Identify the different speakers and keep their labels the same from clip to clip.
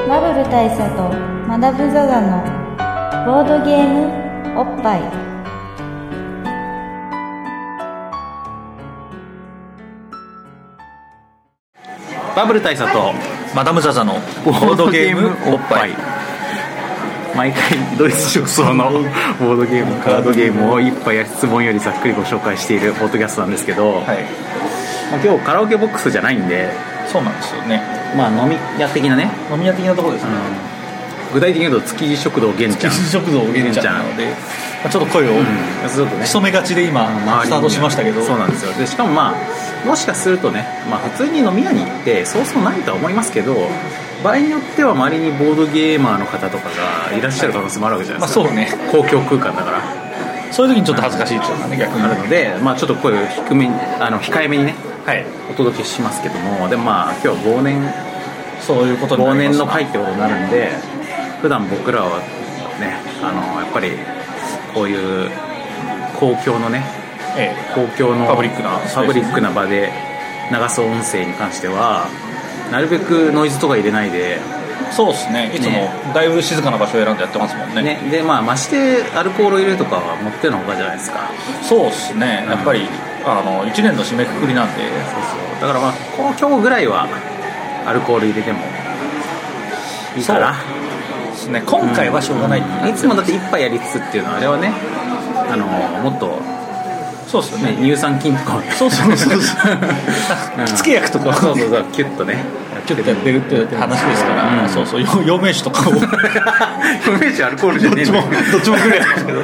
Speaker 1: 大佐とマダム・ザ・ザのボードゲームおっぱい
Speaker 2: バブル大佐と
Speaker 3: マダム・ザ・ザの
Speaker 2: ボードゲームおっぱい
Speaker 3: ボードゲーム
Speaker 2: 毎回ドイツ直送の ボードゲームカードゲームを一杯や質問よりざっくりご紹介しているポッドキャストなんですけど、
Speaker 3: おっぱいはい
Speaker 2: まあ今日カラオケボックスじゃないんで、
Speaker 3: そうなんですよね
Speaker 2: まあ、飲み屋的なね、
Speaker 3: 飲み屋的なところですね、
Speaker 2: 具体的に言うと築地食堂玄ちゃ
Speaker 3: 築
Speaker 2: ん
Speaker 3: 地食堂玄ちゃんなので、まあ、ちょっと声を
Speaker 2: うんすごくね
Speaker 3: 潜めがちで今
Speaker 2: 周りにね
Speaker 3: スタートしましたけど
Speaker 2: そうなんですよでしかもまあもしかするとね、まあ、普通に飲み屋に行ってそうそうないとは思いますけど場合によっては周りにボードゲーマーの方とかがいらっしゃる可能性もあるわけじゃないですか、
Speaker 3: まあそうね
Speaker 2: 公共空間だから
Speaker 3: そういう時にちょっと恥ずかしいっていうのがね逆に
Speaker 2: あるので、まあ、ちょっと声を低めにあの控えめにね
Speaker 3: はい
Speaker 2: お届けしますけどもでもまあ今日は忘年
Speaker 3: そういうことにな
Speaker 2: 忘
Speaker 3: り
Speaker 2: 年の
Speaker 3: ます
Speaker 2: 会ってことになるんで普段僕らはねあのやっぱりこういう公共のね
Speaker 3: え
Speaker 2: 公共の
Speaker 3: パブリックな
Speaker 2: パブリックな場で流す音声に関してはなるべくノイズとか入れないで、
Speaker 3: えそうですねいつ
Speaker 2: ね
Speaker 3: もだいぶ静かな場所を選んでやってますもんね
Speaker 2: ねでまあましてアルコール入れるとかは持ってのほかじゃないですか
Speaker 3: そうですねやっぱり、あの1年の締めくくりなんで
Speaker 2: だからまあこう今日ぐらいはアルコール入れてもいいかな
Speaker 3: ですね今回はしょうがない、
Speaker 2: いつもだって一杯やりつつっていうのはあれはねあのもっと、
Speaker 3: そうですよね
Speaker 2: ね、乳酸菌とかを
Speaker 3: そうそうそうそう
Speaker 2: うん
Speaker 3: 着付け役とかを
Speaker 2: そうそうそうキュッとね
Speaker 3: ちょっとやってるって話ですから、
Speaker 2: うん
Speaker 3: そうそう陽陽明酒とかをどっ
Speaker 2: イメージアルコールじゃねえ
Speaker 3: ち
Speaker 2: んだ
Speaker 3: も
Speaker 2: よ
Speaker 3: どっちも来るやつですけど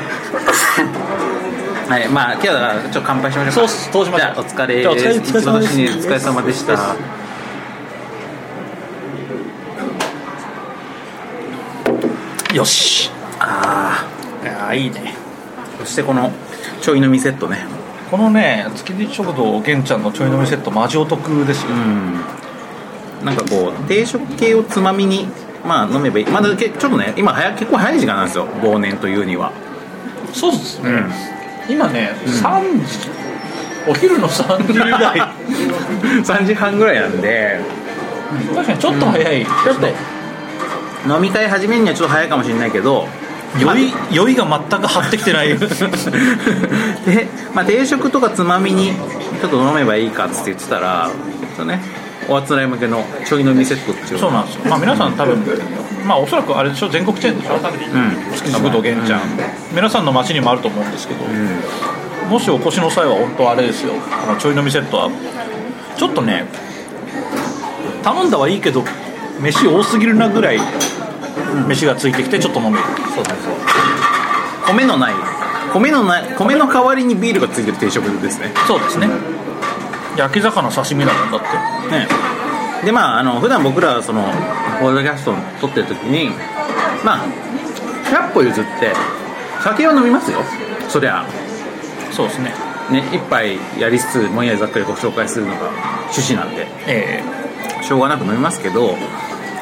Speaker 2: はいまあ今日はちょっと乾杯しましょうか
Speaker 3: そうそうしましょう
Speaker 2: じゃあお疲れ
Speaker 3: じゃあお疲れ
Speaker 2: いつもの日にお疲れ様でした
Speaker 3: お疲れ様よし
Speaker 2: あ
Speaker 3: ああいいね
Speaker 2: あそしてこのちょい飲みセットね
Speaker 3: このね築地食堂玄ちゃんのちょい飲みセットマジお得ですよ、
Speaker 2: うんなんかこう定食系をつまみにまあ飲めばいいまだけちょっとね今早結構早い時間なんですよ忘年というには
Speaker 3: そうですね、
Speaker 2: うん
Speaker 3: 今ね、3時お昼の3時 台
Speaker 2: 3時半ぐらいなんで
Speaker 3: 確かにちょっと早い、ちょっと
Speaker 2: 飲み会始めるにはちょっと早いかもしれないけど
Speaker 3: 酔 い酔いが全く張ってきてない
Speaker 2: で、まあ、定食とかつまみにちょっと飲めばいいかっつって言ってたらちょっとねおあつらい向けのちょい飲みセットっていう
Speaker 3: そうなんですよまあ皆さん多分まあおそらくあれでしょ全国チェーンでしょ
Speaker 2: ん
Speaker 3: 築地食堂玄ちゃん、皆さんの街にもあると思うんですけど、もしお越しの際は本当あれですよあのちょい飲みセットはちょっとね頼んだはいいけど飯多すぎるなぐらい飯がついてきてちょっと飲める、
Speaker 2: そうそうそう米のない米のない米の代わりにビールがついてる定食ですね
Speaker 3: そうですね焼き魚刺身だもんだっ
Speaker 2: ねでまああの普段僕らはそのポッドキャストを撮ってる時にまあ100歩譲って酒は飲みますよそりゃ
Speaker 3: てそうですね
Speaker 2: ね一杯やりつつもんやりざっくりご紹介するのが趣旨なんで
Speaker 3: え
Speaker 2: しょうがなく飲みますけど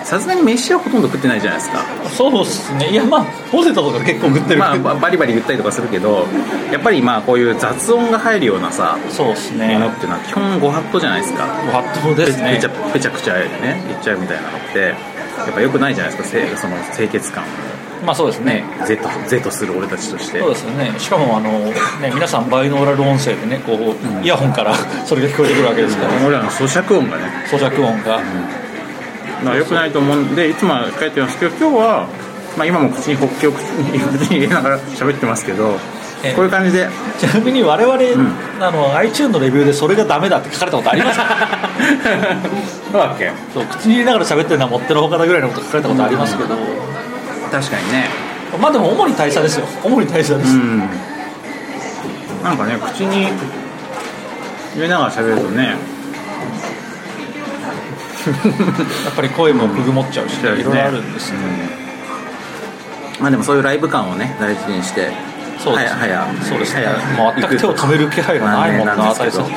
Speaker 2: さすがに飯はほとんど食ってないじゃないですか
Speaker 3: えそうですねいやまあポテトとか結構食ってるけど、
Speaker 2: まあばバリバリ言ったりとかするけどやっぱりまあこういう雑音が入るようなさ
Speaker 3: そうです
Speaker 2: もの
Speaker 3: ね
Speaker 2: っていうのは基本ご法度じゃないですか
Speaker 3: ご法度ですね
Speaker 2: ぺちゃぺちゃくちゃね言っちゃうみたいなのってやっぱ良くないじゃないですかせその清潔感
Speaker 3: まあそうですね
Speaker 2: ねゼとゼとする俺たちとして
Speaker 3: そうですよね、しかもあの、ね、皆さん、バイノーラル音声でね、こう、イヤホンから それが聞こえてくるわけですから、
Speaker 2: 俺らの咀嚼音がね
Speaker 3: 咀嚼音が、
Speaker 2: まあ良くないと思うんでいつもは書いてますけど今日は、まあ、今も口にホッケを口に口に入れながら 喋ってますけど
Speaker 3: ええ
Speaker 2: こういう感じで
Speaker 3: ちなみに我々、あの iTune のレビューでそれがダメだって書かれたことありますか
Speaker 2: そうだっけ
Speaker 3: そう口に入れながら喋ってるのはもってのほかだぐらいのこと書かれたことありますけど、
Speaker 2: 確かにね
Speaker 3: まあでも、主に大佐ですよ、主に大佐で
Speaker 2: う
Speaker 3: す。
Speaker 2: んなんかね口に入れながら喋るとね
Speaker 3: やっぱり声もくぐもっちゃうし、
Speaker 2: そうですね
Speaker 3: いろいろあるんですよ、
Speaker 2: まあでもそういうライブ感をね大事にして
Speaker 3: そうですね
Speaker 2: はやはや
Speaker 3: そうですね
Speaker 2: はや、
Speaker 3: もう全く手を止める気配がないもんな、
Speaker 2: まあね
Speaker 3: 大
Speaker 2: です
Speaker 3: 佐
Speaker 2: けど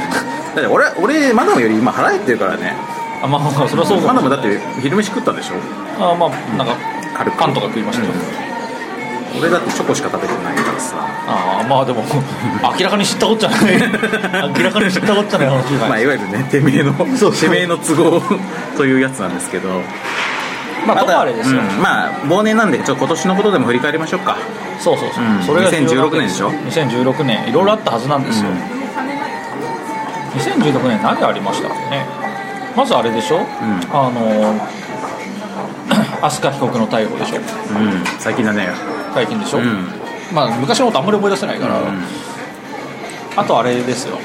Speaker 2: だって俺俺マダムより今腹減ってるからね
Speaker 3: あまあまあまあ、それはそう
Speaker 2: マ
Speaker 3: か
Speaker 2: ダム
Speaker 3: も
Speaker 2: だって昼飯食ったでしょ
Speaker 3: あまあ、なんか、
Speaker 2: 軽く
Speaker 3: パンとか食いましたけど。
Speaker 2: うん俺だってチョコしか食べてないからさ
Speaker 3: ああまあでも 明らかに知ったこっちゃない 明らかに知ったこっちゃない話じゃ
Speaker 2: ま
Speaker 3: な
Speaker 2: あ、
Speaker 3: い
Speaker 2: いわゆるねてめえのてめえの都合というやつなんですけど
Speaker 3: まあ、ともあれですよ、
Speaker 2: うんまあ忘年なんでちょっと今年のことでも振り返りましょうか
Speaker 3: そうそうそう、
Speaker 2: うん
Speaker 3: それが重要なわけ
Speaker 2: 2016年でしょ
Speaker 3: 2016年いろいろあったはずなんですよ、
Speaker 2: うん
Speaker 3: 2016年何ありましたっけねまずあれでしょ、あの 飛鳥被告の逮捕でしょ
Speaker 2: うん最近だね
Speaker 3: 最近でし
Speaker 2: う
Speaker 3: ょ、
Speaker 2: ん
Speaker 3: まあ昔のことあんまり思い出せないから、あとあれですよ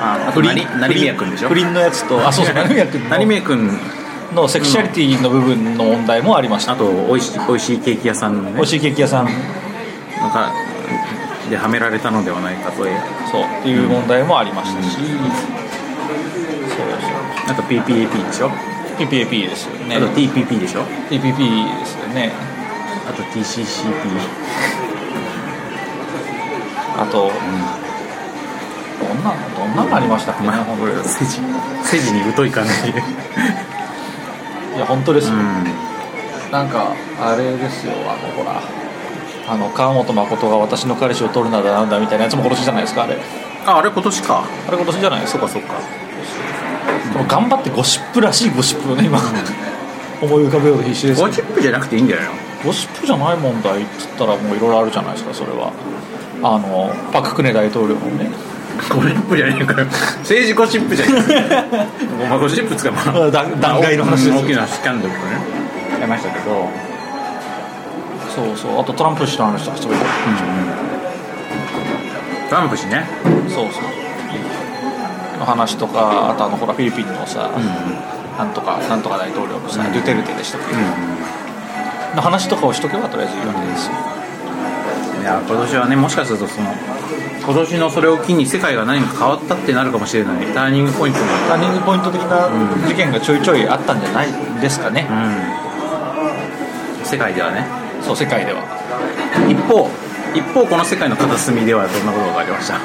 Speaker 2: ああと成成宮君でしょ
Speaker 3: 不倫のやつとあ そうそう成宮君の
Speaker 2: 成宮君
Speaker 3: のセクシャリティの部分の問題もありました、
Speaker 2: あとおいしおいしいケーキ屋さんのね
Speaker 3: 美味しいケーキ屋さん
Speaker 2: なんかではめられたのではないかという
Speaker 3: そうっていう問題もありましたし、そう
Speaker 2: あと PPAP でしょ、
Speaker 3: そう PPAP ですよね
Speaker 2: あと TPP でしょ
Speaker 3: TPP ですよね
Speaker 2: あと TCCP
Speaker 3: あと、どんなどんなのありましたっけね、
Speaker 2: まあ
Speaker 3: 本当
Speaker 2: 俺は政治政治に疎い感じで
Speaker 3: いや本当です
Speaker 2: う
Speaker 3: よ、
Speaker 2: ん
Speaker 3: なんかあれですよあのほらあの川本誠が私の彼氏を取るなだなんだみたいなやつも今年じゃないですかあれあ
Speaker 2: ああれ今年か
Speaker 3: れ今年じゃないです
Speaker 2: そっ
Speaker 3: か
Speaker 2: かそっか
Speaker 3: でも頑張ってゴシップらしいゴシップをね今思い浮かべようと必死ですけど
Speaker 2: ゴチップじゃなくていいんじゃないの
Speaker 3: ゴシップじゃない問題っつったらもういろいろあるじゃないですかそれはあのパク・クネ大統領のね
Speaker 2: ゴシップじゃねえから政治ゴシップじゃね えかまあゴシップつかまあ
Speaker 3: 弾弾劾の話です
Speaker 2: 大きなスキャンダルとねありましたけどうん
Speaker 3: そうそうあとトランプ氏の話とかそういう
Speaker 2: トランプ氏ね
Speaker 3: そうそうの話とかあとあのほらフィリピンのさ、なんとかなんとか大統領のさ、
Speaker 2: うん
Speaker 3: デュテルテでしたっけ、の話とかをしとけばとりあえずいいわけですよ、
Speaker 2: いや今年はねもしかするとその今年のそれを機に世界が何か変わったってなるかもしれないターニングポイントも
Speaker 3: ターニングポイント的な事件がちょいちょいあったんじゃないですかね、
Speaker 2: うん世界ではね
Speaker 3: そう世界では
Speaker 2: 一方一方この世界の片隅ではどんなことがありました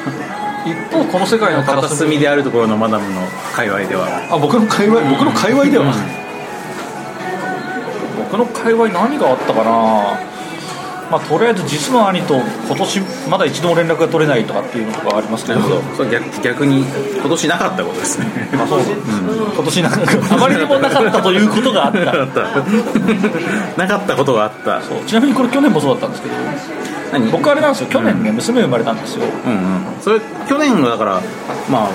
Speaker 3: 一方この世界の片
Speaker 2: 片
Speaker 3: 隅
Speaker 2: 隅であるところのマダムの界隈では
Speaker 3: あ僕の界隈僕の界隈では、僕の界隈何があったかなまあとりあえず実の兄と今年まだ一度も連絡が取れないとかっていうのとかありますけ
Speaker 2: な
Speaker 3: ど
Speaker 2: るほどそれ逆逆に今年なかったことですね
Speaker 3: まあそう今年なんかあまりにもなかったということがあっ
Speaker 2: な
Speaker 3: た
Speaker 2: か ったなかったことがあった
Speaker 3: そうちなみにこれ去年もそうだったんですけど
Speaker 2: 何
Speaker 3: 僕あれなんですよ去年ね娘生まれたんですよ
Speaker 2: うんうんそれ去年がだからまあ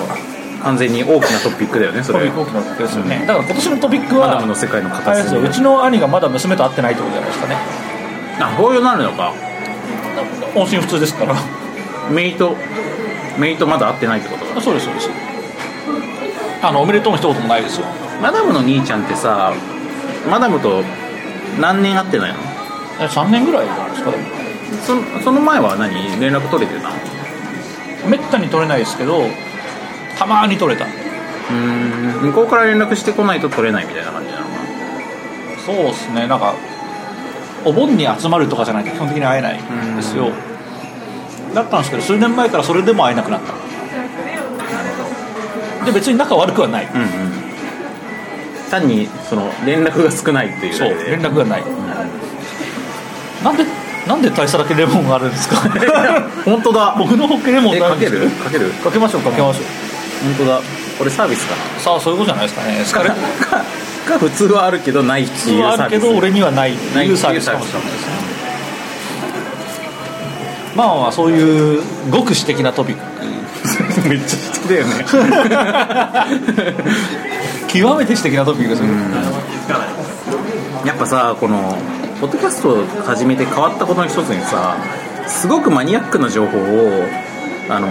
Speaker 2: 完全に大きなトピックだよねそ
Speaker 3: 飛
Speaker 2: れ
Speaker 3: 行機のトピックですよねだから今年のトピック
Speaker 2: マダムの
Speaker 3: は
Speaker 2: 世界の
Speaker 3: あれ
Speaker 2: 片
Speaker 3: ですよ
Speaker 2: 隅
Speaker 3: うちの兄がまだ娘と会ってないってことじゃないですかね
Speaker 2: あこういうのあるのか
Speaker 3: 音信不通ですから
Speaker 2: メイトメイトまだ会ってないってことか
Speaker 3: あそうですそうですあのおめでとうの一言もないですよ
Speaker 2: マダムの兄ちゃんってさマダムと何年会ってないの
Speaker 3: え3年ぐらいじゃないですかでも
Speaker 2: そその前は何連絡取れてたう
Speaker 3: めったに取れないですけどたまに取れた
Speaker 2: ーん向こうから連絡してこないと取れないみたいな感じなのか
Speaker 3: そうですねなんかお盆に集まるとかじゃないと基本的に会えないんですよだったんですけど数年前からそれでも会えなくなったで別に仲悪くはない
Speaker 2: なうんうん単にその連絡が少ないっていう
Speaker 3: そう
Speaker 2: だけで
Speaker 3: 連絡がないなんでなんで大差だけレモンがあるん ですか
Speaker 2: 本当だ
Speaker 3: 僕のホッケレモン
Speaker 2: え
Speaker 3: があ
Speaker 2: か
Speaker 3: るんで
Speaker 2: け
Speaker 3: す
Speaker 2: るかける
Speaker 3: かけましょうかけましょう
Speaker 2: 本当だこれサービスかな
Speaker 3: さあそういうことじゃないですかねスカルプ
Speaker 2: かか普通はあるけどないっていう
Speaker 3: は
Speaker 2: サ
Speaker 3: あ
Speaker 2: ー
Speaker 3: るけ
Speaker 2: ビス
Speaker 3: ど俺にはないって
Speaker 2: ないいっていううサ
Speaker 3: サ
Speaker 2: ー
Speaker 3: ー
Speaker 2: ビ
Speaker 3: ビ
Speaker 2: ス
Speaker 3: スかもしれないですねまあまあそういうごく私的なトピック
Speaker 2: めっちゃ人だよね
Speaker 3: 極めて私的なトピックですよ、
Speaker 2: やっぱさこのポッドキャストを始めて変わったことの一つにさすごくマニアックな情報をあの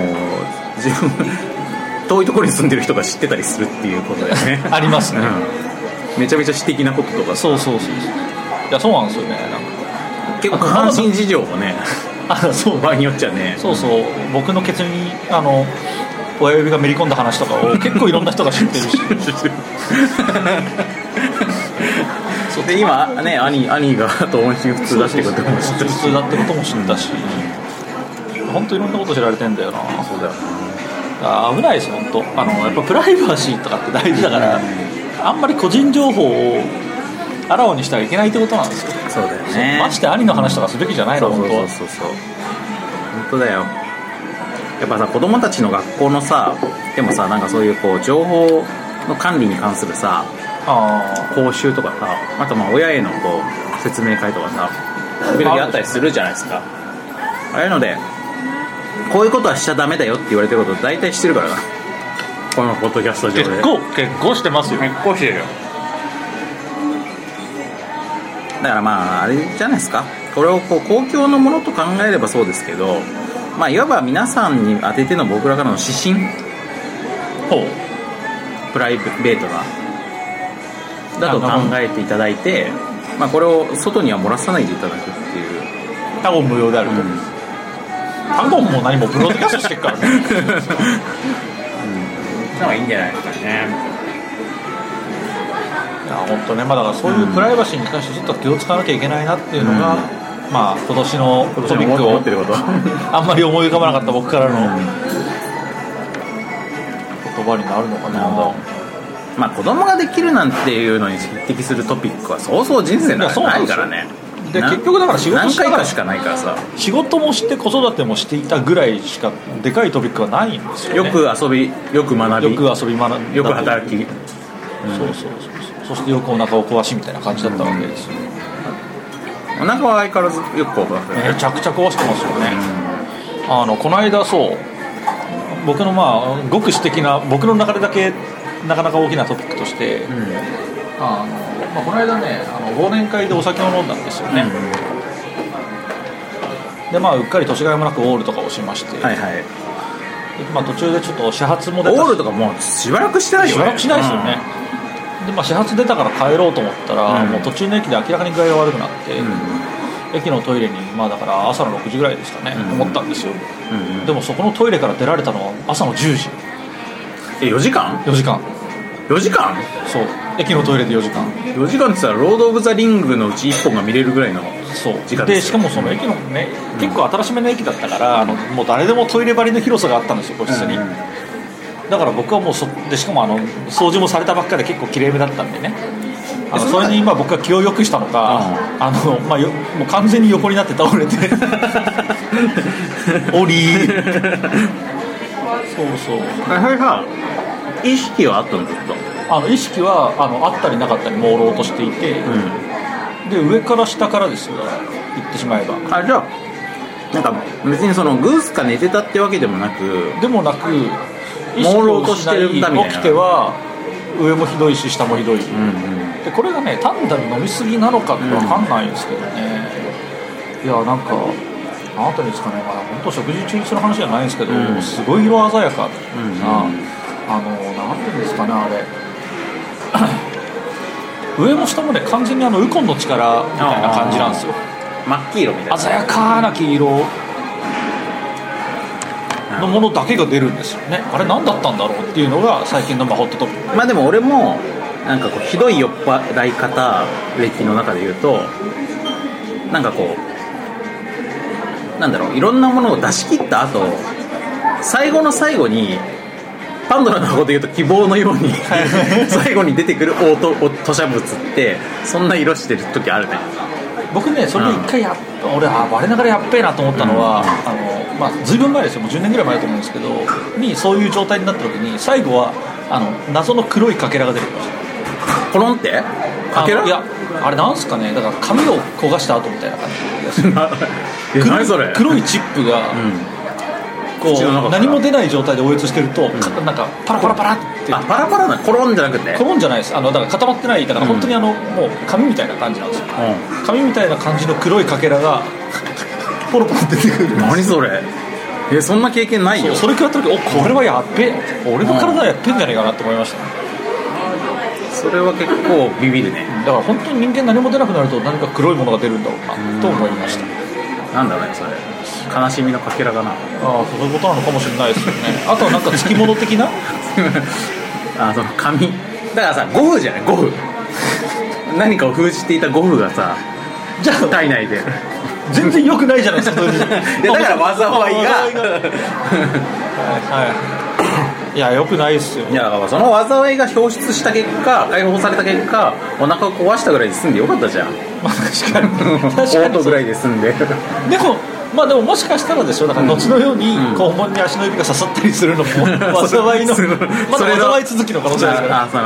Speaker 2: 自分遠いところに住んでる人が知ってたりするっていうことだよね
Speaker 3: ありますね、
Speaker 2: うんめちゃめちゃ私的なこととか
Speaker 3: そうそうそうそういやそうなんですよねなんか
Speaker 2: 結構下半身事情もね
Speaker 3: あそう
Speaker 2: 場合によっちゃね
Speaker 3: そうそう僕のケツにあの親指がめり込んだ話とかを結構いろんな人が知ってるし
Speaker 2: で今ね兄兄が と音信不通だってことも知ってる
Speaker 3: 普通だってことも知ったし本当いろんなこと知られてんだよな
Speaker 2: そうだよ
Speaker 3: あ危ないです本当あのやっぱプライバシーとかって大事だからあんまり個人情報をあらわにしてはいけないってことなんですよ、
Speaker 2: そうだよね
Speaker 3: まして兄の話とかすべきじゃない
Speaker 2: そ
Speaker 3: の
Speaker 2: うそ
Speaker 3: 本
Speaker 2: う
Speaker 3: 当
Speaker 2: そ
Speaker 3: は
Speaker 2: うそうそう本当だよやっぱさ子供たちの学校のさでもさなんかそういうこう情報の管理に関するさ
Speaker 3: あ
Speaker 2: 講習とかさあとまあ親へのこう説明会とかさ時々あったりするじゃないですかああいうのでこういうことはしちゃダメだよって言われてること大体してるからなこのポッドキャスト
Speaker 3: あ
Speaker 2: 上で
Speaker 3: 結構結構してますよ、
Speaker 2: 結構してるよだからまああれじゃないですかこれをこう公共のものと考えればそうですけどまあいわば皆さんに当てての僕らからの指針
Speaker 3: ほう
Speaker 2: プライベートなだと考えていただいてまあこれを外には漏らさないでいただくっていう
Speaker 3: 他言無用であると、
Speaker 2: うん
Speaker 3: 他言も何もブロードキャストしてるからね
Speaker 2: のがいいんじゃないですかね
Speaker 3: いや本当ねまあだからそういうプライバシーに関してちょっと気を使わなきゃいけないなっていうのが、
Speaker 2: うん
Speaker 3: まあ今年のトピック
Speaker 2: 思って
Speaker 3: を
Speaker 2: ること
Speaker 3: あんまり思い浮かばなかった僕からの言葉になるのかな、
Speaker 2: まあ子供ができるなんていうのに匹敵するトピックはそうそう人生
Speaker 3: い
Speaker 2: な
Speaker 3: や
Speaker 2: ん
Speaker 3: そ
Speaker 2: て
Speaker 3: うな
Speaker 2: なんい
Speaker 3: です
Speaker 2: か
Speaker 3: よ
Speaker 2: らね
Speaker 3: で
Speaker 2: な
Speaker 3: 結局だから仕事
Speaker 2: 何
Speaker 3: しな
Speaker 2: 回
Speaker 3: が
Speaker 2: からしかないからさ
Speaker 3: 仕事もして子育てもしていたぐらいしかでかいトピックはないんですよ、
Speaker 2: よ
Speaker 3: ね、
Speaker 2: く遊びよく学び
Speaker 3: よく遊び学ん
Speaker 2: よく働き
Speaker 3: そうそうそうそうそしてよくお腹を壊しみたいな感じだったわけですよ、
Speaker 2: お腹は相変わらずよくこう
Speaker 3: めちゃくちゃ壊してますよね、あのこの間そう僕のまあごく私的な僕の中でだけなかなか大きなトピックとして、あのまあ、この間ねあの忘年会でお酒を飲んだんですよね、でまあうっかり年がいもなくオールとかをしまして、
Speaker 2: はいはい
Speaker 3: まあ、途中でちょっと始発も出たし
Speaker 2: オールとかもうしばらくしてないよ
Speaker 3: し
Speaker 2: ね
Speaker 3: ばらくしないですよね、でまあ、始発出たから帰ろうと思ったら、
Speaker 2: うん
Speaker 3: もう途中の駅で明らかに具合が悪くなって、
Speaker 2: うん
Speaker 3: 駅のトイレにまあだから朝の6時ぐらいですかね、
Speaker 2: うん
Speaker 3: 思ったんですよ、
Speaker 2: うんうん
Speaker 3: でもそこのトイレから出られたのは朝の10時
Speaker 2: え4時間
Speaker 3: 4時間
Speaker 2: ?4 時間
Speaker 3: そう駅のトイレで4時間
Speaker 2: ?4 時間って言ったら「ロード・オブ・ザ・リング」のうち1本が見れるぐらいの
Speaker 3: そう
Speaker 2: 時間
Speaker 3: で
Speaker 2: です
Speaker 3: し
Speaker 2: よ
Speaker 3: かもその駅のね、結構新しめの駅だったからあのもう誰でもトイレ張りの広さがあったんですよ個室に、だから僕はもうそでしかもあの掃除もされたばっかで結構きれいめだったんでねあの
Speaker 2: えそ
Speaker 3: そ
Speaker 2: の
Speaker 3: れに今僕は気を良くしたのか、あのまあ、よもう完全に横になって倒れ てオリーそうそう
Speaker 2: あれさ意識はあったのずっと
Speaker 3: あの意識はあのあったりなかったり朦朧としていて、
Speaker 2: う
Speaker 3: で上から下からですよだから言ってしまえば
Speaker 2: んあじゃあなんか別にそのグースか寝てたってわけでもなく
Speaker 3: でもなく意識
Speaker 2: 朦
Speaker 3: を
Speaker 2: 朧
Speaker 3: 失
Speaker 2: としてるんだみた
Speaker 3: い
Speaker 2: いな
Speaker 3: 起きては上もひどいし下もひどい、
Speaker 2: うんうん
Speaker 3: でこれがね単なる飲み過ぎなのかって分かんないんですけどね、いやなんか何ていうんですかね、まあ、本当食事中にする話じゃないんですけど、
Speaker 2: うん
Speaker 3: すごい色鮮やかな、
Speaker 2: うん
Speaker 3: あの何ていうんですかねあれ 上も下もね完全にあのウコンの力みたいな感じなんですよ
Speaker 2: 真っ黄色みたいな
Speaker 3: 鮮やかな黄色のものだけが出るんですよねあれ何だったんだろうっていうのが最近のまあホットトピック
Speaker 2: まあでも俺もなんかこうひどい酔っ払い方歴の中で言うとなんかこうなんだろういろんなものを出し切った後最後の最後にパンドラの箱で言うと希望のように最後に出てくるオートお吐砂物ってそんな色してる時あるね
Speaker 3: 僕ねそれで一回やっ、俺あ我ながらやっべえなと思ったのは、あのまあ随分前ですよもう10年ぐらい前だと思うんですけどにそういう状態になった時に最後はあの謎の黒いかけらが出てきました
Speaker 2: コロンってかけ
Speaker 3: あ
Speaker 2: ら
Speaker 3: のいやあれなんすかねだから髪を焦がした後みたいな感じです
Speaker 2: なえ
Speaker 3: 黒
Speaker 2: 何
Speaker 3: い
Speaker 2: それ
Speaker 3: 黒いチップが、
Speaker 2: うん
Speaker 3: こ
Speaker 2: 口の中
Speaker 3: う
Speaker 2: から
Speaker 3: 何も出ない状態で応つしてると、かなんかパラパラパラって
Speaker 2: あパラパラなコロンじゃなくて
Speaker 3: コロンじゃないですあのだから固まってないだから
Speaker 2: うん
Speaker 3: 本当にあの、もう紙みたいな感じなんですよ
Speaker 2: う
Speaker 3: 紙みたいな感じの黒いかけらがポロポロ出てくる
Speaker 2: ん何それえそんな経験ないよ
Speaker 3: それ食らった時おこれはやっべ俺の体やっべんじゃねえかなって思いました、
Speaker 2: それは結構ビビるね
Speaker 3: だから本当に人間何も出なくなると何か黒いものが出るんだろうなと思いました
Speaker 2: なんだろうねそれ悲しみのかけらかな
Speaker 3: ああそういうことなのかもしれないですよねあとはなんかつきもの的な
Speaker 2: あその紙だからさ五分じゃない五分何かを封じていた五分がさ
Speaker 3: じゃあ
Speaker 2: 体内でい
Speaker 3: 全然良くないじゃないですかそ れ
Speaker 2: やだから災 い
Speaker 3: 災
Speaker 2: が
Speaker 3: はい、いや良くないですよ
Speaker 2: いやだからその災いが表出した結果解放された結果お腹を壊したぐらいで済んでよかったじゃん
Speaker 3: まあ確かに
Speaker 2: オ
Speaker 3: 確かに
Speaker 2: ートぐらいで済んで
Speaker 3: でもまあでももしかしたらでしょだから後のように
Speaker 2: うん
Speaker 3: 肛門に足の指が刺さったりす るのも
Speaker 2: それ
Speaker 3: 災いの
Speaker 2: それ
Speaker 3: ま
Speaker 2: それ
Speaker 3: だ
Speaker 2: の
Speaker 3: 災い続きの可能性ですから
Speaker 2: あその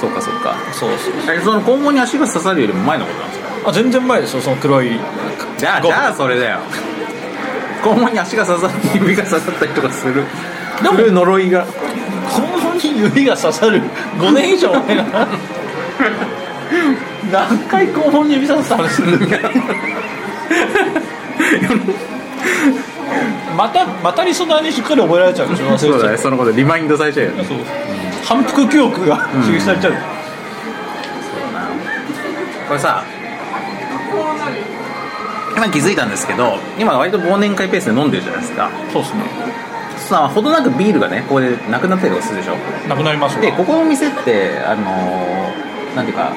Speaker 2: そうかそうか
Speaker 3: そうそう
Speaker 2: えその肛門に足が刺さるよりも前のことなんですか
Speaker 3: あ全然前ですよその黒い
Speaker 2: じゃあ
Speaker 3: ご
Speaker 2: じゃあそれだよ肛門に足が刺さって指が刺さったりとかする
Speaker 3: でも
Speaker 2: する呪いが
Speaker 3: 肛門に指が刺さる5年以上前な何回肛門に指刺さった話するんだよ またまたりそだにしっかり覚えられちゃうでしょ忘れちゃ
Speaker 2: そうだねそのことリマインドされちゃうよね
Speaker 3: そう反復記憶が刺激されちゃう、
Speaker 2: これさ今気づいたんですけど今割と忘年会ペースで飲んでるじゃないですか
Speaker 3: そうですね
Speaker 2: さあほどなくビールがねここでなくなったりとかするでしょ
Speaker 3: なくなりますよ
Speaker 2: でここのお店ってあのーなんていうか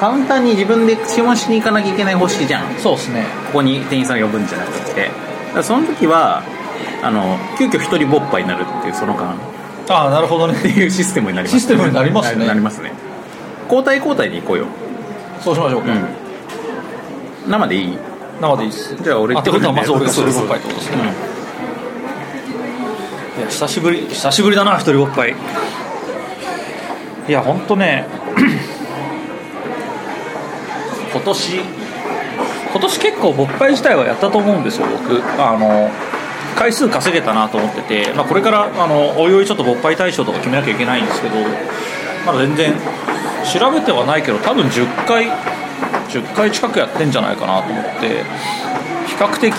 Speaker 2: カウンターに自分で注文しに行かなきゃいけない方式じゃんこ
Speaker 3: そうですね
Speaker 2: こに店員さん呼ぶんじゃなくてだからその時はあの急遽一人ぼっぱになるっていうその間っ
Speaker 3: ああなるほど
Speaker 2: て
Speaker 3: ね
Speaker 2: いうシステムになります
Speaker 3: システムになりますね
Speaker 2: なりますね交代交代に行こうよ
Speaker 3: そうしましょうか、
Speaker 2: うん生でいい
Speaker 3: 生でいいっす
Speaker 2: じゃあ俺
Speaker 3: あってことは
Speaker 2: 行っ
Speaker 3: ま
Speaker 2: て
Speaker 3: ず
Speaker 2: くるん
Speaker 3: 俺が一人ぼ
Speaker 2: で
Speaker 3: っぱいってことですね、いや久しぶり久しぶりだな一人ぼっぱいいや本当ね 今年今年結構ぼっぱい自体はやったと思うんですよ僕あの回数稼げたなと思ってて、まあ、これからあのおいおいちょっとぼっぱい対象とか決めなきゃいけないんですけどまだ全然調べてはないけど多分10回10回近くやってんじゃないかなと思って比較的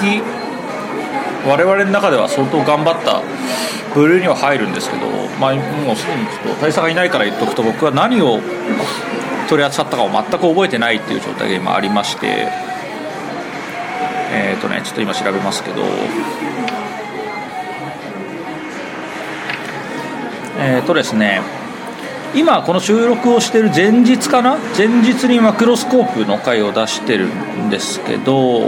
Speaker 3: 我々の中では相当頑張った部類には入るんですけど、まあ、もうすでにちょっと大佐がいないから言っとくと僕は何を取り扱ったかを全く覚えてないっていう状態が今ありましてえっ、とねちょっと今調べますけどえっ、とですね今この収録をしている前日かな前日にマクロスコープの回を出してるんですけど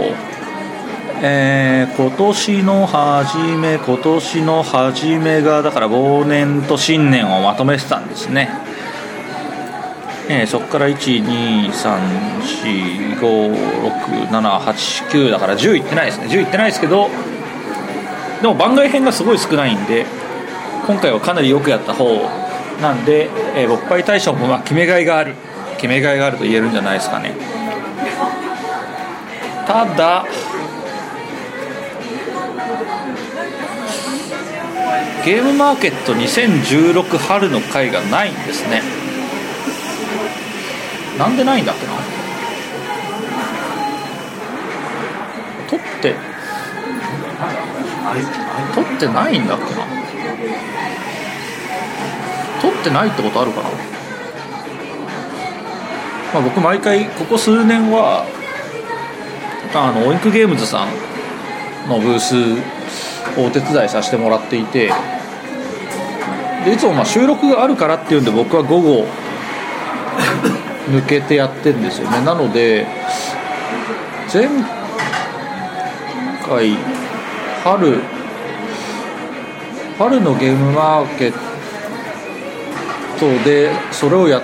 Speaker 3: えー今年の初め今年の初めがだから忘年と新年をまとめてたんですね、えーそこから123456789だから10いってないですね10いってないですけどでも番外編がすごい少ないんで今回はかなりよくやった方なんで、えー、勃発大賞もまあ決めがいがある決めがいがあると言えるんじゃないですかねただゲームマーケット2016春の回がないんですねなんでないんだっけな取って取ってないんだっけな取ってないってことあるかな、まあ、僕毎回ここ数年はあのオインクゲームズさんのブースをお手伝いさせてもらっていてでいつもまあ収録があるからっていうんで僕は午後抜けてやってんですよねなので前回春春のゲームマーケットでそれをやっ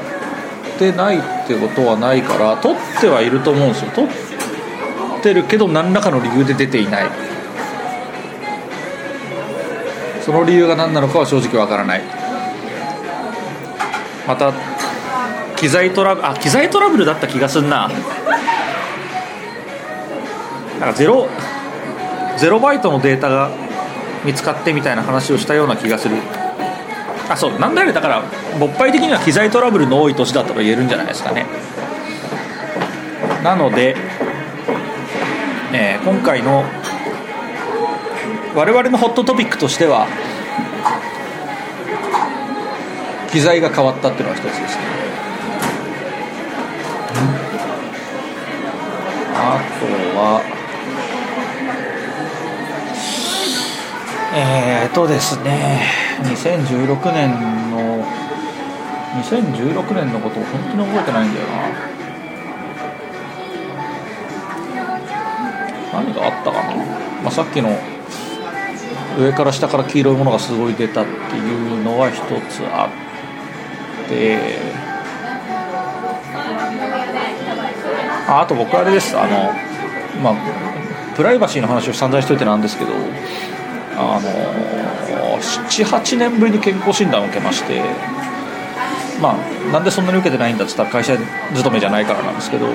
Speaker 3: てないってことはないから撮ってはいると思うんですよ撮ってるけど何らかの理由で出ていないその理由が何なのかは正直わからないまた機材トラブルあ機材トラブルだった気がすんななんかゼロゼロバイトのデータが見つかってみたいな話をしたような気がするあそうなんだよりだから勃発的には機材トラブルの多い年だとか言えるんじゃないですかねなので、えー今回の我々のホットトピックとしては機材が変わったっていうのが一つですねあとはえーとですね2016年の2016年のことを本当に覚えてないんだよな何があったかな、まあ、さっきの上から下から黄色いものがすごい出たっていうのは一つあってああと僕あれですあのまあプライバシーの話を散々しといてなんですけどあの78年ぶりに健康診断を受けましてまあ、なんでそんなに受けてないんだっつったら会社勤めじゃないからなんですけど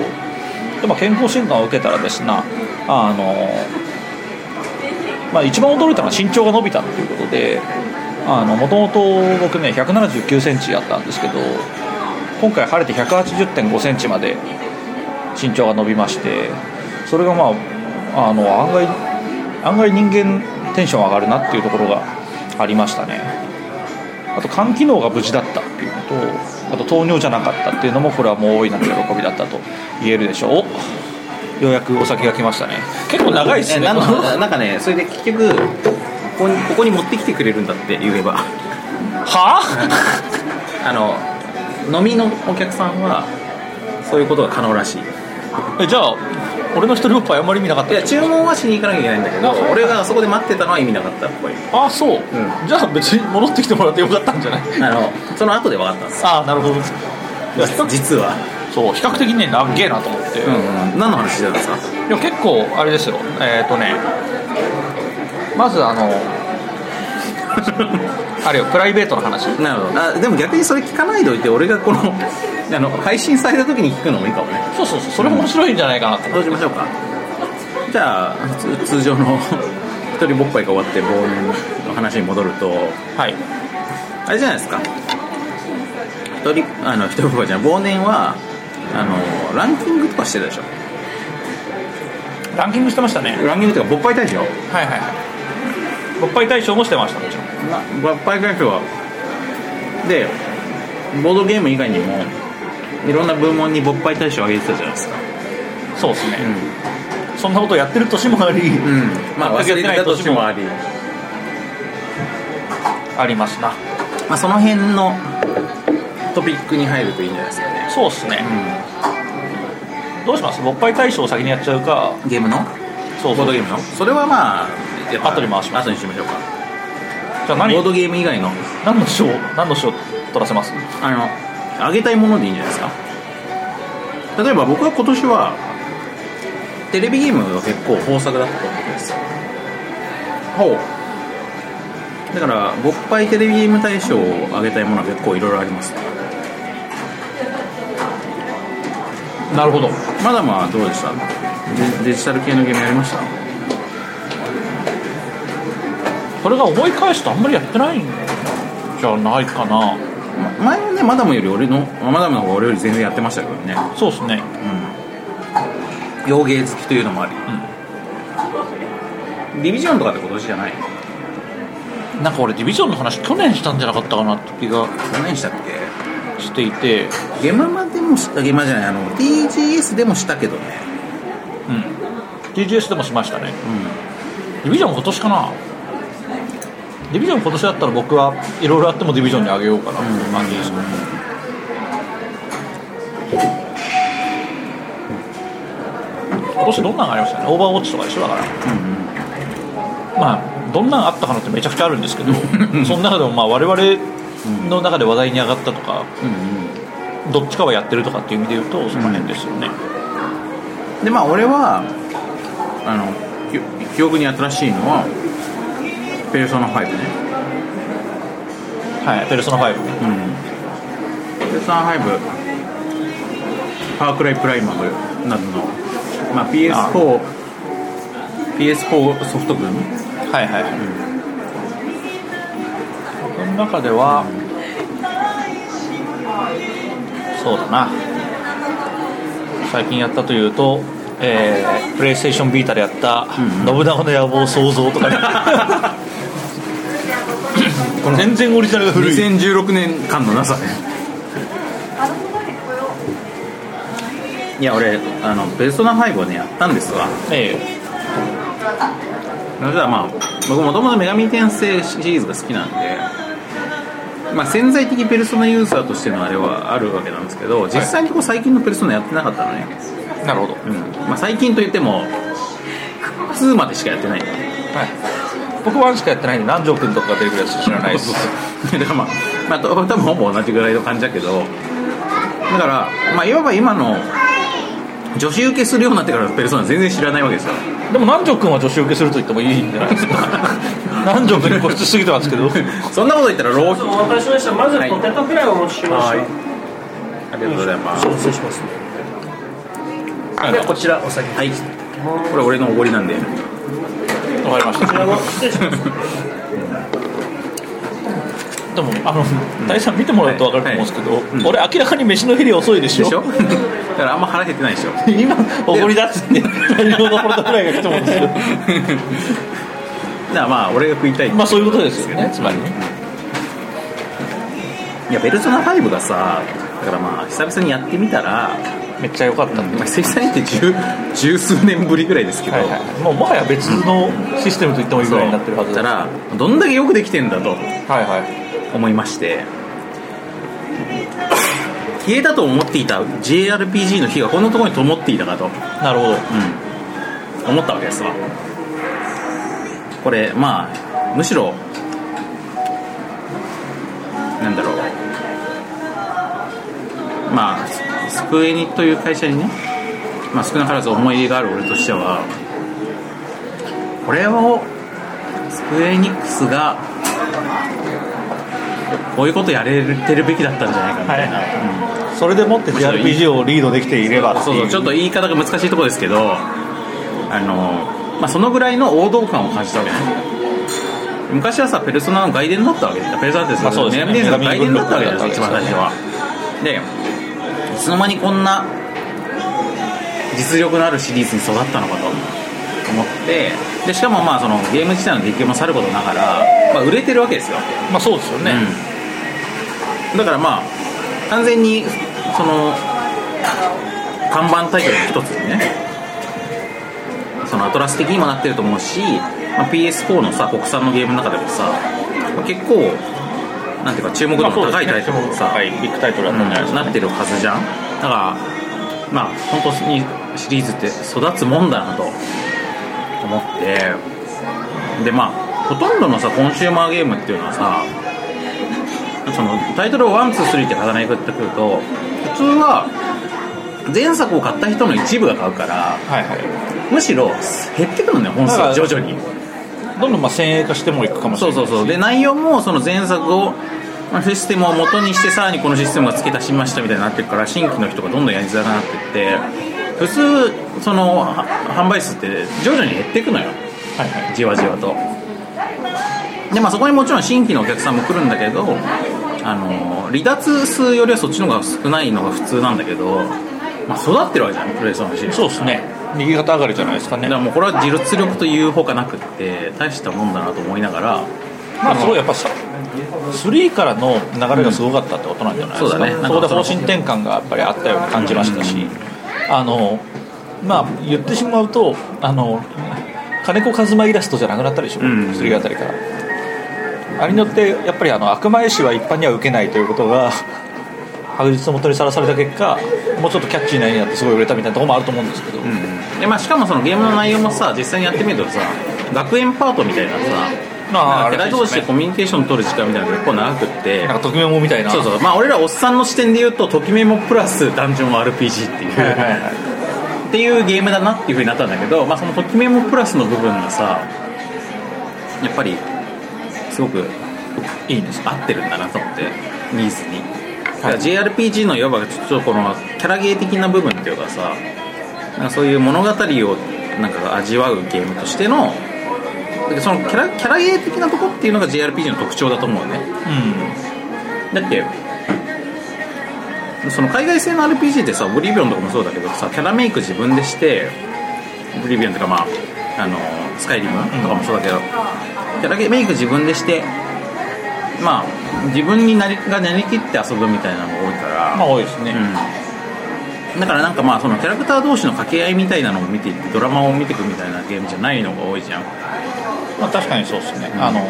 Speaker 3: でも健康診断を受けたらですねあの、まあ、一番驚いたのは身長が伸びたっていうことでもともと僕ね1 7 9センチやったんですけど今回晴れて1 8 0 5センチまで身長が伸びましてそれがまああの案外案外人間テンション上がるなっていうところがありましたねあと肝機能が無事だったっていうのとあと糖尿じゃなかったっていうのもこれはもう大いなる喜びだったと言えるでしょうおようやくお酒が来ましたね結構長いです
Speaker 2: え
Speaker 3: ね
Speaker 2: なん
Speaker 3: この
Speaker 2: かなんかねそれで結局ここにここに持ってきてくれるんだって言えば
Speaker 3: は
Speaker 2: あの飲みのお客さんはそういうことが可能らしい
Speaker 3: あえじゃあ俺の一人おっぱいあんまり見なかっ
Speaker 2: い
Speaker 3: た
Speaker 2: や注文はしに行かなきゃいけないんだけど俺があそこで待ってたのは意味なかったっぽい
Speaker 3: ああそう、
Speaker 2: ん
Speaker 3: じゃあ別に戻ってきてもらってよかったんじゃない
Speaker 2: あのその後で分かったんです
Speaker 3: ああなるほど
Speaker 2: 実実は
Speaker 3: そう比較的ね長えなと思って、
Speaker 2: うん、うん、何の話してたんですか
Speaker 3: でも結構あれですよえっ、ー、とねまず あのあれよプライベートの話
Speaker 2: なるほどあでも逆にそれ聞かないでおいて俺がこの あの配信された時に聞くのもいいかもね
Speaker 3: そうそうそうそれも面白いんじゃないかなと思
Speaker 2: どうしましょうかじゃあつ通常の 一人ぼっぱいが終わって忘年の話に戻ると
Speaker 3: うはい
Speaker 2: あれじゃないですか一人あの一人ぼっぱいじゃない忘年はあのランキングとかしてたでしょ
Speaker 3: ランキングしてましたね
Speaker 2: ランキングとかぼっぱい大賞
Speaker 3: はいはいはい勃発大賞もしてましたもちろん
Speaker 2: なバッパイ会社はでボードゲーム以外にもいろんな部門に勃発大賞をあげてたじゃないですか
Speaker 3: そうですね、そんなことやってる年もあり、
Speaker 2: うんまあ忘
Speaker 3: 全くやって
Speaker 2: れて
Speaker 3: ない
Speaker 2: た
Speaker 3: 年
Speaker 2: 年
Speaker 3: も
Speaker 2: もあり、
Speaker 3: ありますな
Speaker 2: まあ、その辺のトピックに入るといいんじゃないですかね、
Speaker 3: そうですね、どうします勃発大賞を先にやっちゃうか
Speaker 2: ゲームの
Speaker 3: そうそ
Speaker 2: ボー
Speaker 3: う
Speaker 2: ド
Speaker 3: じ
Speaker 2: ゲームのそれはまあやっぱ
Speaker 3: 後に回します
Speaker 2: 後にしましょうか
Speaker 3: ゃあ何
Speaker 2: ボードゲーム以外の
Speaker 3: 何の賞何の賞取らせます
Speaker 2: あのあげたいものでいいんじゃないですか例えば僕は今年はテレビゲームが結構豊作だったと思うんですよ
Speaker 3: ほう
Speaker 2: だから勃発テレビゲーム大賞をあげたいものは結構いろいろあります
Speaker 3: なるほど
Speaker 2: まだまあどうでしたデデジタル系のゲームやりました
Speaker 3: これが思い返すとあんまりやってないんじゃないかな
Speaker 2: ま前はねマダムより俺のマダムの方が俺より全然やってましたけどね
Speaker 3: そうですね
Speaker 2: 洋芸好きというのもあり、ディビジョンとかって今年じゃない
Speaker 3: なんか俺ディビジョンの話去年したんじゃなかったかなって気が
Speaker 2: 何年したっ
Speaker 3: していて
Speaker 2: けゲママでもしたゲマじゃないあの TGS でもしたけどね
Speaker 3: TGS でもしましたね、ディビジョン今年かなディビジョン今年だったら僕はいろいろあってもディビジョンにあげようかなっていう感じですね、今年どんなのがありましたねオーバーウォッチとかでしょだから、まあどんなのあったかなってめちゃくちゃあるんですけどその中でもまあ我々の中で話題に上がったとか、どっちかはやってるとかっていう意味で言うとその辺ですよね、
Speaker 2: でまあ俺はあの記記憶に新しいのはペルソナ5ね
Speaker 3: はいペルソナ5
Speaker 2: ペルソナ5パワークライプライマルなどの、まあ、PS4 PS4 ソフト群
Speaker 3: はいはい、僕の中では、そうだな最近やったというとえープレイステーションビータでやった「信長の野望創造」とか ね全然オリジナルが古い
Speaker 2: 2016年間のなさねいや俺あのペルソナ5をねやったんですわ
Speaker 3: え
Speaker 2: それではまあ僕もともと女神転生シリーズが好きなんでまあ潜在的ペルソナユーザーとしてのあれはあるわけなんですけど実際にこう最近のペルソナやってなかったのね、
Speaker 3: えなるほど、
Speaker 2: うんまあ、最近といっても2までしかやってない
Speaker 3: はい、僕ワンしかやってないんで南條君とかが出てくるやつ知らないです
Speaker 2: だからまあ、まあ、と多分ほぼ同じぐらいの感じだけどだから、まあ、いわば今の女子受けするようになってからのペルソナ全然知らないわけですよ
Speaker 3: でも南條君は女子受けすると言ってもいいんじゃないですか男女分固執すぎてます けど
Speaker 2: そんなこと言ったら浪費
Speaker 4: お分かりしましたまずポテトフライをお持ちしました、
Speaker 2: ありがとうございます
Speaker 4: 失礼しますではこちらお先に
Speaker 2: はいこれ俺のおごりなんで
Speaker 3: わかりまし
Speaker 4: こちら
Speaker 3: た
Speaker 4: も失礼します
Speaker 3: でもあの大さん見てもらうと分かると思うんですけど、
Speaker 2: うん
Speaker 3: 俺明らかに飯の減り遅いでし
Speaker 2: で
Speaker 3: ょ
Speaker 2: しょだからあんま腹減ってないでしょ
Speaker 3: 今おごりだっつって何ほどポテトフライが来てもんです よ
Speaker 2: だからまあ俺が食いたい、
Speaker 3: まあそういうことですよねつまりね
Speaker 2: いやベルソナ5がさだからまあ久々にやってみたら、
Speaker 3: めっちゃ良かったんで、
Speaker 2: まあ、久々にって十十数年ぶりぐらいですけど、
Speaker 3: はいはい、もうもはや別のシステムと言ってもいいぐ
Speaker 2: そう
Speaker 3: らいになってるはず
Speaker 2: だ
Speaker 3: だ
Speaker 2: からどんだけよくできてんだと
Speaker 3: はいはい
Speaker 2: 思いまして消えたと思っていた JRPG の火がこんなところに灯っていたかと、
Speaker 3: なるほど
Speaker 2: うん、思ったわけですわこれまあむしろなんだろうまあススクエニという会社にね、まあ、少なからず思い入れがある俺としてはこれをスクエニックスがこういうことやれてるべきだったんじゃないかみたいな、
Speaker 3: はいはい、それでもって JRPG をリードできていればって
Speaker 2: そう
Speaker 3: い
Speaker 2: そううちょっと言い方が難しいところですけどあの、まあ、そのぐらいの王道感を感じたわけね 昔はさペルソナの外伝だったわけでペルソナって
Speaker 3: まあそうですね
Speaker 2: 女神伝説の外伝だったわけじゃない
Speaker 3: 女
Speaker 2: です
Speaker 3: 神
Speaker 2: か一番最初はでいつの間にこんな実力のあるシリーズに育ったのかと思ってでしかもまあそのゲーム自体の出来もさることながら、まあ、売れてるわけですよ
Speaker 3: まあそうですよね、
Speaker 2: うんだからまあ完全にその看板タイトルの一つにねそのアトラス的にもなってると思うし、まあ、PS4 のさ国産のゲームの中でもさ、まあ結構なんていうか注目度
Speaker 3: まあ
Speaker 2: の
Speaker 3: そうです
Speaker 2: 高いタイトル
Speaker 3: ね
Speaker 2: もさ、
Speaker 3: はいビッグタイトルだったんじゃないですか、
Speaker 2: なってるはずじゃんだからまあ本当にシリーズって育つもんだなと思ってでまあほとんどのさコンシューマーゲームっていうのはさそのタイトルをワンツースリーって重ねてくると普通は前作を買った人の一部が買うから
Speaker 3: はいはい
Speaker 2: むしろ減ってくるのね本数が
Speaker 3: だから
Speaker 2: 徐々に
Speaker 3: どんどんまあ先鋭化してもいくかもしれ
Speaker 2: そ
Speaker 3: な
Speaker 2: う
Speaker 3: い
Speaker 2: そうそうで内容もその前作をまあシステムを元にしてさらにこのシステムが付け足しましたみたいになってるから新規の人がどんどんやりづらくなってって普通そのは販売数って徐々に減っていくのよ
Speaker 3: はいはい
Speaker 2: じわじわとでまあそこにもちろん新規のお客さんも来るんだけどあの離脱数よりはそっちの方が少ないのが普通なんだけど、まあ、育ってるわけじゃんプレイソンのシリーズ
Speaker 3: そうですね右肩上がりじゃないですかね
Speaker 2: だからもうこれは自立力というほかなくって大したもんだなと思いながら
Speaker 3: まあすごいやっぱさ3からの流れがすごかったってことなんじゃないですか、
Speaker 2: うんそうだね
Speaker 3: そこで方針転換がやっぱりあったように感じましたし、
Speaker 2: うん
Speaker 3: あのまあ言ってしまうとあの金子一馬イラストじゃなくなったでしょ、う
Speaker 2: うん
Speaker 3: 3あたりからあれによってやっぱりあの悪魔絵師は一般には受けないということが白日のもとにさらされた結果もうちょっとキャッチーな絵になってすごい売れたみたいなところもあると思うんですけど、
Speaker 2: でまあ、しかもそのゲームの内容もさ実際にやってみるとさ学園パートみたいなさ
Speaker 3: あ
Speaker 2: な
Speaker 3: あ
Speaker 2: んか世代同士で
Speaker 3: あれですね
Speaker 2: コミュニケーション取る時間みたいなのが結構長くって
Speaker 3: なんか特命もみたいな
Speaker 2: そうそうまあ俺らおっさんの視点で言うとときめもプラスダンジョン RPG っていう、
Speaker 3: はいはいはい
Speaker 2: っていうゲームだなっていうふうになったんだけど、まあ、そのときめもプラスの部分がさやっぱりすごくいいんです合ってるんだなと思ってニーズに、
Speaker 3: はい
Speaker 2: だから JRPG のいわばちょっとこのキャラゲー的な部分っていうかさなんかそういう物語をなんか味わうゲームとしてのだけどそのキャラキャラゲー的なとこっていうのが JRPG の特徴だと思うね
Speaker 3: う
Speaker 2: だってその海外製の RPG ってさオブリビオンとかもそうだけどさキャラメイク自分でしてオブリビオンとかまああのスカイリムとかもそうだけど、キャラメイク自分でしてまあ自分になりがなりきって遊ぶみたいなのが多いから
Speaker 3: んまあ多いですね、
Speaker 2: うん、だからなんかまあそのキャラクター同士の掛け合いみたいなのを見ていってドラマを見ていくみたいなゲームじゃないのが多 いじゃん
Speaker 3: まあ、確かにそうですね、あの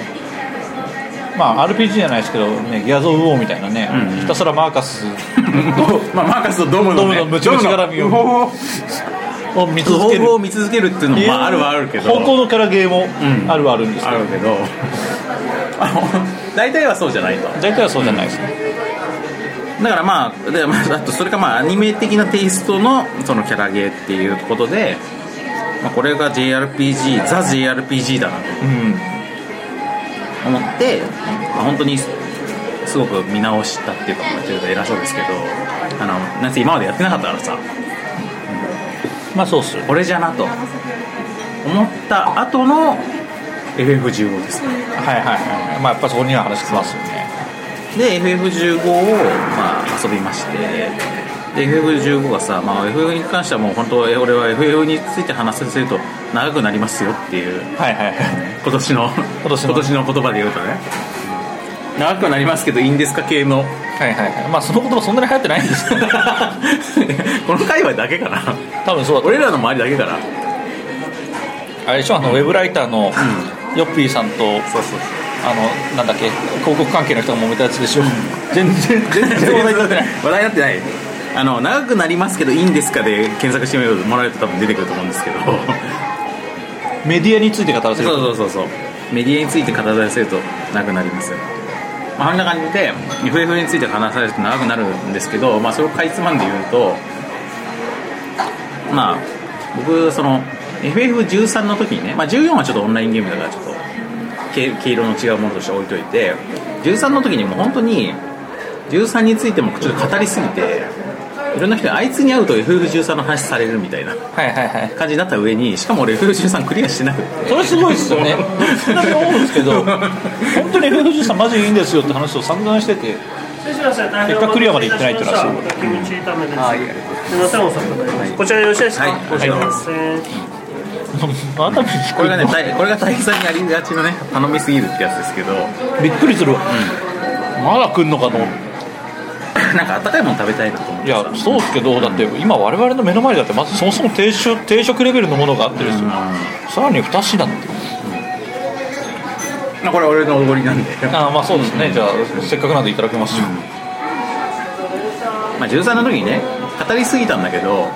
Speaker 3: まあ RPG じゃないですけど、ね、ギアズ・オブ・ウォーみたいなね、
Speaker 2: うん
Speaker 3: ひたすらマーカス
Speaker 2: まあマーカスとドムの
Speaker 3: ドム
Speaker 2: ね
Speaker 3: のムチムチ絡みを
Speaker 2: ドムの
Speaker 3: を見
Speaker 2: 不
Speaker 3: 続
Speaker 2: 法
Speaker 3: ける
Speaker 2: を見続けるっていうのもまああるはあるけど
Speaker 3: 本当のキャラゲーも
Speaker 2: ん
Speaker 3: あるはあるんです
Speaker 2: あ
Speaker 3: けど、
Speaker 2: るけど あの大体はそうじゃないと
Speaker 3: 大体はそうじゃないですね、
Speaker 2: だからまあで、まあ、あとそれかまあアニメ的なテイストのそのキャラゲーっていうことで、まあ、これが JRPG ザ・ JRPG だなと
Speaker 3: うん
Speaker 2: 思って、まあ、本当にすすごく見直したっていうか、まあ、ちょっと偉そうですけどあのなんせ今までやってなかったからさ
Speaker 3: まあそうっすよ
Speaker 2: これじゃなと思った後の FF15 ですね
Speaker 3: はいはいはいまあやっぱそこには話きますよね
Speaker 2: で FF15 を、まあ、遊びましてで FF15 がさ、まあ、FF に関してはもう本当え俺は FF について話すると長くなりますよっていう
Speaker 3: はいはいはい
Speaker 2: 今年の今
Speaker 3: 年の
Speaker 2: 言葉で言うとね長くなりますけどいいんですか系の
Speaker 3: はいはいはいまあその言葉そんなに流行ってないんですけど
Speaker 2: この界隈だけかな
Speaker 3: 多分そうだと
Speaker 2: 俺らの周りだけかな
Speaker 3: あれでしょあのウェブライターのヨッピーさんと、あ
Speaker 2: そうそう
Speaker 3: のなんだっけ広告関係の人が揉めたやつでしょ全然全然
Speaker 2: そう
Speaker 3: 話題になってない
Speaker 2: 話題になってないあの長くなりますけどいいんですかで検索してもらえると多分出てくると思うんですけど
Speaker 3: メディアについて語らせ
Speaker 2: そう
Speaker 3: る
Speaker 2: そうそうそうメディアについて語らせると長くなりますよまあ、あんな感じで FF について話されると長くなるんですけど、まあ、それをかいつまんで言うとまあ僕その FF13 の時にね、まあ、14はちょっとオンラインゲームだからちょっと毛毛色の違うものとして置いといて13の時にもう本当に13についてもちょっと語りすぎていろんな人にあいつに会うと FF13 の話されるみたいな
Speaker 3: はいはいはい
Speaker 2: 感じになった上にしかも俺 FF13 クリアしてなくて
Speaker 3: それすごいですよねそんなに思うんですけど本当に FF13 マジでいいんですよって話を散々してて
Speaker 5: 失礼しました
Speaker 3: せっかくクリアまで行ってないってのはすごい
Speaker 5: キムチ炒めです。すみません、お魚です。こちらよろしいですか。
Speaker 2: はい
Speaker 5: すみません。
Speaker 3: 熱海に
Speaker 2: これがね、大これが大佐にありがちのね、頼みすぎるってやつですけど、
Speaker 3: びっくりするわ、まだ来んのかと思って
Speaker 2: なんか温かいもの食べたいなと思っ
Speaker 3: い
Speaker 2: てさ
Speaker 3: やそうですけどだって今我々の目の前だってまずそもそも定食定食レベルのものがあってですよさらに2品だって
Speaker 2: まあこれ俺のおごりなんで、
Speaker 3: ああまあそうですね、じゃあせっかくなんでいただきますよ、
Speaker 2: まあ、13の時にね、語りすぎたんだけど、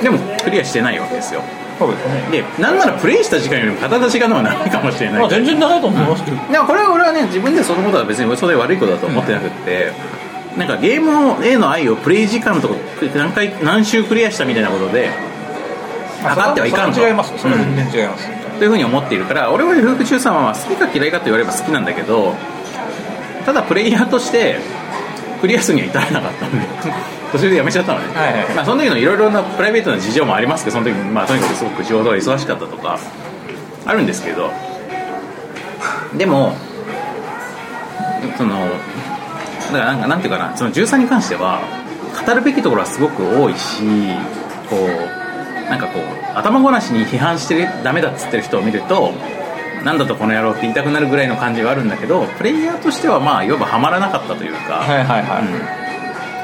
Speaker 2: でもクリアしてないわけですよ。
Speaker 3: そうですね
Speaker 2: で、なんならプレイした時間よりも語った時間の方が長いかもしれな
Speaker 3: まあ
Speaker 2: い。
Speaker 3: 全然長いと思いますけど、
Speaker 2: でもこれは俺はね、自分でそのことは別にそれ悪いことだと思ってなくって、なんかゲームへの愛をプレイ時間とか何回何周クリアしたみたいなことで
Speaker 3: あ
Speaker 2: 測ってはいかん
Speaker 3: そ
Speaker 2: と
Speaker 3: れは違いますそれは全然違います、
Speaker 2: というふうに思っているから俺はフク中さんは好きか嫌いかと言われれば好きなんだけどただプレイヤーとしてクリアするには至らなかったんで 途中でやめちゃったのね、
Speaker 3: はいはい
Speaker 2: まあ、その時のいろいろなプライベートな事情もありますけどその時、まあ、とにかくすごく仕事が忙しかったとかあるんですけどでもそのだからなんかなんていうかなその13に関しては語るべきところはすごく多いしこうなんかこう頭ごなしに批判してるダメだっつってる人を見るとなんだとこの野郎って言いたくなるぐらいの感じがあるんだけどプレイヤーとしてはまあいわばハマらなかったというか、
Speaker 3: はいはいはい、
Speaker 2: う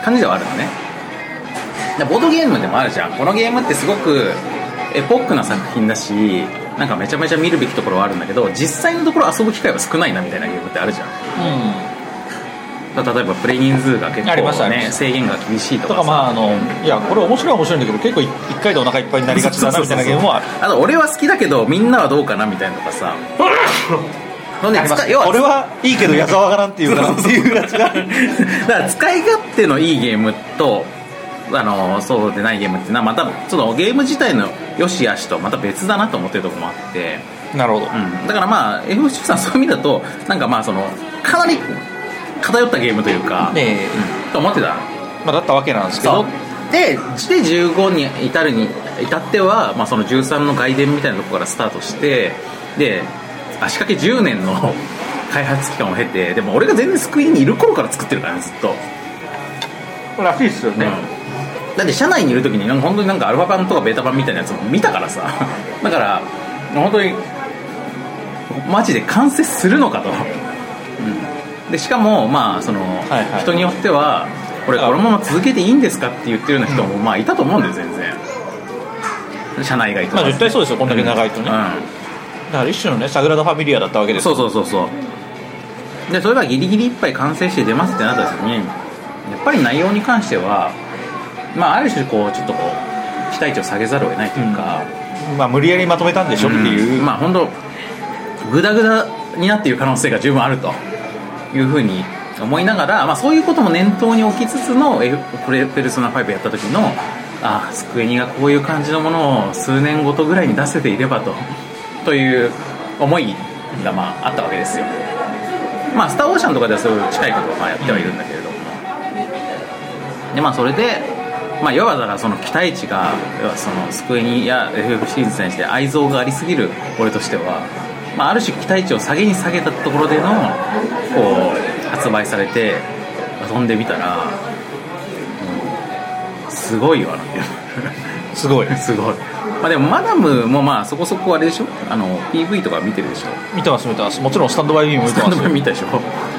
Speaker 2: ん感じではあるのねでボードゲームでもあるじゃんこのゲームってすごくエポックな作品だしなんかめちゃめちゃ見るべきところはあるんだけど実際のところ遊ぶ機会は少ないなみたいなゲームってあるじゃんだから例えばプレイ人数が結
Speaker 3: あります
Speaker 2: 構
Speaker 3: ありま
Speaker 2: ね
Speaker 3: す
Speaker 2: 制限が厳しい
Speaker 3: と
Speaker 2: とか
Speaker 3: か
Speaker 2: さ
Speaker 3: まああのいやこれ面白いは面白いんだけど結構い一回でお腹いっぱいになりがちだなみたいなゲームはある
Speaker 2: あと俺は好きだけどみんなはどうかなみたいなのと かさなんで
Speaker 3: あります
Speaker 2: 使い要は
Speaker 3: 俺はいいけど矢沢がなんていうかなっていうやつが
Speaker 2: だから使い勝手のいいゲームとあのそうでないゲームってなまたそのゲーム自体の良し悪しとまた別だなと思ってるとこもあって、
Speaker 3: なるほど、
Speaker 2: うん、だからまあ F さんそういう意味だとなんかまあそのかなり偏ったゲームというか、
Speaker 3: ねえ
Speaker 2: うんと思ってた
Speaker 3: まあ、だったわけなんですけ
Speaker 2: そ
Speaker 3: ど
Speaker 2: うでで15に至るに至っては、まあ、その13の外伝みたいなとこからスタートしてで足掛け10年の開発期間を経てでも俺が全然救いにいる頃から作ってるからねずっと。
Speaker 3: らしいですよね、
Speaker 2: だって社内にいる時になんか本当になんかアルファ版とかベータ版みたいなやつも見たからさ だから本当にマジで完成するのかと、うんでしかもまあその、
Speaker 3: はいはい
Speaker 2: 人によってはこれこのまま続けていいんですかって言ってるような人もまあいたと思うんで全然社内外と
Speaker 3: ま
Speaker 2: か
Speaker 3: あ絶対そうですよこんだけ長いとね、
Speaker 2: う
Speaker 3: だ
Speaker 2: ん
Speaker 3: から一種のねサグラダ・ファミリアだったわけです
Speaker 2: そうそうそうそうでそれがギリギリいっぱい完成して出ますってなった時にやっぱり内容に関してはまあある種こうちょっとこう期待値を下げざるを得ないというか、
Speaker 3: まあ、無理やりまとめたんでしょっていう、
Speaker 2: まあ本当グダグダになっている可能性が十分あるというふうに思いながら、まあ、そういうことも念頭に置きつつのえプレペルソナ5やった時のああスクエニがこういう感じのものを数年ごとぐらいに出せていればとという思い
Speaker 3: がまああったわけですよ
Speaker 2: まあ、スター・オーシャンとかではそういう近いことをまあやってはいるんだけれども、でまあ、それで、まあ、要はだからその期待値が要はそのスクエニや FF に対して愛憎がありすぎる俺としては、まあ、ある種期待値を下げに下げたところでのこう発売されて遊んでみたら、うんすごいよなっていう。
Speaker 3: すごい
Speaker 2: すごい、まあ、でもマダムもまあそこそこあれでしょあの PV とか見てるでしょ
Speaker 3: 見てます見てますもちろんスタンドバイミーも見
Speaker 2: ス
Speaker 3: て
Speaker 2: タン
Speaker 3: ます
Speaker 2: ドバイ
Speaker 3: よ
Speaker 2: 見たでしょ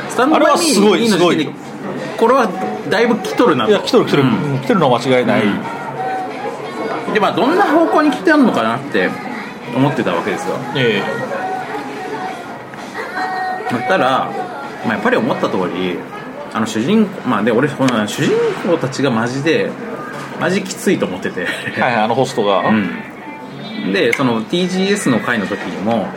Speaker 2: スタンド
Speaker 3: あれ
Speaker 2: バイ
Speaker 3: はすごい
Speaker 2: の時点で
Speaker 3: ご
Speaker 2: す
Speaker 3: い
Speaker 2: これはだいぶ来とるなと
Speaker 3: いや来てる来てる、
Speaker 2: うん
Speaker 3: 来てるのは間違いない、
Speaker 2: でまあどんな方向に来てんのかなって思ってたわけですよ
Speaker 3: え
Speaker 2: だったら、まあ、やっぱり思った通りあの主人公まあで俺この主人公たちがマジでマジきついと思ってて
Speaker 3: えはいはいあのホストが、
Speaker 2: うん、でその TGS の回の時にも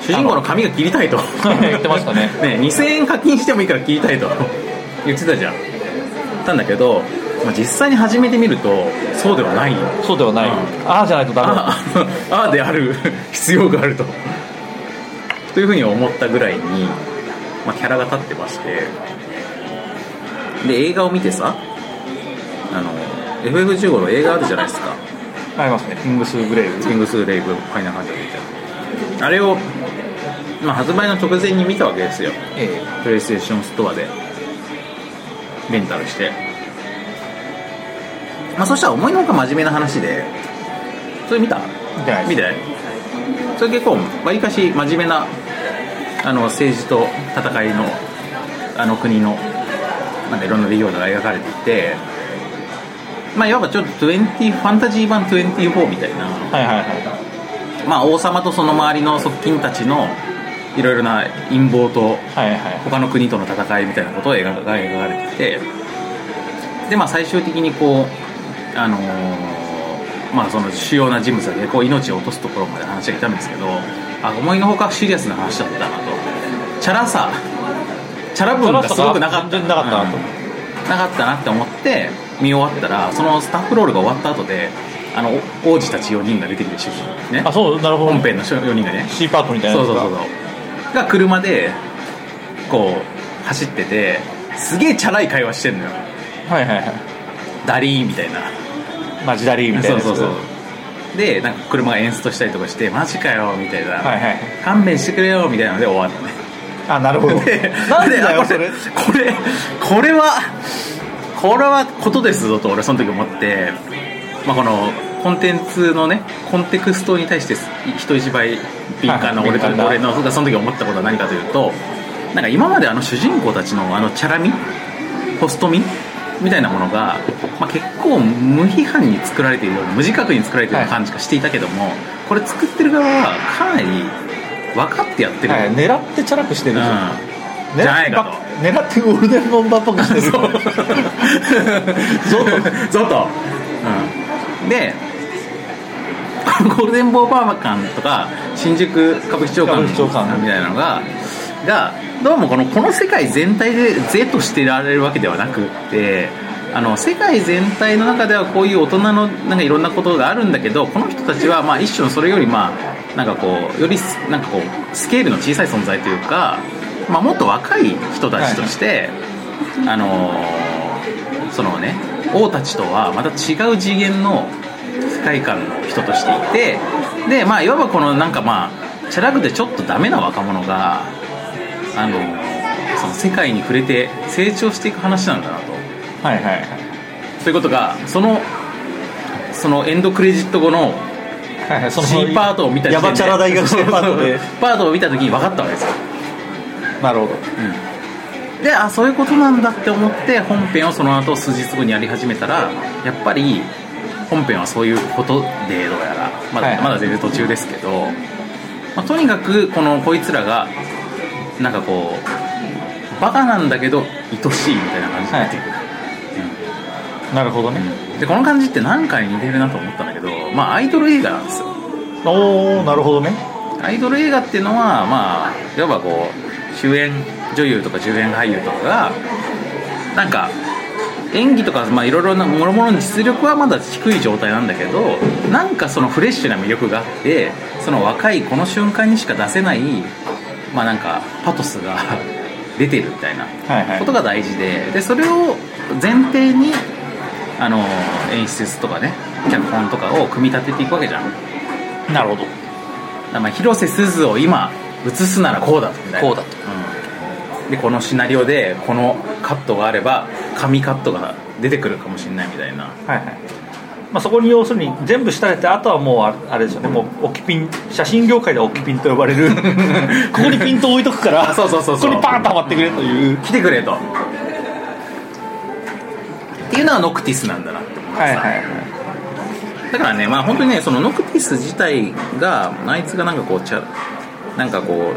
Speaker 2: 主人公の髪が切りたいと
Speaker 3: 言ってましたね
Speaker 2: ね2000円課金してもいいから切りたいと言ってたじゃんたんだけど、まあ、実際に始めてみるとそうではない
Speaker 3: そうではない、
Speaker 2: うん
Speaker 3: ああじゃないとダメだ
Speaker 2: ああ ああである必要があるとというふうに思ったぐらいに、まあ、キャラが立ってましてで映画を見てさあの FF15 の映画あるじゃないですか
Speaker 3: ありますねキングスグレイブ
Speaker 2: キングスレイブファイナルファンタジーみたいなあれを、まあ、発売の直前に見たわけですよ
Speaker 3: え
Speaker 2: プレイステーションストアでレンタルして、まあ、そしたら思いのほか真面目な話でそれ見た
Speaker 3: 見てないです
Speaker 2: 見てないそれ結構わりかし真面目なあの政治と戦いのあの国のなんかいろんな出来事が描かれていてまあいわばちょっと20ファンタジー版24みたいな
Speaker 3: えはいはいは
Speaker 2: まあ、王様とその周りの側近たちのいろいろな陰謀と
Speaker 3: いはいはい
Speaker 2: 他の国との戦いみたいなことを描かが描かれててで、まあ、最終的にこう、あのーまあ、その主要な人物だけこう命を落とすところまで話がいたんですけどあ思いのほかシリアスな話だったなとチャラさチャラ分がすごくなかった
Speaker 3: チャラさが全然なかったなと
Speaker 2: うんなかったなって思って見終わったらそのスタッフロールが終わった後であの王子たち4人が出てきて主人ね
Speaker 3: あそうなるほど
Speaker 2: 本編の4人がね
Speaker 3: C パートみたいな
Speaker 2: そ
Speaker 3: や
Speaker 2: う
Speaker 3: つ
Speaker 2: そ
Speaker 3: が
Speaker 2: うそうそうが車でこう走っててすげえチャラい会話してんのよ
Speaker 3: はいはいはい
Speaker 2: ダリーンみたいな
Speaker 3: まあジダリーみたいな
Speaker 2: そう
Speaker 3: やつ
Speaker 2: そうそうでなんか車が演出したりとかしてマジかよみたいな、
Speaker 3: はいはい
Speaker 2: 勘弁してくれよみたいなので終わるのね
Speaker 3: あなる ほど
Speaker 2: で
Speaker 3: なんだよ
Speaker 2: で
Speaker 3: それ
Speaker 2: あこれこれこれはこれはことですぞと俺はその時思って、まあ、このコンテンツのねコンテクストに対して人一倍敏感な
Speaker 3: はい
Speaker 2: 俺と
Speaker 3: 敏感な
Speaker 2: 俺のがその時思ったことは何かというとなんか今まであの主人公たちのあのチャラみホストみみたいなものが、まあ、結構無批判に作られているような無自覚に作られているような感じがしていたけども、これ作ってる側はかなり分かってやってる、
Speaker 3: はい、狙ってチャラくしてるじゃん、
Speaker 2: うんじゃないか
Speaker 3: 狙ってゴールデンボンバーっぽくしてる
Speaker 2: そう
Speaker 3: ゾッ
Speaker 2: ゾッと、うん、で ゴールデンボーバー館とか新宿歌舞伎町
Speaker 3: 歌
Speaker 2: 館
Speaker 3: 舞伎町館
Speaker 2: みたいなのががどうもこのこの世界全体で是としてられるわけではなくってあの世界全体の中ではこういう大人のなんかいろんなことがあるんだけどこの人たちはまあ一種のそれよりまあなんかこうよりすなんかこうスケールの小さい存在というか、まあ、もっと若い人たちとして、あのーそのね王たちとはまた違う次元の世界観の人としていてでまあいわばこのなんかまあチャラくてちょっとダメな若者があのーその世界に触れて成長していく話なんだなと
Speaker 3: はいはい
Speaker 2: ということがそのそのエンドクレジット後の
Speaker 3: はいはいそ
Speaker 2: C パートを見た時
Speaker 3: ヤバチャラ大学生パートで
Speaker 2: そうそうパートを見た時に分かったわけですよ
Speaker 3: なるほど
Speaker 2: であそういうことなんだって思って本編をその後数日後にやり始めたらやっぱり本編はそういうことでどうやらまだ,、
Speaker 3: はいはい
Speaker 2: まだ全然途中ですけど、まあ、とにかくこのこいつらがなんかこうバカなんだけど愛しいみたいな感じになってくる、
Speaker 3: なるほどね、
Speaker 2: でこの感じって何かに似てるなと思ったんだけどまあアイドル映画なんですよ
Speaker 3: おおなるほどね
Speaker 2: アイドル映画っていうのはまあいわばこう主演女優とか主演俳優とかがなんか演技とかまあいろいろなもろもろの実力はまだ低い状態なんだけどなんかそのフレッシュな魅力があってその若いこの瞬間にしか出せないまあなんかパトスが 出てるみたいな
Speaker 3: はいはい
Speaker 2: ことが大事ででそれを前提にあの演出とかね脚本とかを組み立てていくわけじゃんだか
Speaker 3: なるほど
Speaker 2: らまあ広瀬すずを今映すならこうだみたいな
Speaker 6: こうだと
Speaker 2: うんでこのシナリオでこのカットがあれば紙カットが出てくるかもしれないみたいな
Speaker 3: はいはいまあ、そこに要するに全部下げてあとはもうああれですよねもうオキピン写真業界ではオキピンと呼ばれ るここにピント置いとくから
Speaker 2: あそうそうそうそう
Speaker 3: ここにパーンとはまってくれという
Speaker 2: 来てくれとっていうのはノクティスなんだなって思う
Speaker 3: はいはい
Speaker 2: だからねまあ本当にねそのノクティス自体があいつがなんかこうちゃなんかこ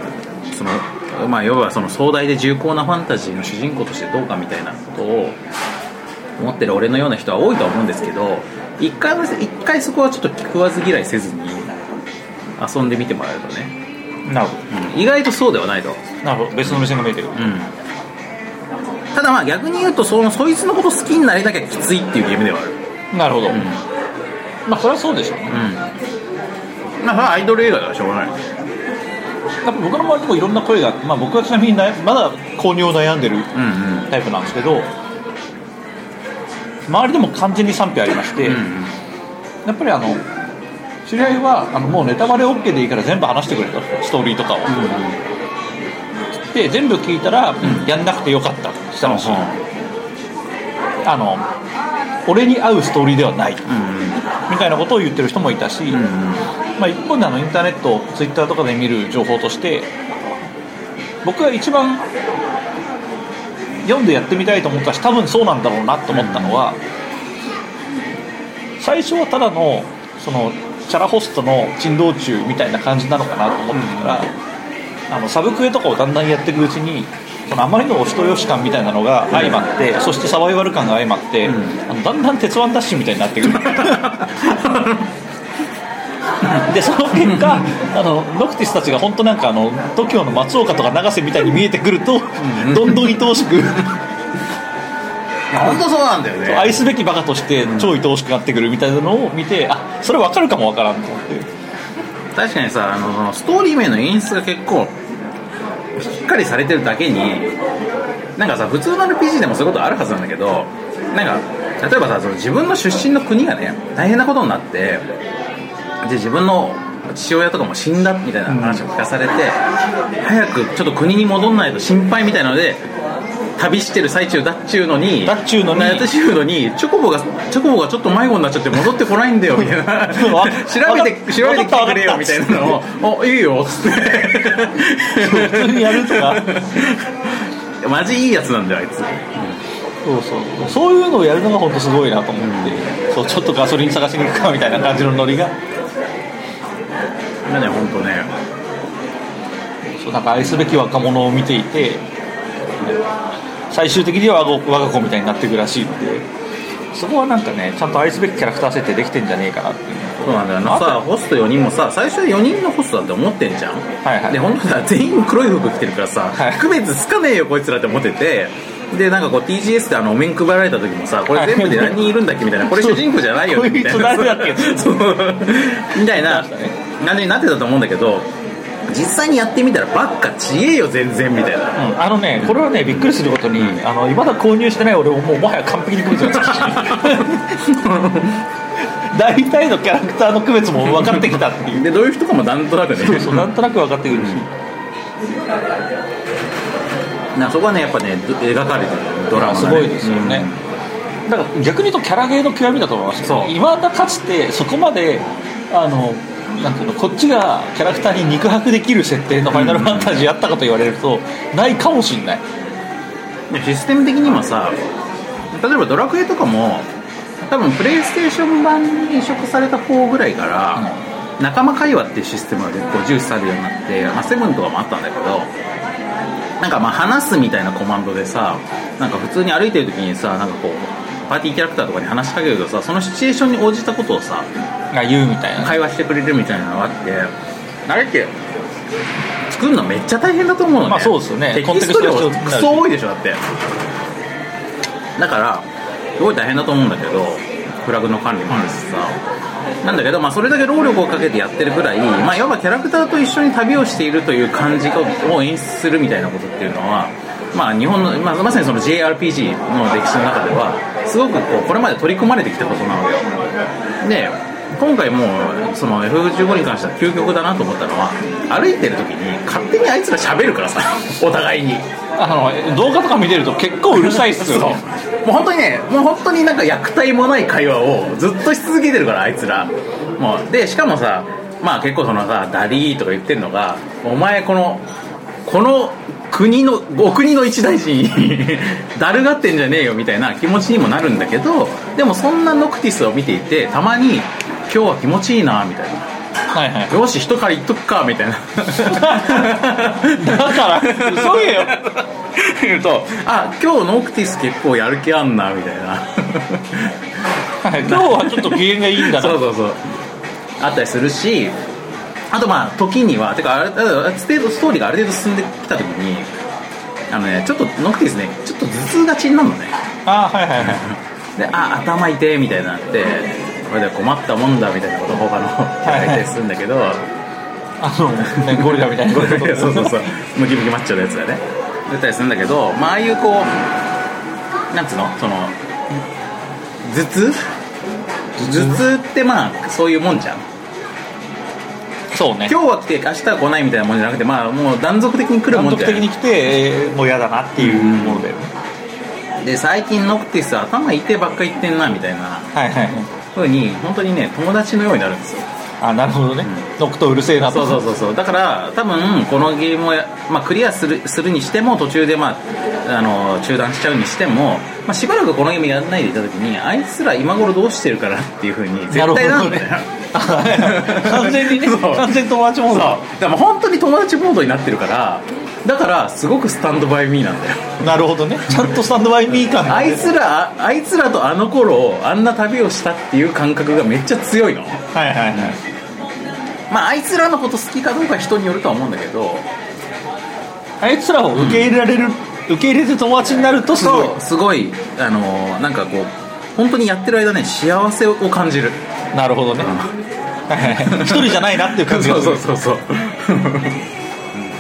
Speaker 2: うそのまあ要はその壮大で重厚なファンタジーの主人公としてどうかみたいなことを思ってる俺のような人は多いとは思うんですけど一回は一回そこはちょっと食わず嫌いせずに遊んでみてもらえるとね、
Speaker 3: なるほ
Speaker 2: うん意外とそうではないと
Speaker 3: どなるほど別の目線が見えてくる
Speaker 2: うん、ただまあ逆に言うとそのそいつのこと好きになりなきゃきついっていうゲームではある、
Speaker 3: なるほど、
Speaker 2: うん
Speaker 3: まあそれはそうでしょうね
Speaker 2: まあそれはアイドル映画だからしょうがない
Speaker 3: やっぱ僕の周りにもいろんな声があって、まあ、僕はちなみになまだ購入を悩んでる
Speaker 2: うんうん
Speaker 3: タイプなんですけど周りでも完全に賛否ありまして、
Speaker 2: うん
Speaker 3: やっぱりあの知り合いはあのもうネタバレ OK でいいから全部話してくれとストーリーとかを、で全部聞いたら、やんなくてよかったってしたのし、あの俺に合うストーリーではないみたいなことを言ってる人もいたし、
Speaker 2: うんうんうん
Speaker 3: まあ、一方であのインターネットツイッターとかで見る情報として僕が一番読んでやってみたいと思ったし多分そうなんだろうなと思ったのは、最初はただのそのチャラホストの珍道中みたいな感じなのかなと思ってたら、あのサブクエとかをだんだんやっていくうちにそのあまりのお人よし感みたいなのが相まって、そしてサバイバル感が相まって、あのだんだん鉄腕ダッシュみたいになってくるでその結果あのノクティスたちが本当なんかあの TOKIO の松岡とか永瀬みたいに見えてくると、どんどん愛おしく
Speaker 2: いや本当そうなんだよね
Speaker 3: 愛すべきバカとして超愛おしくなってくるみたいなのを見てあそれ分かるかも分からんと思って
Speaker 2: 確かにさあのそのストーリー面の演出が結構しっかりされてるだけになんかさ普通の RPG でもそういうことあるはずなんだけどなんか例えばさその自分の出身の国がね大変なことになってで自分の父親とかも死んだみたいな話を聞かされて、早くちょっと国に戻んないと心配みたいなので旅してる最中だっちゅうのに
Speaker 3: だっちゅうのに
Speaker 2: だっちゅうのにチョコボがチョコボがちょっと迷子になっちゃって戻ってこないんだよみたいな
Speaker 3: わ
Speaker 2: 調べて調べてきてくれよみたいなのを「あいいよ」っつって
Speaker 3: 普通にやるとか
Speaker 2: マジいいやつなんだよあいつ
Speaker 3: そうそうそういうのをやるのが本当すごいなと思って、そうちょっとガソリン探しに行くかみたいな感じのノリが
Speaker 2: なんだよ本当ね
Speaker 3: そうなんか愛すべき若者を見ていて最終的には我が我が子みたいになっていくらしいのでそこはなんかねちゃんと愛すべきキャラクター設定できてんじゃねえかなっていう
Speaker 2: そうなんだよな
Speaker 3: あと
Speaker 2: さホスト4人もさ最初は4人のホストだって思ってんじゃん、
Speaker 3: はいはい
Speaker 2: で本当さ全員黒い服着てるからさ、
Speaker 3: はい
Speaker 2: 区別つかねえよこいつらって思っててでなんかこう TGS であのお面配られた時もさこれ全部で何人いるんだっけみたいなこれ主人公じゃないよねみたいな
Speaker 3: こいつ誰だっけ
Speaker 2: そうみたいな感じになってたと思うんだけど実際にやってみたらばっかちえよ全然みたいな
Speaker 3: うん、あのね、これはね、びっくりすることに、あの、まだ購入してない俺も、もうもはや完璧に区別がつく。大体のキャラクターの区別も分かってきたっていう。
Speaker 2: でどういう人かもなんとなくね
Speaker 3: そうそう、なんとなく分かってくるし。
Speaker 2: なそこはねやっぱねど描かれてるドラマが、ね、
Speaker 3: すごいですよね、だから逆に言うとキャラゲーの極みだと思いますよ
Speaker 2: そう
Speaker 3: 今だかつてそこまであのなんていうのこっちがキャラクターに肉薄できる設定の「ファイナルファンタジー」やったかと言われるとないかもしれない
Speaker 2: でシステム的にもさ例えばドラクエとかも多分プレイステーション版に移植された方ぐらいから、仲間会話っていうシステムが結構重視されるようになって、まあ、セブンとかもあったんだけどなんかまあ話すみたいなコマンドでさなんか普通に歩いてる時にさなんかこうパーティーキャラクターとかに話しかけるとさそのシチュエーションに応じたことをさ
Speaker 3: が言うみたいな
Speaker 2: 会話してくれるみたいなのがあってあれって作るのめっちゃ大変だと思うのね
Speaker 3: まあそうですよね
Speaker 2: テキスト量
Speaker 3: コンテクストが必要
Speaker 2: クソ多いでしょだってだからすごい大変だと思うんだけどフラグの管理もあるしさ、なんだけど、まあ、それだけ労力をかけてやってるぐらい、まあ、いわばキャラクターと一緒に旅をしているという感じを演出するみたいなことっていうのは、まあ、日本の、まあ、まさにその JRPG の歴史の中ではすごくこうこれまで取り込まれてきたことなのよで今回もうその F15 に関しては究極だなと思ったのは歩いてる時に勝手にあいつら喋るからさ お互いに
Speaker 3: あの動画とか見てると結構うるさいっすよ
Speaker 2: もう本当にねもう本当になんか虐待もない会話をずっとし続けてるからあいつらもうでしかもさまあ結構そのさ「ダリー」とか言ってるのが「お前このこの国のお国の一大事に だるがってんじゃねえよ」みたいな気持ちにもなるんだけどでもそんなノクティスを見ていてたまに「今日は気持ちいいな」みたいな
Speaker 3: はいはい
Speaker 2: よし一狩りいっとくかみたいな
Speaker 3: だから嘘言えよ
Speaker 2: 言うとあ今日ノクティス結構やる気あんなみたいな
Speaker 3: 今日はちょっと機嫌がいいんだな
Speaker 2: そうそうそうあったりするしあとまあ時にはてかあるあるステージストーリーがある程度進んできた時にあのねちょっとノクティスねちょっと頭痛がちになるのね
Speaker 3: ああはいはいはい
Speaker 2: であ頭痛いみたいになってこれで困ったもんだみたいなことを他の人が言ったりするんだけど、
Speaker 3: あの、ね、ゴリラみたいな
Speaker 2: これそうそうそうムキムキマッチョのやつだね出たりするんだけど、まあああいうこうなんつうのその頭痛頭痛ってまあそういうもんじゃん
Speaker 3: そうね
Speaker 2: 今日は来て明日は来ないみたいなもんじゃなくてまあもう断続的に来る
Speaker 3: 断
Speaker 2: もん
Speaker 3: 続
Speaker 2: じゃ
Speaker 3: 的
Speaker 2: ん
Speaker 3: に来て、えーもう嫌だなっていうもので、
Speaker 2: で最近ノクティスは頭痛いばっか言ってんなみたいな
Speaker 3: はいはい
Speaker 2: ふうに本当にね友達のようになるんですよ
Speaker 3: あなるほどね、ノクトうるせえな
Speaker 2: そ
Speaker 3: と
Speaker 2: うそうそうそうだから多分このゲームをや、まあ、クリアするするにしても途中で、まあ、あの中断しちゃうにしても、まあ、しばらくこのゲームやらないでいた時にあいつら今頃どうしてるかなっていうふうに絶
Speaker 3: なるほ
Speaker 2: 対な
Speaker 3: ど
Speaker 2: るんだ
Speaker 3: ね
Speaker 2: よ
Speaker 3: 完全にね
Speaker 2: そう
Speaker 3: 完全に友達も
Speaker 2: そう
Speaker 3: だ
Speaker 2: でも本当に友達モードになってるからだからすごくスタンドバイミーなんだよ
Speaker 3: なるほどねちゃんとスタンドバイミー感
Speaker 2: あいつらあいつらとあの頃あんな旅をしたっていう感覚がめっちゃ強いの
Speaker 3: はいはいはい
Speaker 2: まああいつらのこと好きかどうかは人によるとは思うんだけど
Speaker 3: あいつらを受け入れられる、受け入れて友達になるとすごい
Speaker 2: そうすごいあのーなんかこう本当にやってる間ね幸せを感じる
Speaker 3: なるほどね、はいはい一人じゃないなっていう感じがする
Speaker 2: そうそうそう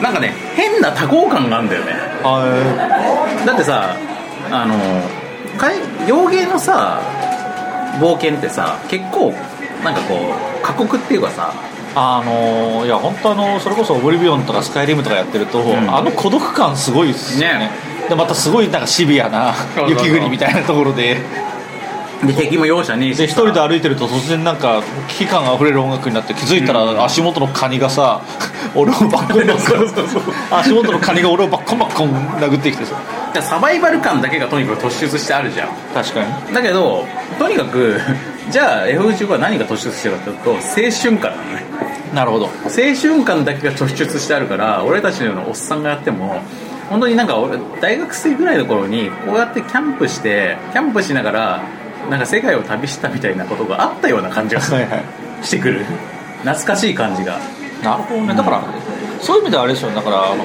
Speaker 2: なんかね変な多幸感があるんだよね
Speaker 3: あ
Speaker 2: だってさあのーかい洋芸のさ冒険ってさ結構なんかこう過酷っていうかさ
Speaker 3: ーあのーいや本当あのそれこそ「オブリビオン」とか「スカイリム」とかやってると、
Speaker 2: ん
Speaker 3: あの孤独感すごいっすよね
Speaker 2: ね
Speaker 3: でまたすごいなんかシビアな
Speaker 2: そうそうそう
Speaker 3: 雪国みたいなところで
Speaker 2: で敵も容赦ねえしさ
Speaker 3: で一人で歩いてると突然なんか危機感あふれる音楽になって気づいたら足元のカニがさ、俺をバッコンバッコン足元のカニが俺をバッコンバッコン殴ってきてさ
Speaker 2: サバイバル感だけがとにかく突出してあるじゃん
Speaker 3: 確かに
Speaker 2: だけどとにかく じゃあ F15 は何が突出してるかというと青春感なのね
Speaker 3: なるほど
Speaker 2: 青春感だけが突出してあるから俺たちのようなおっさんがやっても本当になんか俺大学生ぐらいの頃にこうやってキャンプしてキャンプしながらなんか世界を旅したみたいなことがあったような感じがする
Speaker 3: はいはい
Speaker 2: してくる懐かしい感じが
Speaker 3: なるほどねだから、そういう意味ではあれですよねだからあの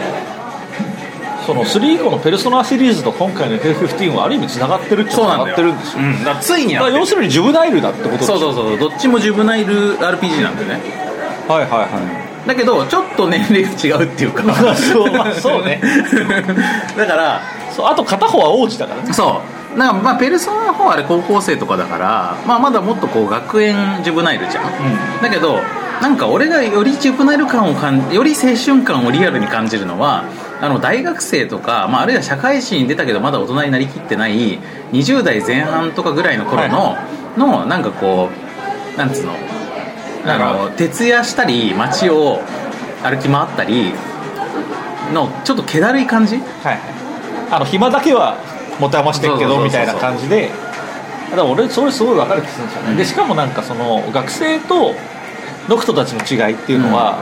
Speaker 3: その3以降の「ペルソナ」シリーズと今回の F15 はある意味つながってるっちゃつ
Speaker 2: そうな
Speaker 3: なん
Speaker 2: だ
Speaker 3: が
Speaker 2: よ
Speaker 3: ってるんですよ
Speaker 2: うんだからつい
Speaker 3: だ
Speaker 2: にや
Speaker 3: か
Speaker 2: っ
Speaker 3: ら
Speaker 2: て
Speaker 3: 要
Speaker 2: る
Speaker 3: するにジュブナイルだってことです
Speaker 2: そ
Speaker 3: よ
Speaker 2: うそうそうどっちもジュブナイル RPG なんだよね
Speaker 3: はいはいは
Speaker 2: だけどちょっと年齢が違うっていうか
Speaker 3: そう まあそうね
Speaker 2: だから
Speaker 3: いそうあと片方は王子だからね
Speaker 2: そうなんかまあペルソナの方はあれ高校生とかだから、まあ、まだもっとこう学園ジュブナイルじゃん、だけどなんか俺がよりジュブナイル感を感より青春感をリアルに感じるのはあの大学生とか、まあ、あるいは社会人に出たけどまだ大人になりきってない20代前半とかぐらいの頃の、のなんかこうなんつうのあの徹夜したり街を歩き回ったりのちょっと気だるい感じ
Speaker 3: はいはい、あの暇だけは持て余してるけ
Speaker 2: そうそうそうそ
Speaker 3: ど
Speaker 2: う
Speaker 3: みたいな感じでだから俺それすごい分かる気するんですよね、でしかもなんかその学生とノクトたちの違いっていうのは、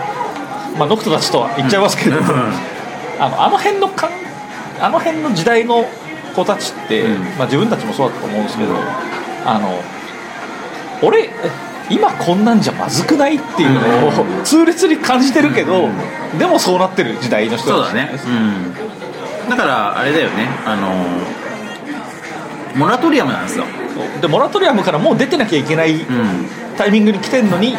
Speaker 3: まあ、ノクトたちとは言っちゃいますけど、あのあの辺のかんあの辺の時代の子たちって、
Speaker 2: うん
Speaker 3: まあ、自分たちもそうだと思うんですけど、あの俺今こんなんじゃまずくないっていうのを痛烈に感じてるけど、でもそうなってる時代の人
Speaker 2: そう
Speaker 3: た
Speaker 2: だ
Speaker 3: ち
Speaker 2: ね、うん、だからあれだよねあのモラトリアムなんですよ
Speaker 3: そうでモラトリアムからもう出てなきゃいけない
Speaker 2: うん
Speaker 3: タイミングに来てんのに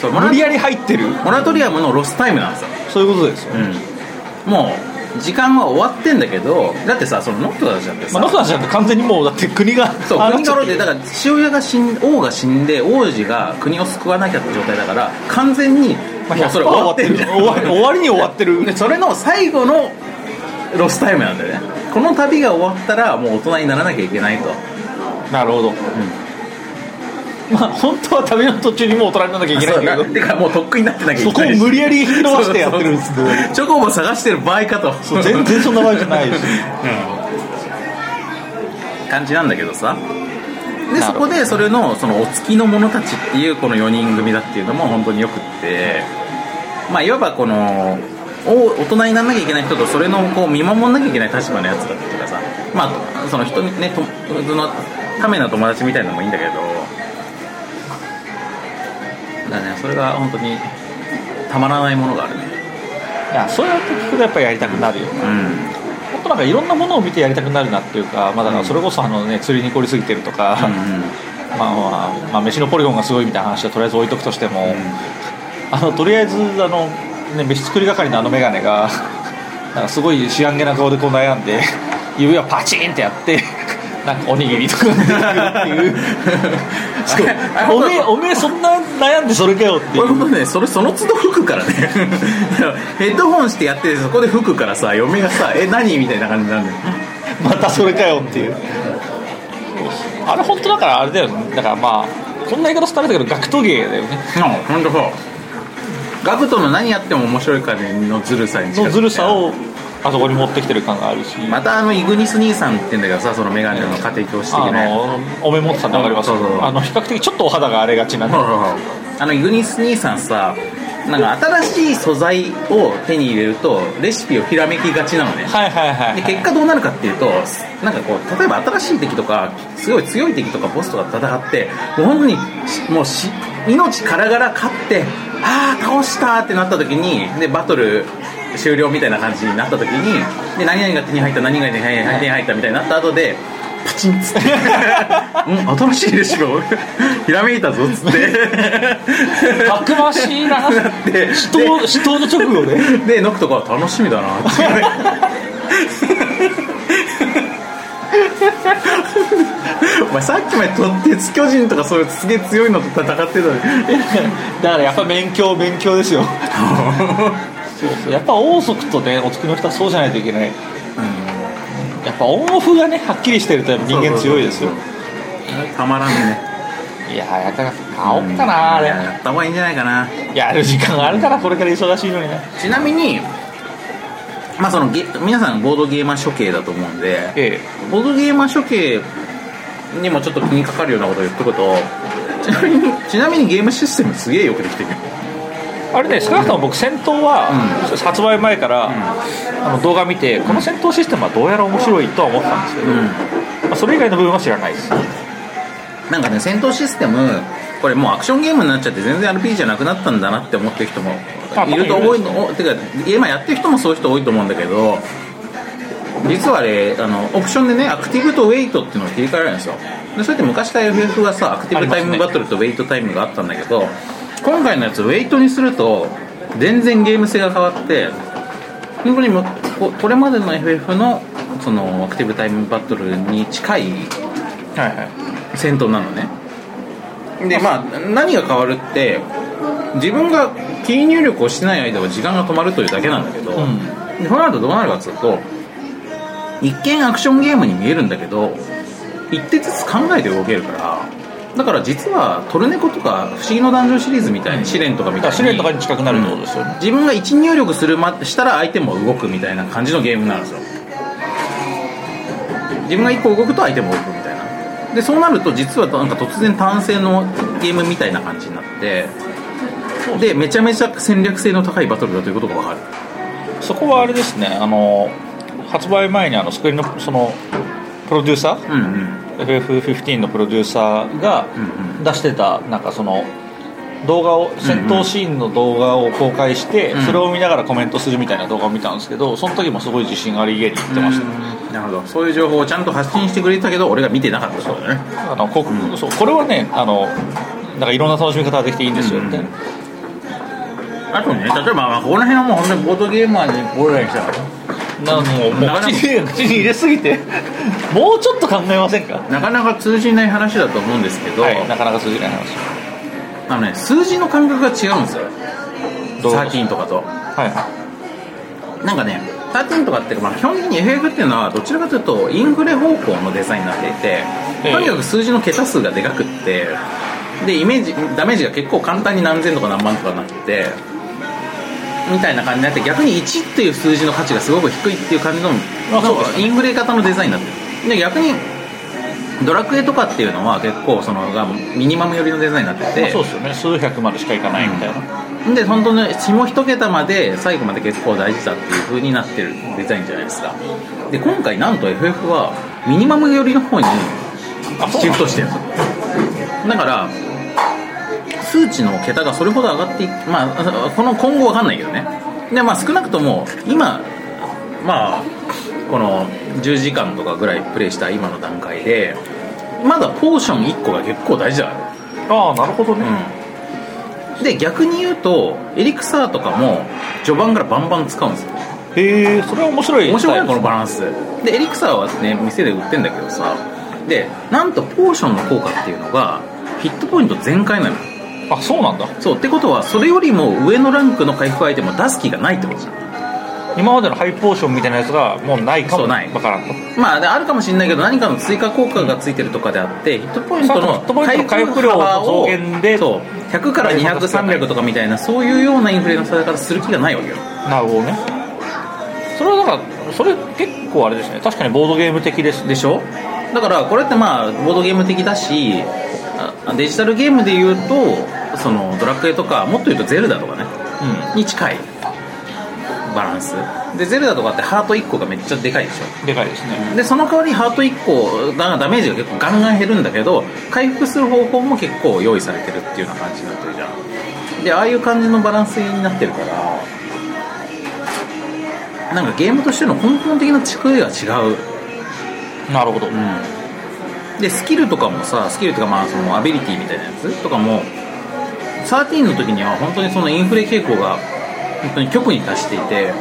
Speaker 2: そうモ
Speaker 3: 無
Speaker 2: ラ
Speaker 3: 理やり入ってる
Speaker 2: モラトリアムのロスタイムなんですよ、
Speaker 3: そういうことですよ、
Speaker 2: うん、もう時間は終わってんだけどだってさそのノットダじゃってさ、
Speaker 3: まあ、ノクダちゃんって完全にもうだって国が
Speaker 2: そう
Speaker 3: あ
Speaker 2: 国が
Speaker 3: なっちゃ
Speaker 2: 滅び
Speaker 3: って
Speaker 2: だから父親が死ん王が死んで王子が国を救わなきゃって状態だから完全に
Speaker 3: まあ
Speaker 2: もうそれ終わってるじゃん
Speaker 3: 終わ終わりに終わってる
Speaker 2: でそれの最後のロスタイムなんだよねこの旅が終わったらもう大人にならなきゃいけないと
Speaker 3: なるほど、まあ本当は旅の途中にもう大人にならなきゃいけないんだけ
Speaker 2: てかもうとっくになってなきゃい
Speaker 3: どそこ
Speaker 2: け
Speaker 3: を
Speaker 2: ない
Speaker 3: 無理やり引き伸ばしてやってるんですけ
Speaker 2: そう
Speaker 3: ど
Speaker 2: そうそうチョコボ探してる場合かと
Speaker 3: そう全然そんな場合じゃないし
Speaker 2: 感じなんだけどさで
Speaker 3: な
Speaker 2: そ
Speaker 3: るほ
Speaker 2: こでそれのそのお付きの者たちっていうこの4人組だっていうのも本当によくってまあいわばこのお大人にならなきゃいけない人とそれのこう見守んなきゃいけない立場のやつだっていうかさまあその人にねとそのための友達みたいなのもいいんだけどだねそれが本当にたまらないものがあるね
Speaker 3: いやそうやって聞くとやっぱりやりたくなるよね
Speaker 2: うん
Speaker 3: もっとなんかいろんなものを見てやりたくなるなっていうか、まあ、だからそれこそあの、ね、釣りに凝りすぎてるとか、
Speaker 2: うん
Speaker 3: まあまあまあ、飯のポリゴンがすごいみたいな話はとりあえず置いとくとしても、あのとりあえずあの、ね、飯作り係のあの眼鏡が なんかすごい仕上げな顔でこう悩んで指をパチンってやってなんかおにぎりとか出てくるっていう そう
Speaker 2: あれ
Speaker 3: おめえおめえそんな悩んでそれかよってい
Speaker 2: これ
Speaker 3: う
Speaker 2: 本当ねそれその都度吹くからね ヘッドホンしてやってそこで吹くからさ嫁がさ「え何?」みたいな感じなんだよ
Speaker 3: またそれかよっていうあれ本当だからあれだよねだからまあこんな言い方したらあれだけど学徒芸だよね
Speaker 2: うん本当そうガクトの何やっても面白いかねのずるさに近づい
Speaker 3: の
Speaker 2: て
Speaker 3: ずるさをあそこに持ってきてる感があるし、
Speaker 2: またあのイグニス兄さんって言うんだけどさそのメガネの家庭教師的
Speaker 3: あ
Speaker 2: なやつ
Speaker 3: のお目持ってたんで分かります
Speaker 2: そうそうそう
Speaker 3: あの比較的ちょっとお肌が荒れがちなんで
Speaker 2: そうそうそうあのイグニス兄さんさなんか新しい素材を手に入れるとレシピをひらめきがちなのね
Speaker 3: はいはいはい、は
Speaker 2: で
Speaker 3: い、
Speaker 2: 結果どうなるかっていうとなんかこう例えば新しい敵とかすごい強い敵とかボスとか戦ってもう本当にしもうし命からがら勝ってああ倒したってなった時にでバトル終了みたいな感じになった時にで何々が手に入った何々が手に入った手に入ったみたいになった後でパチンっつって うん新しいレシピをひらめいたぞっつって
Speaker 3: たくましいな
Speaker 2: で
Speaker 3: 死闘死闘の直後で
Speaker 2: でノクとかは楽しみだなって言われてお前さっきまでとってつ巨人とかそういうすげえ強いのと戦ってたのに
Speaker 3: だからやっぱ勉強勉強ですよそうそうやっぱ王族とねお付きの人はそうじゃないといけない、やっぱオンオフがねはっきりしてるとやっ ぱ人間強いですよ
Speaker 2: たまらんね
Speaker 3: いやーやったら買おうかなあ
Speaker 2: い
Speaker 3: れ
Speaker 2: ややった方がいいんじゃないかな
Speaker 3: やる時間があるからこれから忙しいのにね
Speaker 2: ちなみにまあそのゲ皆さんボードゲーマー処刑だと思うんで
Speaker 3: え
Speaker 2: ボードゲーマー処刑にもちょっと気にかかるようなことを言っとくとちなみにちなみにゲームシステムすげえよくできてる
Speaker 3: あれね少なくとも僕戦闘は、発売前から、あの動画見てこの戦闘システムはどうやら面白いとは思ってたんですけど、
Speaker 2: ん
Speaker 3: まあ、それ以外の部分は知らないです
Speaker 2: なんかね戦闘システムこれもうアクションゲームになっちゃって全然 RPG じゃなくなったんだなって思ってる人も
Speaker 3: あ
Speaker 2: いると多いのおてかゲーマーやってる人もそういう人多いと思うんだけど実はあれあのオプションでねアクティブとウェイトっていうのを切り替えられるんですよでそれって昔から FF はさアクティブタイムバトルとウェイトタイムがあったんだけど、今回のやつウェイトにすると全然ゲーム性が変わって本当にもうここれまでの FF のそのアクティブタイムバトルに近い
Speaker 3: はいはい
Speaker 2: 戦闘なのねでまあ何が変わるって自分がキー入力をしてない間は時間が止まるというだけなんだけど、
Speaker 3: ん
Speaker 2: でこの後どうなるかっていうと一見アクションゲームに見えるんだけど一手ずつ考えて動けるからだから実は「トルネコ」とか「不思議のダンジョン」シリーズみたいに試練とかみ
Speaker 3: だ
Speaker 2: た
Speaker 3: か
Speaker 2: い
Speaker 3: ら試練
Speaker 2: に
Speaker 3: とかに近くなるってことですよね、
Speaker 2: 自分が一入力するましたら相手も動くみたいな感じのゲームなんですよ自分が一個動くと相手も動くみたいなでそうなると実はなんか突然単性のゲームみたいな感じになってでめちゃめちゃ戦略性の高いバトルだということが分かる
Speaker 3: そこはあれですねあの発売前にあのスクリーンのそのプロデューサー
Speaker 2: うんうん
Speaker 3: FF15 のプロデューサーが
Speaker 2: うん
Speaker 3: 出してたなんかその動画を戦闘シーンの動画を公開して、
Speaker 2: うん
Speaker 3: それを見ながらコメントするみたいな動画を見たんですけどその時もすごい自信ありげに言ってました、
Speaker 2: なるほどそういう情報をちゃんと発信してくれてたけど俺が見てなかったそうだね
Speaker 3: あのこ
Speaker 2: うん
Speaker 3: そうこれはねあのなんかいろんな楽しみ方ができていいんですよって、
Speaker 2: うんあとね例えば、まあ、ここら辺はもう本当にボードゲーマーに俺らにしたら
Speaker 3: なんかもうもう
Speaker 2: なかなか
Speaker 3: 口に口に入れすぎてもうちょっと考えませんか
Speaker 2: なかなか通じない話だと思うんですけど、
Speaker 3: はいなかなか通じない話
Speaker 2: あのね数字の感覚が違うんですよ
Speaker 3: どうぞ
Speaker 2: 13とかと
Speaker 3: はい
Speaker 2: なんかね13とかって、まあ、基本的に FF っていうのはどちらかというとインフレ方向のデザインになっていて、
Speaker 3: ええ
Speaker 2: とにかく数字の桁数がでかくってでイメージダメージが結構簡単に何千とか何万とかなってみたいな感じになって逆に1っていう数字の価値がすごく低いっていう感じの
Speaker 3: あそうですね
Speaker 2: なんかインフレ型のデザインになってるで逆にドラクエとかっていうのは結構そのがミニマム寄りのデザインになってて、
Speaker 3: まあそうですよね数百までしかいかないみたいな、
Speaker 2: で本当ね下一桁まで最後まで結構大事だっていう風になってるデザインじゃないですかで今回なんと FF はミニマム寄りの方に
Speaker 3: あそうな
Speaker 2: シフ
Speaker 3: んだ
Speaker 2: トしてるんですよだから数値の桁がそれほど上がっていまああこの今後わかんないけどねでまあ少なくとも今まあこの10時間とかぐらいプレイした今の段階でまだポーション1個が結構大事だから
Speaker 3: ああなるほどね、
Speaker 2: うん、で逆に言うとエリクサーとかも序盤からバンバン使うんですよ
Speaker 3: へえそれは面白い
Speaker 2: 面白いねこの
Speaker 3: 場
Speaker 2: バランスでエリクサーはね店で売ってんだけどさでなんとポーションの効果っていうのがヒットポイント全開なの
Speaker 3: あそうなんだ
Speaker 2: そうってことはそれよりも上のランクの回復アイテムを出す気がないってことじゃん
Speaker 3: 今までのハイポーションみたいなやつがもうないか
Speaker 2: そ
Speaker 3: も
Speaker 2: うない
Speaker 3: わからんと
Speaker 2: まあであるかもしれないけど何かの追加効果がついてるとかであってヒットポイント
Speaker 3: そう
Speaker 2: の
Speaker 3: ヒットポイントの回復量の増減で
Speaker 2: そう100から200300とかみたいなそういうようなインフレのされ方する気がないわけよ
Speaker 3: なるほどねそれはだからそれ結構あれですね確かにボードゲーム的です
Speaker 2: でしょだからこれってまあボードゲーム的だしあデジタルゲームで言うとそのドラクエとかもっと言うとゼルダとかね
Speaker 3: う
Speaker 2: に近いバランスでゼルダとかってハート1個がめっちゃでかいでしょ
Speaker 3: んでかいですね
Speaker 2: でその代わりハート1個だダメージが結構ガンガン減るんだけど回復する方法も結構用意されてるっていうような感じになってるじゃんでああいう感じのバランスになってるからなんかゲームとしての根本的な地位が違う
Speaker 3: なるほど、うん
Speaker 2: うん、でスキルとかもさスキルとかまあそのアビリティみたいなやつとかも13の時には本当にそのインフレ傾向が本当に極に達していて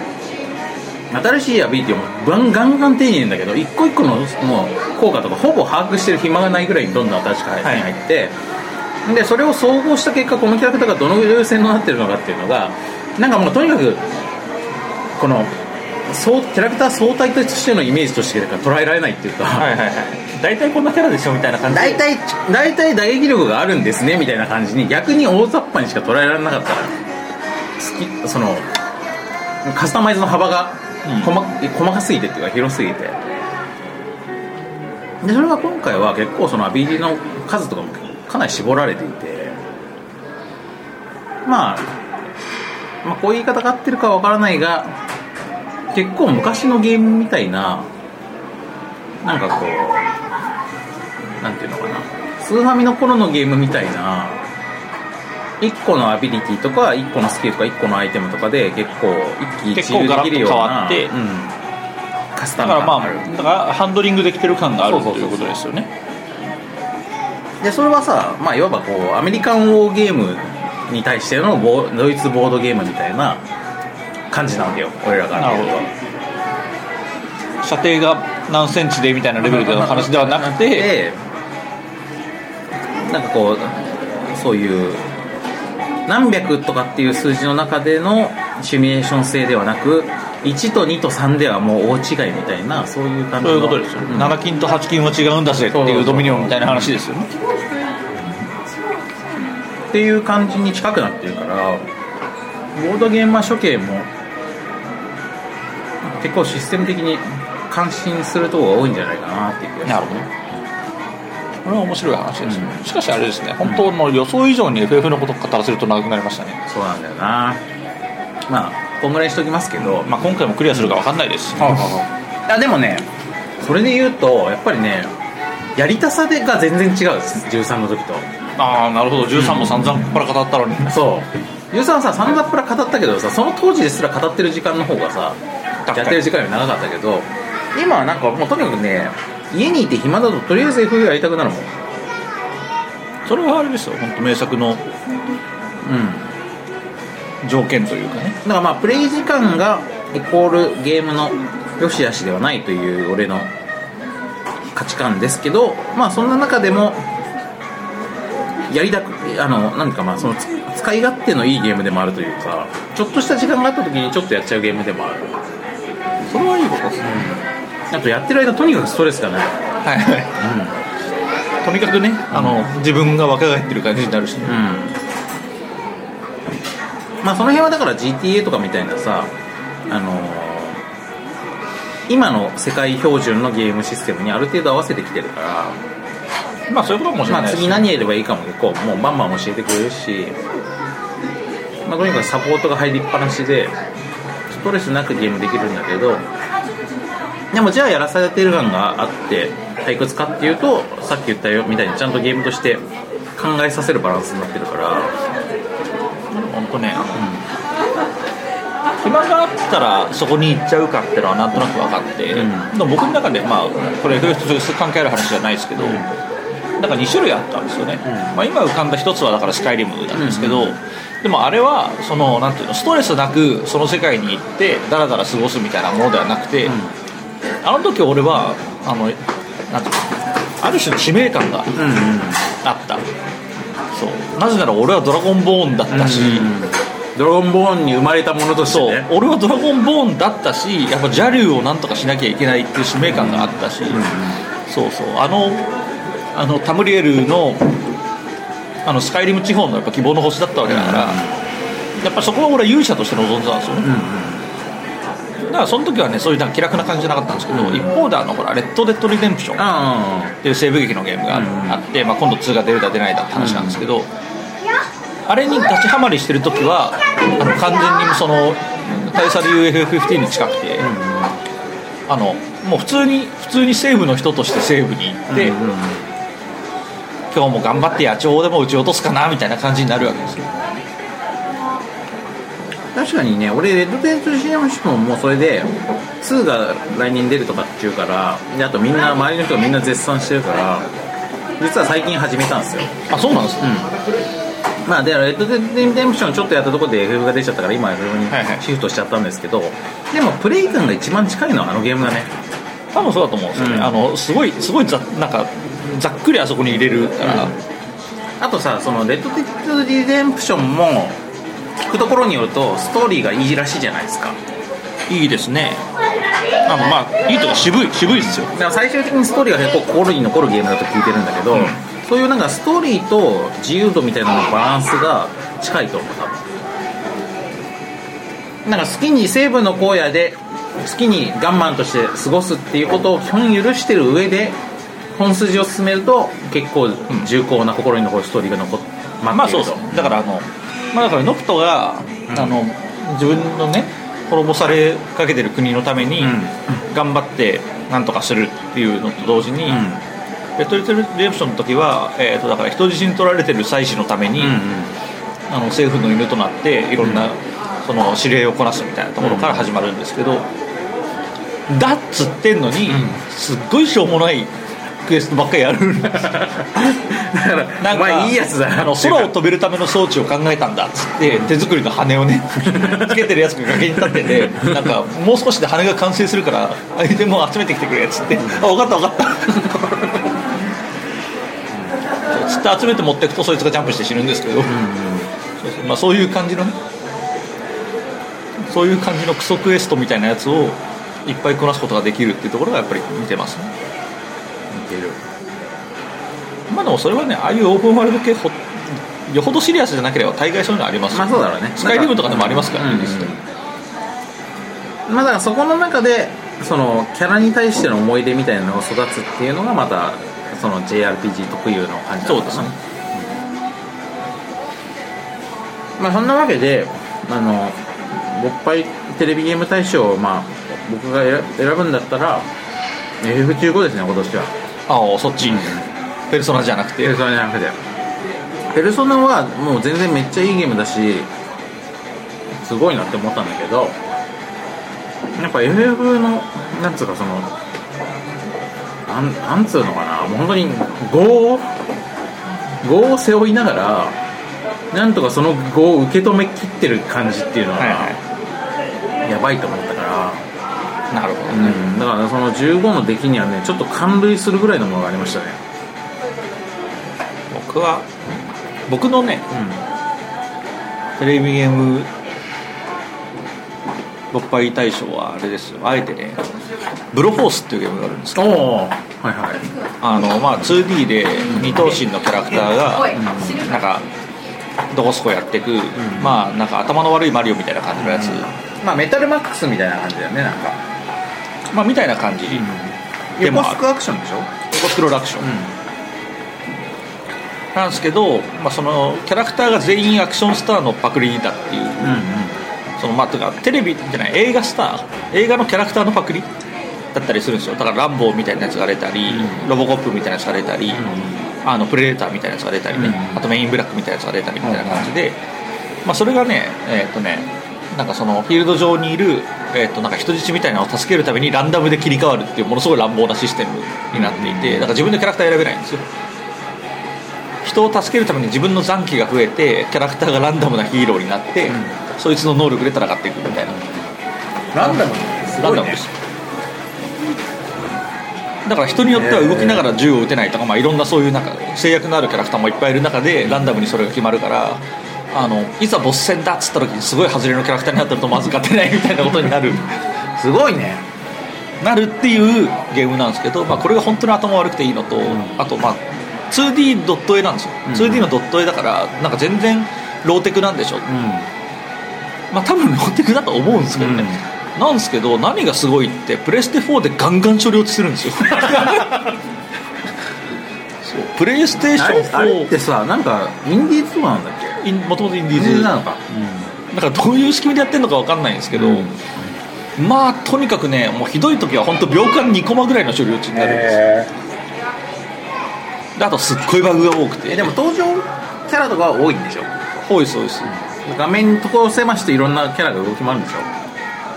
Speaker 2: 新しいアビリティをガンガンガン丁寧だけど一個一個のもう効果とかほぼ把握してる暇がないぐらいにどんどん新しく入
Speaker 3: はい
Speaker 2: って、でそれを総合した結果このキャラクターがどの優先になってるのかっていうのがなんかもうとにかくこのそうキャラクター相対としてのイメージとしてしか捉えられないっていうか、
Speaker 3: はいはいはい大体こんなキャラでしょみたいな感じ
Speaker 2: 大体大体打撃力があるんですねみたいな感じに逆に大雑把にしか捉えられなかったら好きそのカスタマイズの幅が
Speaker 3: うん
Speaker 2: 細,、細かすぎてっていうか広すぎてでそれが今回は結構そのアビリティの数とかもかなり絞られていてまあまあこういう言い方が合ってるかわからないが結構昔のゲームみたいななんかこうなんていうのかなスーファミの頃のゲームみたいな1個のアビリティとか1個のスキルとか1個のアイテムとかで結構一喜一憂できるような
Speaker 3: 結構ガ
Speaker 2: うんカスタ
Speaker 3: だから
Speaker 2: ム感が
Speaker 3: ま
Speaker 2: ある
Speaker 3: あだからハンドリングできてる感がある
Speaker 2: そう
Speaker 3: と
Speaker 2: そう
Speaker 3: い
Speaker 2: そ
Speaker 3: ううことですよね
Speaker 2: でそれはさ、まあ、いわばこうアメリカンウォーゲームに対してのボードイツボードゲームみたいな感じなわけよ俺らか
Speaker 3: な
Speaker 2: ら
Speaker 3: るほど射程が何センチでみたいなレベルでの話ではなくて
Speaker 2: でなんかこうそういう何百とかっていう数字の中でのシミュレーション性ではなく1と2と3ではもう大違いみたいなそういう感じ
Speaker 3: そう
Speaker 2: の
Speaker 3: いうことですよ、
Speaker 2: うん
Speaker 3: 7金と8金は違うんだぜって
Speaker 2: そうそう
Speaker 3: い
Speaker 2: そう
Speaker 3: うドミニオンみたいな話ですよね
Speaker 2: っていう感じに近くなってるからボードゲーマー処刑も結構システム的に感心するとこが多いんじゃないかなっていう気がす
Speaker 3: なるほどこれは面白い話ですね、しかしあれですね本当の予想以上に FF のことを語らせると長くなりましたね、
Speaker 2: そうなんだよなまあこんぐらいにしときますけど、
Speaker 3: まあ、今回もクリアするか分かんないです、
Speaker 2: あでもねそれで言うとやっぱりねやりたさでが全然違うです13の時と
Speaker 3: ああなるほど13も散々こっから語ったのに、
Speaker 2: そうゆうさんはさ散々っぷら語ったけどさその当時ですら語ってる時間の方がさ
Speaker 3: 確かに
Speaker 2: やってる時間より長かったけど今はなんかもうとにかくね家にいて暇だととりあえず FU やりたくなるもん
Speaker 3: それはあれですよ本当名作の
Speaker 2: うん
Speaker 3: 条件というかね
Speaker 2: だからまあプレイ時間がイコールゲームの良し悪しではないという俺の価値観ですけどまあそんな中でもやりたくあの何かまあそのつ使い勝手のいいゲームでもあるというかちょっとした時間があった時にちょっとやっちゃうゲームでもある
Speaker 3: それはいいことですね
Speaker 2: あとやってる間とにかくストレスがない
Speaker 3: はいはい、とにかくねあの、自分が若返ってる感じになるしね、
Speaker 2: うんまあその辺はだから GTA とかみたいなさあのー今の世界標準のゲームシステムにある程度合わせてきてるから
Speaker 3: まあそういうことかもしれ
Speaker 2: ま
Speaker 3: ないで
Speaker 2: あ、
Speaker 3: す
Speaker 2: 次
Speaker 3: ね、
Speaker 2: 何やればいいかも結構もうバンバン教えてくれるし、まあ、とにかくサポートが入りっぱなしでストレスなくゲームできるんだけどでもじゃあやらされてる感があって退屈かっていうとさっき言ったよみたいにちゃんとゲームとして考えさせるバランスになってるから
Speaker 3: 本当ね、暇があったらそこに行っちゃうかってのはなんとなく分かって、
Speaker 2: う
Speaker 3: で
Speaker 2: ん
Speaker 3: も僕の中でまあこれ FF と直接関係ある話じゃないですけど、なんか2種類あったんですよね、まあ、今浮かんだ1つはだからスカイリムなんですけど、でもあれはそのなんていうのストレスなくその世界に行ってダラダラ過ごすみたいなものではなくて、あの時俺はあのなんていうのある種の使命感が
Speaker 2: うん
Speaker 3: あった、そうなぜなら俺はドラゴンボーンだったし、
Speaker 2: ドラゴンボーンに生まれたものとして
Speaker 3: そう
Speaker 2: ね
Speaker 3: 俺はドラゴンボーンだったしやっぱジャリューをなんとかしなきゃいけないっていう使命感があったし、そうそうあのあのタムリエルのあのスカイリム地方のやっぱ希望の星だったわけだから、やっぱそこは俺は勇者として臨んでたんですよね、だからその時はねそういうなんか気楽な感じじゃなかったんですけど、一方であのほらレッド・デッド・リデンプション
Speaker 2: あ
Speaker 3: っていう西部劇のゲームがああって、まあ、今度2が出るだ出ないだって話なんですけど、あれに立ちはまりしてる時はあの完全にその大差で UFF15 に近くて、あのもう普通に普通に西部の人として西部に行って、今日も頑張って野鳥でも撃ち落とすかなみたいな感じになるわけですよ
Speaker 2: 確かにね俺レッドデントシアムションもそれで2が来年出るとかっていうからであとみんな周りの人がみんな絶賛してるから実は最近始めたんですよ
Speaker 3: あそうなんですね、
Speaker 2: まあでレッドデッドリデンプションちょっとやったところで FF が出ちゃったから今 FF
Speaker 3: はいはい
Speaker 2: にシフトしちゃったんですけど、でもプレイ感が一番近いのはあのゲームだね
Speaker 3: 多分そうだと思うんですよね、
Speaker 2: うん
Speaker 3: あのすごいすごいざなんかざっくりあそこに入れるから、
Speaker 2: あとさそのレッドデッドリデンプションも聞くところによるとストーリーがいいらしいじゃないですか
Speaker 3: いいですねあのまあいいとか渋い渋いですよ
Speaker 2: だから最終的にストーリーが結構心に残るゲームだと聞いてるんだけど、
Speaker 3: ん
Speaker 2: そういうなんかストーリーと自由度みたいなののバランスが近いと思う多分なんか好きに西部の荒野で好きにガンマンとして過ごすっていうことを基本許してる上で本筋を進めると結構重厚な心に残るストーリーが残っ
Speaker 3: まあ、まあそうそうだからあの、まあ、だからノプトが、あの自分のね滅ぼされかけてる国のために
Speaker 2: ん
Speaker 3: 頑張ってなんとかするっていうのと同時に、レッド・リトル・レプションの時は、えー、とだから人質に取られてる妻子のために、
Speaker 2: うんうん
Speaker 3: あの政府の犬となっていろんな、その指令をこなすみたいなところから始まるんですけど、だっつってんのに、すっごいしょうもないクエストばっかりやるんです
Speaker 2: だから
Speaker 3: なん
Speaker 2: お
Speaker 3: か
Speaker 2: 前いいやつだな
Speaker 3: あの
Speaker 2: っていうか
Speaker 3: 空を飛べるための装置を考えたんだっつって手作りの羽を ねつけてるやつが崖に立っててなんかもう少しで羽が完成するからアイテムを集めてきてくれっつって「あ分かった分かった」つって集めて持っていくとそいつがジャンプして死ぬんですけど、そうそうまあ、そういう感じのねそういう感じのクソクエストみたいなやつをいっぱいこなすことができるっていうところがやっぱり見てますね
Speaker 2: 似てる
Speaker 3: まあでもそれはねああいうオープンワールド系ほよほどシリアスじゃなければ大概そういうのありますよ
Speaker 2: まあそうだろうね
Speaker 3: スカイリムとかでもありますからね
Speaker 2: うんうん
Speaker 3: 実際
Speaker 2: まあ、だからそこの中でそのキャラに対しての思い出みたいなのが育つっていうのがまたその JRPG 特有の感じな
Speaker 3: そ
Speaker 2: の
Speaker 3: うで
Speaker 2: か
Speaker 3: す
Speaker 2: な
Speaker 3: ね
Speaker 2: まあ、そんなわけであの勃発テレビゲーム大賞を、まあ、僕が選選ぶんだったら F15 ですね今年は
Speaker 3: ああそっち、ペルソナじゃなくて
Speaker 2: えそれじゃなくてペルソナはもう全然めっちゃいいゲームだしすごいなって思ったんだけどやっぱ FF のなんつうかそのなんなんつうのかなもう本当に業を業を背負いながらなんとかその業を受け止めきってる感じっていうの
Speaker 3: はい
Speaker 2: が
Speaker 3: は
Speaker 2: やばいと思ったから、
Speaker 3: いなるほどね、
Speaker 2: うん、だからその15の出来にはねちょっと感類するぐらいのものがありましたね、
Speaker 3: 僕は僕のね
Speaker 2: う
Speaker 3: テレビゲーム勃発大賞はあれですよあえてねブロフォースっていうゲームがあるんですけど
Speaker 2: ん、おおはいはい
Speaker 3: あのまあ 2D で二等身のキャラクターがなんかどこそこやってく、まあなんか頭の悪いマリオみたいな感じのやつ、
Speaker 2: まあメタルマックスみたいな感じだよねなんか、
Speaker 3: まあみたいな感じ、
Speaker 2: で
Speaker 3: でも
Speaker 2: もスクアクションでしょ
Speaker 3: 横スクロールアクション、なんですけど、まあ、そのキャラクターが全員アクションスターのパクリにいたっていう、
Speaker 2: うんうん
Speaker 3: そのまあてかテレビじゃない映画スター映画のキャラクターのパクリだったりするんですよだから「ランボー」みたいなやつが出たり、ロボコップみたいなやつが出たり、あのプレデターみたいなやつが出たりね、
Speaker 2: うん
Speaker 3: あとメインブラックみたいなやつが出たりみたいな感じで、まあ、それがねえーっ、とねなんかそのフィールド上にいる、えーっとなんか人質みたいなのを助けるためにランダムで切り替わるっていうものすごい乱暴なシステムになっていてだから自分でキャラクター選べないんですよ人を助けるために自分の残機が増えてキャラクターがランダムなヒーローになって、そいつの能力で戦っていくみたいな
Speaker 2: ランダムす
Speaker 3: ランダムですだから人によっては動きながら銃を撃てないとか、まあ、いろんなそういうなんか制約のあるキャラクターもいっぱいいる中でランダムにそれが決まるからあのいざボス戦だっつった時にすごい外れのキャラクターになってるとまず勝てないみたいなことになる
Speaker 2: すごいね
Speaker 3: なるっていうゲームなんですけど、まあ、これが本当に頭悪くていいのと、あとまあ 2D ドット絵なんですよ、2D のドット絵だからなんか全然ローテクなんでしょ、まあ多分ローテクだと思うんですけどね、なんですけど何がすごいってプレステ4でガンガン処理落ちするんです よそうプレイステーシ
Speaker 2: あ
Speaker 3: ョ
Speaker 2: れ
Speaker 3: ン
Speaker 2: あれって
Speaker 3: 4
Speaker 2: さなんかインディーズとかなんだっけ
Speaker 3: インもともとインディ
Speaker 2: イ
Speaker 3: ーズ
Speaker 2: なのか、
Speaker 3: なんかどういう仕組みでやってるのか分かんないんですけど、
Speaker 2: うん
Speaker 3: まあとにかくねもうひどい時は本当秒間2コマぐらいの処理落ちになるんですよであとすっごいバグが多くて
Speaker 2: えでも登場キャラとかは多いんでしょ
Speaker 3: 多いです多いです
Speaker 2: 画面にとこ狭していろんなキャラが動き回るんでしょ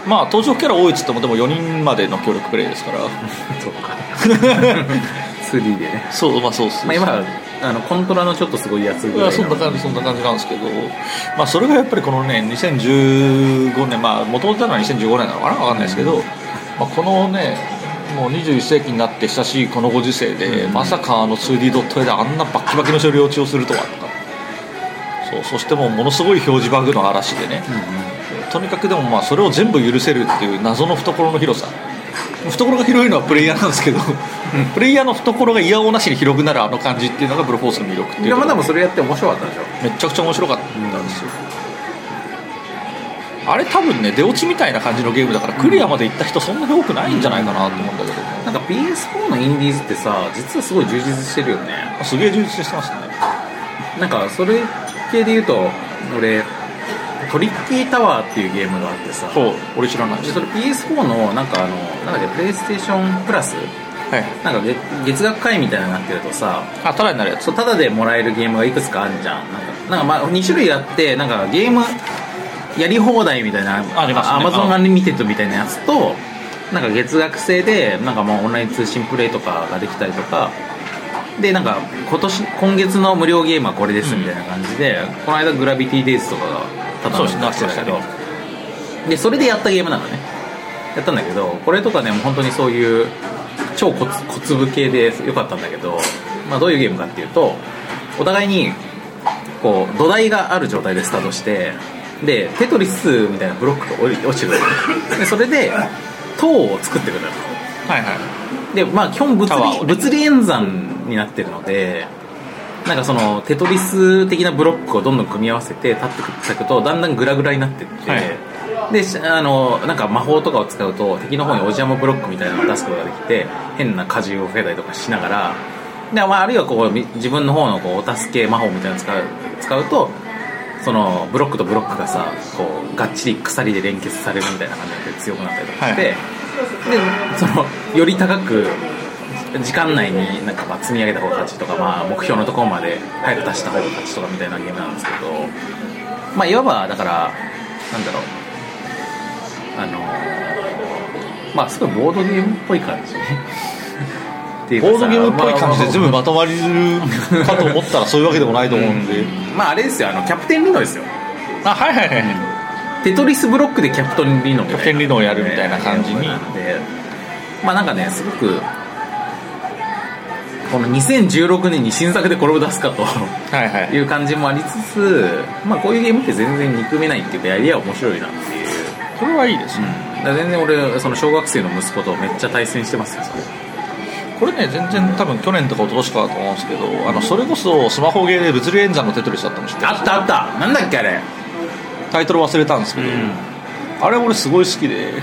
Speaker 3: まあ登場キャラ多いっつってもでも4人までの協力プレイですから
Speaker 2: そう か 3D でね、
Speaker 3: そうまあそうっす
Speaker 2: まあ、今はあのコントラのちょっとすごいやつ
Speaker 3: い
Speaker 2: ぐらい
Speaker 3: や
Speaker 2: の
Speaker 3: そんな感じそんな感じなんですけど、まあ、それがやっぱりこのね2015年まあ元々なのは2015年なのかな分かんないですけど、まあ、このねもう21世紀になって親しいこのご時世で、まさかあの 2D ドット絵であんなバッキバキの処理落ちをするとはとかそうそしてもうものすごい表示バグの嵐でね、とにかくでもまあそれを全部許せるっていう謎の懐の広さ懐が広いのはプレイヤーなんですけど、プレイヤーの懐がいやおうなしに広くなるあの感じっていうのがブルーフォースの魅力っていう
Speaker 2: い
Speaker 3: と
Speaker 2: や
Speaker 3: こ
Speaker 2: ま
Speaker 3: ろ
Speaker 2: あでもそれやって面白かったでしょ
Speaker 3: めちゃくちゃ面白かったんですよ、あれ多分ね出落ちみたいな感じのゲームだからクリアまで行った人そんなに多くないんじゃないかなと思うんだけど、
Speaker 2: なんか PS4 のインディーズってさ実はすごい充実してるよね
Speaker 3: すげえ充実してますね
Speaker 2: なんかそれ系で言うと俺トリッキータワーっていうゲームがあってさ
Speaker 3: そう俺知らないで
Speaker 2: で
Speaker 3: し
Speaker 2: それ PS4 のなんかあのなんだっけプレイステーションプラス
Speaker 3: はい
Speaker 2: なんか月月額会員みたいなのになってるとさ
Speaker 3: あただになるやつ
Speaker 2: そうタダでもらえるゲームがいくつかあるじゃんなんかなんかまあ2種類あってなんかゲームやり放題みたいな
Speaker 3: ありますね
Speaker 2: アマゾンアンリミテッドみたいなやつとなんか月額制でなんかまあオンライン通信プレイとかができたりとかでなんか今年今月の無料ゲームはこれですみたいな感じで、この間グラビティデイズとかがタダ
Speaker 3: そう
Speaker 2: の
Speaker 3: ですね
Speaker 2: 出してたけ
Speaker 3: な
Speaker 2: ど
Speaker 3: って
Speaker 2: でそれでやったゲームなのねやったんだけどこれとかねもう本当にそういう超小つ小粒系でよかったんだけど、まあ、どういうゲームかっていうとお互いにこう土台がある状態でスタートしてでテトリスみたいなブロックが降り落ちてくるのでそれで塔を作ってくるの
Speaker 3: はいはい
Speaker 2: でまあ基本物
Speaker 3: タワーを
Speaker 2: 理,、
Speaker 3: ね
Speaker 2: 物理演算になってるのでなんかそのテトリス的なブロックをどんどん組み合わせて立っていくとだんだんグラグラになってって、
Speaker 3: はい
Speaker 2: でしあのなんか魔法とかを使うと敵の方におじゃもブロックみたいなのを出すことができて変な荷重を増えたりとかしながらで、まあ、あるいはこうみ自分の方のこうお助け魔法みたいなのを使う使うとそのブロックとブロックがさこうがっちり鎖で連結されるみたいな感じで強くなったりとかして、でそのより高く時間内になんかまあ積み上げた方が勝ちとか、まあ、目標のところまで早く出した方が勝ちとかみたいなゲームなんですけど、まあ、いわばだからなんだろうあのーまあすごいボードゲームっぽい感じ っていうかさ
Speaker 3: ボードゲームっぽい感じで全部
Speaker 2: まあ
Speaker 3: まとまりるかと思ったらそういうわけでもないと思うんで、
Speaker 2: まああれですよあのキャプテンリノですよ
Speaker 3: あはいはいはい
Speaker 2: テトリスブロックでキャプテンリノみたいな
Speaker 3: キャプテンリノをやるみたいな感じに
Speaker 2: えーでまあなんかねすごくこの2016年に新作でこれを出すかと
Speaker 3: はいはい
Speaker 2: いう感じもありつつまあこういうゲームって全然憎めないっていうかやりや面白いなっていう
Speaker 3: これはいいですね、
Speaker 2: だから全然俺その小学生の息子とめっちゃ対戦してますよそれ
Speaker 3: これね全然多分去年とか一昨年とかだと思うんですけどあのそれこそスマホゲーで物理演算のテトリスだったの知って
Speaker 2: あ
Speaker 3: ます
Speaker 2: ったあったなんだっけあれ
Speaker 3: タイトル忘れたんですけど、あれ俺すごい好きで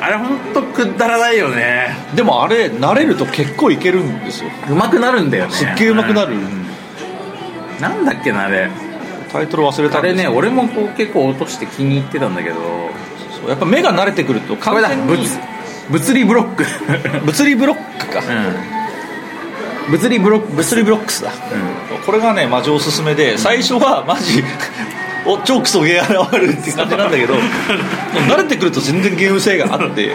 Speaker 2: あれ本当くだらないよね
Speaker 3: でもあれ慣れると結構いけるんですよ
Speaker 2: うまくなるんだよね
Speaker 3: すっげえ上手くなる、
Speaker 2: なんだっけなあれ
Speaker 3: タイトル忘れた
Speaker 2: あ
Speaker 3: んで
Speaker 2: れ
Speaker 3: す
Speaker 2: ね
Speaker 3: けど
Speaker 2: 俺もこう結構落として気に入ってたんだけど
Speaker 3: そうやっぱ目が慣れてくると
Speaker 2: これ
Speaker 3: 完
Speaker 2: だ
Speaker 3: 全
Speaker 2: 物
Speaker 3: に
Speaker 2: 物理ブロック
Speaker 3: 物理ブロックか、
Speaker 2: うん物理ブロック
Speaker 3: 物理ブロックスだ、これがねマジおすすめで最初はマジお超クソゲー現るって感じなんだけど慣れてくると全然ゲーム性があって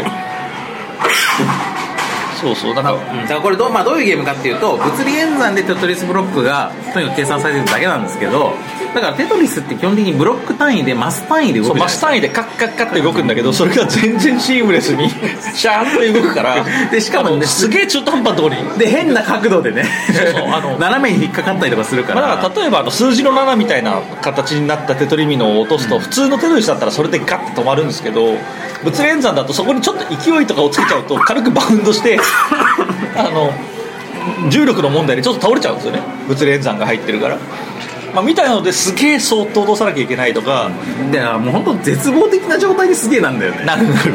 Speaker 3: そうそうだから
Speaker 2: だからこれど,、まあ、どういうゲームかっていうと物理演算でテトリスブロックがとにかく計算されてるだけなんですけどだからテトリスって基本的にブロック単位でマス単位で動
Speaker 3: そう
Speaker 2: くじ
Speaker 3: マ
Speaker 2: ゃない
Speaker 3: ス単位でカッカッカッって動くんだけどそれが全然シームレスにシャーンって動く から
Speaker 2: でしかもね
Speaker 3: あのすげえ中途半端なところに
Speaker 2: で変な角度でね
Speaker 3: そうそうあの
Speaker 2: 斜めに引っかかったりとかするから,、
Speaker 3: まあ、だから例えばあの数字の7みたいな形になったテトリミノを落とすと、普通のテトリスだったらそれでガッて止まるんですけど物理演算だとそこにちょっと勢いとかをつけちゃう と軽くバウンドしてあの重力の問題でちょっと倒れちゃうんですよね物理演算が入ってるから。まあ、みたいなのですげえ相当落とさなきゃいけないとか、
Speaker 2: だからもう本当絶望的な状態にすげえなんだよね
Speaker 3: なるなる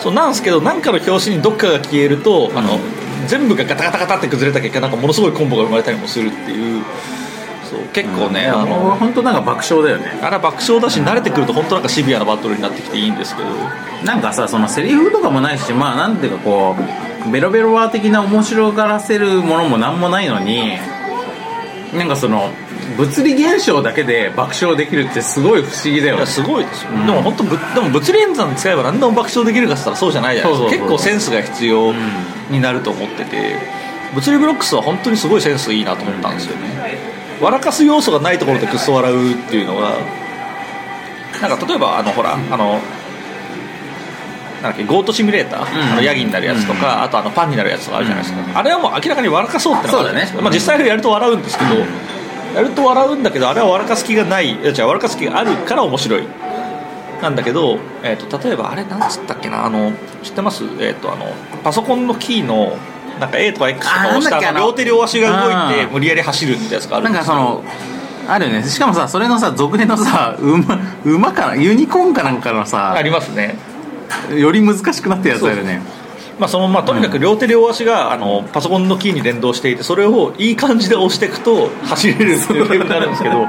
Speaker 3: そうなんですけどなんかの表紙にどっかが消えると、あの全部がガタガタガタって崩れた結果なんかものすごいコンボが生まれたりもするっていうそう結構ね、あの
Speaker 2: もう本当なんか爆笑だよね
Speaker 3: あら爆笑だし慣れてくると本当なんかシビアなバトルになってきていいんですけど
Speaker 2: なんかさそのセリフとかもないしまあなんていうかこうベロベロワー的な面白がらせるものもなんもないのになんかその物理現象だけで爆笑できるってすごい不思議だよ
Speaker 3: いや
Speaker 2: ね
Speaker 3: すごいですよ、でも本当ぶでも物理演算使えば何でも爆笑できるかっつったらそうじゃないじゃないですか
Speaker 2: そうそうそう
Speaker 3: 結構センスが必要になると思ってて、物理ブロックスは本当にすごいセンスいいなと思ったんですよね、笑かす要素がないところでくっそ笑うっていうのはなんか例えばあのほら、あのなんだっけゴートシミュレーター、
Speaker 2: ん
Speaker 3: あのヤギになるやつとか、あとあのパンになるやつとかあるじゃないですか、あれはもう明らかに笑かそうってのがあるじゃないですか
Speaker 2: そうだね
Speaker 3: まあ、実際やると笑うんですけど、やると笑うんだけどあれは笑かす気がないいや違う笑かす気があるから面白いなんだけど、えー、と例えばあれなんつったっけなあの知ってます、えー、とあのパソコンのキーのなんか A とか X とか押し
Speaker 2: あーなんだっけ
Speaker 3: たあ
Speaker 2: あの
Speaker 3: の両手両足が動いて
Speaker 2: うん
Speaker 3: 無理やり走るってやつがある
Speaker 2: なん
Speaker 3: で
Speaker 2: か
Speaker 3: すけど
Speaker 2: そのあるよねしかもさそれのさ俗年のさ馬馬かなユニコーンかなんかの
Speaker 3: あ
Speaker 2: さ
Speaker 3: りますね
Speaker 2: より難しくなってるやつだよね
Speaker 3: まあそのまあ、とにかく両手両足が、あのパソコンのキーに連動していてそれをいい感じで押していくと走れるっていうゲームになるんですけど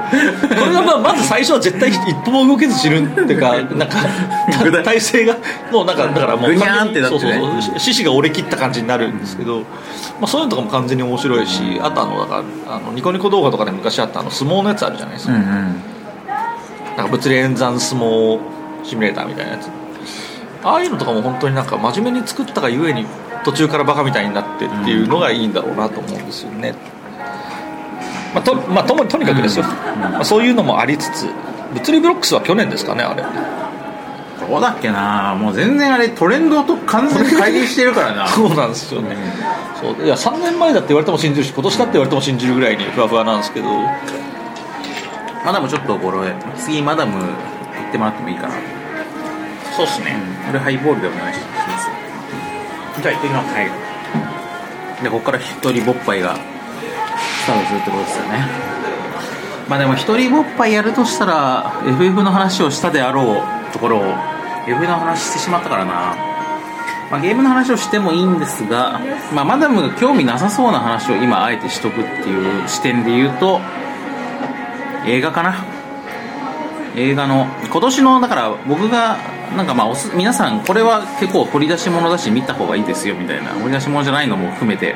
Speaker 3: これがまあまず最初は絶対一歩も動けず死ぬっていうかなんか
Speaker 2: ぐだ
Speaker 3: た体勢がもうなんかだからもう
Speaker 2: ぐにゃーんってなってね
Speaker 3: そうそうそう獅子が折れ切った感じになるんですけど、まあ、そういうのとかも完全に面白いしあとあのだからあのニコニコ動画とかで昔あったあの相撲のやつあるじゃないですか
Speaker 2: う,、んうん
Speaker 3: なんか物理演算相撲シミュレーターみたいなやつああいうのとかも本当になんか真面目に作ったがゆえに途中からバカみたいになってっていうのがいいんだろうなと思うんですよね、まあとまあ、ともとにかくですよ、まあ、そういうのもありつつ物理ブロックスは去年ですかねあれ
Speaker 2: どうだっけなもう全然あれトレンドと完全に乖離してるから な
Speaker 3: そうなんですよね、そういや3年前だって言われても信じるし今年だって言われても信じるぐらいにふわふわなんですけど
Speaker 2: マダムちょっとこれ次マダム行ってもらってもいいかな
Speaker 3: そうっすね
Speaker 2: これハイボールでお願いします
Speaker 3: じゃあ行ってきます
Speaker 2: はいでここから一人ぼっぱいがスタートするってことですよねまあでも一人ぼっぱいやるとしたら FF の話をしたであろうところを FF の話してしまったからな、まあ、ゲームの話をしてもいいんですが、まあ、マダムが興味なさそうな話を今あえてしとくっていう視点で言うと映画かな映画の今年のだから僕がなんかまあおす皆さんこれは結構掘り出し物だし見た方がいいですよみたいな掘り出し物じゃないのも含めて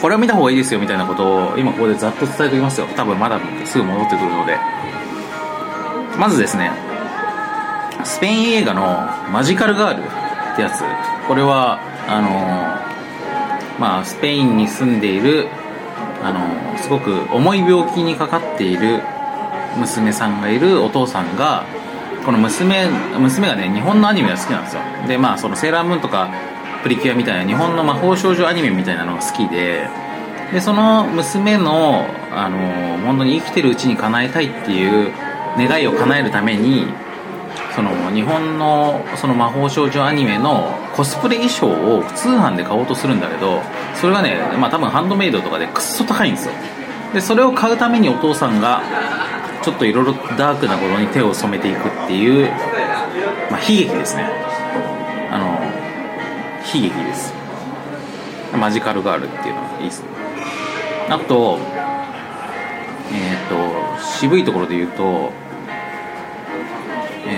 Speaker 2: これは見た方がいいですよみたいなことを今ここでざっと伝えておきますよ多分まだすぐ戻ってくるのでまずですねスペイン映画の「マジカルガール」ってやつこれはあのーまあスペインに住んでいるあのーすごく重い病気にかかっている娘さんがいるお父さんがこの娘娘がね日本のアニメが好きなんですよでまあそのセーラームーンとかプリキュアみたいな日本の魔法少女アニメみたいなのが好きででその娘の、あのー本当に生きてるうちに叶えたいっていう願いを叶えるためにその日本のその魔法少女アニメのコスプレ衣装を通販で買おうとするんだけどそれがね、まあ、多分ハンドメイドとかでくっそ高いんですよでそれを買うためにお父さんがちょっといろいろダークなことに手を染めていくっていう、まあ、悲劇ですねあの悲劇ですマジカルガールっていうのがいいですねあとえっ、と渋いところで言うと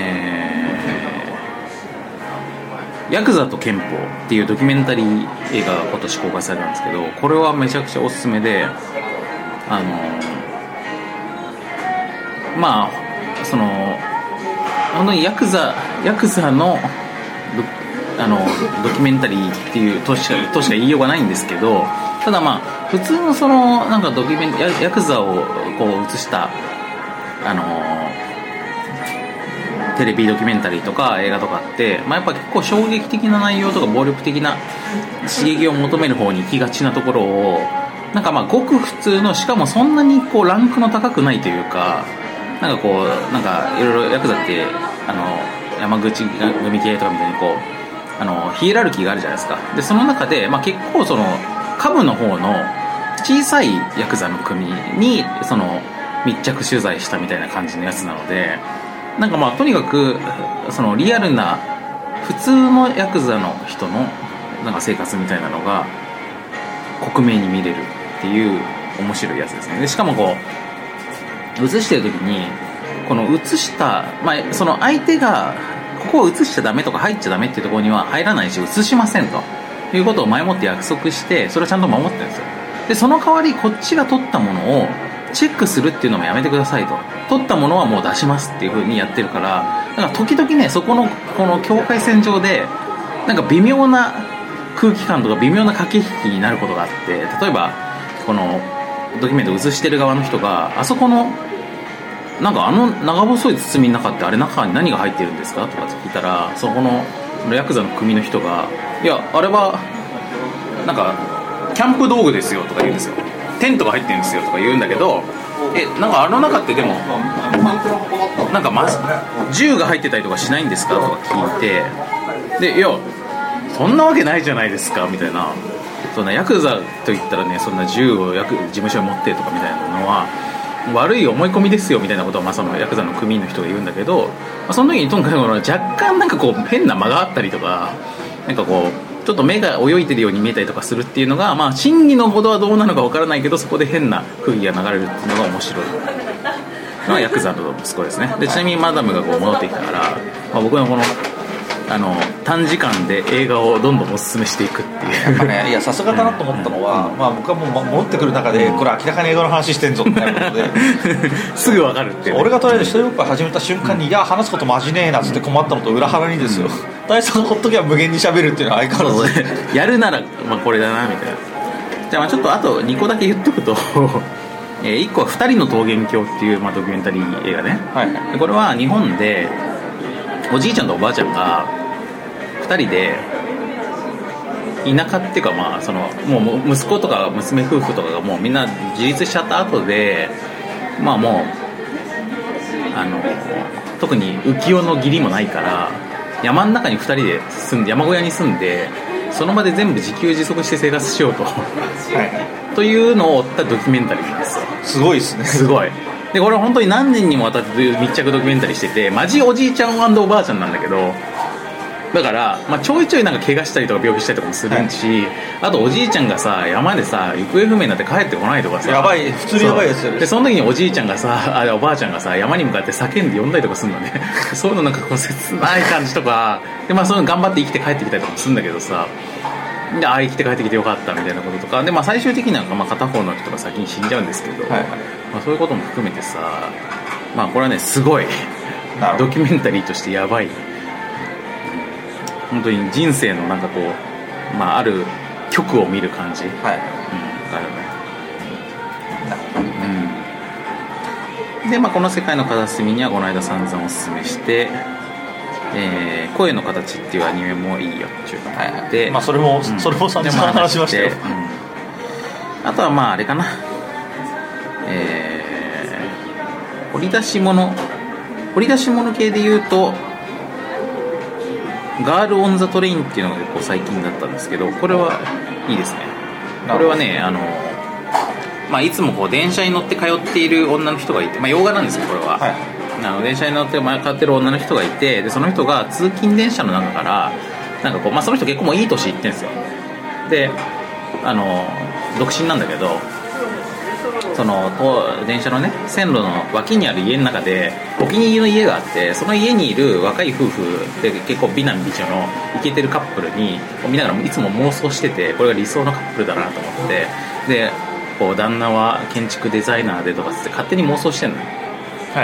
Speaker 2: えーヤクザと憲法」っていうドキュメンタリー映画が今年公開されたんですけどこれはめちゃくちゃおすすめであのまあその本当にヤクザヤクザのドあのドキュメンタリーっていうとしかとしか言いようがないんですけどただまあ普通のそのなんかドキュメンヤヤクザをこう映したあのテレビドキュメンタリーとか映画とかって、まあ、やっぱ結構衝撃的な内容とか暴力的な刺激を求める方に行きがちなところをなんかまあごく普通のしかもそんなにこうランクの高くないというかなんかこうなんかいろいろヤクザってあの山口組系とかみたいにこうあのヒエラルキーがあるじゃないですかでその中で、まあ、結構その下部の方の小さいヤクザの組にその密着取材したみたいな感じのやつなのでなんかまあとにかくそのリアルな普通のヤクザの人のなんか生活みたいなのが克明に見れるっていう面白いやつですねでしかもこう映してる時にこの映した、まあ、その相手がここを映しちゃダメとか入っちゃダメっていうところには入らないし映しませんということを前もって約束してそれをちゃんと守ってるんですよでその代わりこっちが撮ったものをチェックするっていうのもやめてくださいと取ったものはもう出しますっていう風にやってるからなんか時々ねそこのこの境界線上でなんか微妙な空気感とか微妙な駆け引きになることがあって例えばこのドキュメント映してる側の人があそこのなんかあの長細い包みの中ってあれ中に何が入ってるんですかとかって聞いたらそこのそのヤクザの組の人が「いやあれはなんかキャンプ道具ですよとか言うんですよテントが入ってるんですよとか言うんだけどえなんかあの中ってでもなんか、ま、銃が入ってたりとかしないんですかとか聞いてでいやそんなわけないじゃないですかみたいなそんなヤクザといったらねそんな銃をヤク事務所に持ってとかみたいなのは悪い思い込みですよみたいなことを、まあ、そのヤクザの組員の人が言うんだけど、まあ、その時にとにかくこの若干なんかこう変な間があったりとかなんかこうちょっと目が泳いでるように見えたりとかするっていうのが、まあ、真偽のほどはどうなのかわからないけどそこで変な空気が流れるっていうのが面白い。まあ、ヤクザの息子ですねでちなみにマダムがこう戻ってきたから、まあ、僕はこのあの短時間で映画をどんどんおすすめしていくっていう
Speaker 6: なんかね、いやさすがだなと思ったのは、まあ、僕はもうま戻ってくる中でこれ明らかに映画の話してんぞってなることで
Speaker 2: すぐわかるっていうね、
Speaker 6: 俺がとりあえず一人よっぱい始めた瞬間に、いや話すことマジねえなっつって困ったのと裏腹にですよ、大佐がほっときゃ無限に喋るっていうのは相変わらず
Speaker 2: そうね やるなら、まあ、これだなみたいなじゃあまあちょっとあと2個だけ言っとく とえ1個は「2人の桃源郷」っていう、まあ、ドキュメンタリー映画ね
Speaker 6: はいはい
Speaker 2: でこれは日本でおじいちゃんとおばあちゃんが2人で田舎っていうかまあそのもうもう息子とか娘夫婦とかがもうみんな自立しちゃった後でまあもうあの特に浮世の義理もないから山の中に2人で住んで山小屋に住んでその場で全部自給自足して生活しようとというのを追ったドキュメンタリーなんですよ
Speaker 6: すごいですね
Speaker 2: すごいでこれは本当に何年にもわたって密着ドキュメンタリーしててマジおじいちゃんおばあちゃんなんだけどだから、まあ、ちょいちょいなんか怪我したりとか病気したりとかもするし、あとおじいちゃんがさ山でさ行方不明になって帰ってこないとかさ
Speaker 3: やばい普通にやばいやつやる
Speaker 2: でその時におじいちゃんがさあおばあちゃんがさ山に向かって叫んで呼んだりとかするのね そういうのなんかこう切ない感じとかで、まあ、そういうの頑張って生きて帰ってきたりとかもするんだけどさでああ生きて帰ってきてよかったみたいなこととかで、まあ、最終的にはまあ片方の人が先に死んじゃうんですけど、
Speaker 3: はい
Speaker 2: まあ、そういうことも含めてさ、まあ、これはねすごい
Speaker 3: なるほ
Speaker 2: ド
Speaker 3: ど
Speaker 2: キュメンタリーとしてやばい本当に人生のなんかこう、まあ、ある曲を見る感じ、うん、
Speaker 3: はい
Speaker 2: あるねうんで、まあ、この「世界の片隅」にはこの間散々おすすめして「えー声の形」っていうアニメもいいよっていう感じで、
Speaker 3: まあそれも、
Speaker 2: うん
Speaker 3: それも散々話しましたよ
Speaker 2: であうんあとはまああれかなえー掘り出し物掘り出し物系で言うとガール・オン・ザ・トレインっていうのが結構最近だったんですけどこれはいいですねこれはねあのまあいつもこう電車に乗って通っている女の人がいてまあ洋画なんですよこれは、
Speaker 3: はい
Speaker 2: あの電車に乗って前買ってる女の人がいてでその人が通勤電車の中からなんかこう、まあ、その人結構もういい年いってんですよであの独身なんだけどそのと電車のね線路の脇にある家の中でお気に入りの家があってその家にいる若い夫婦で結構美男美女のイケてるカップルにを見ながらいつも妄想しててこれが理想のカップルだなと思ってでこう旦那は建築デザイナーでとかっつって勝手に妄想してんの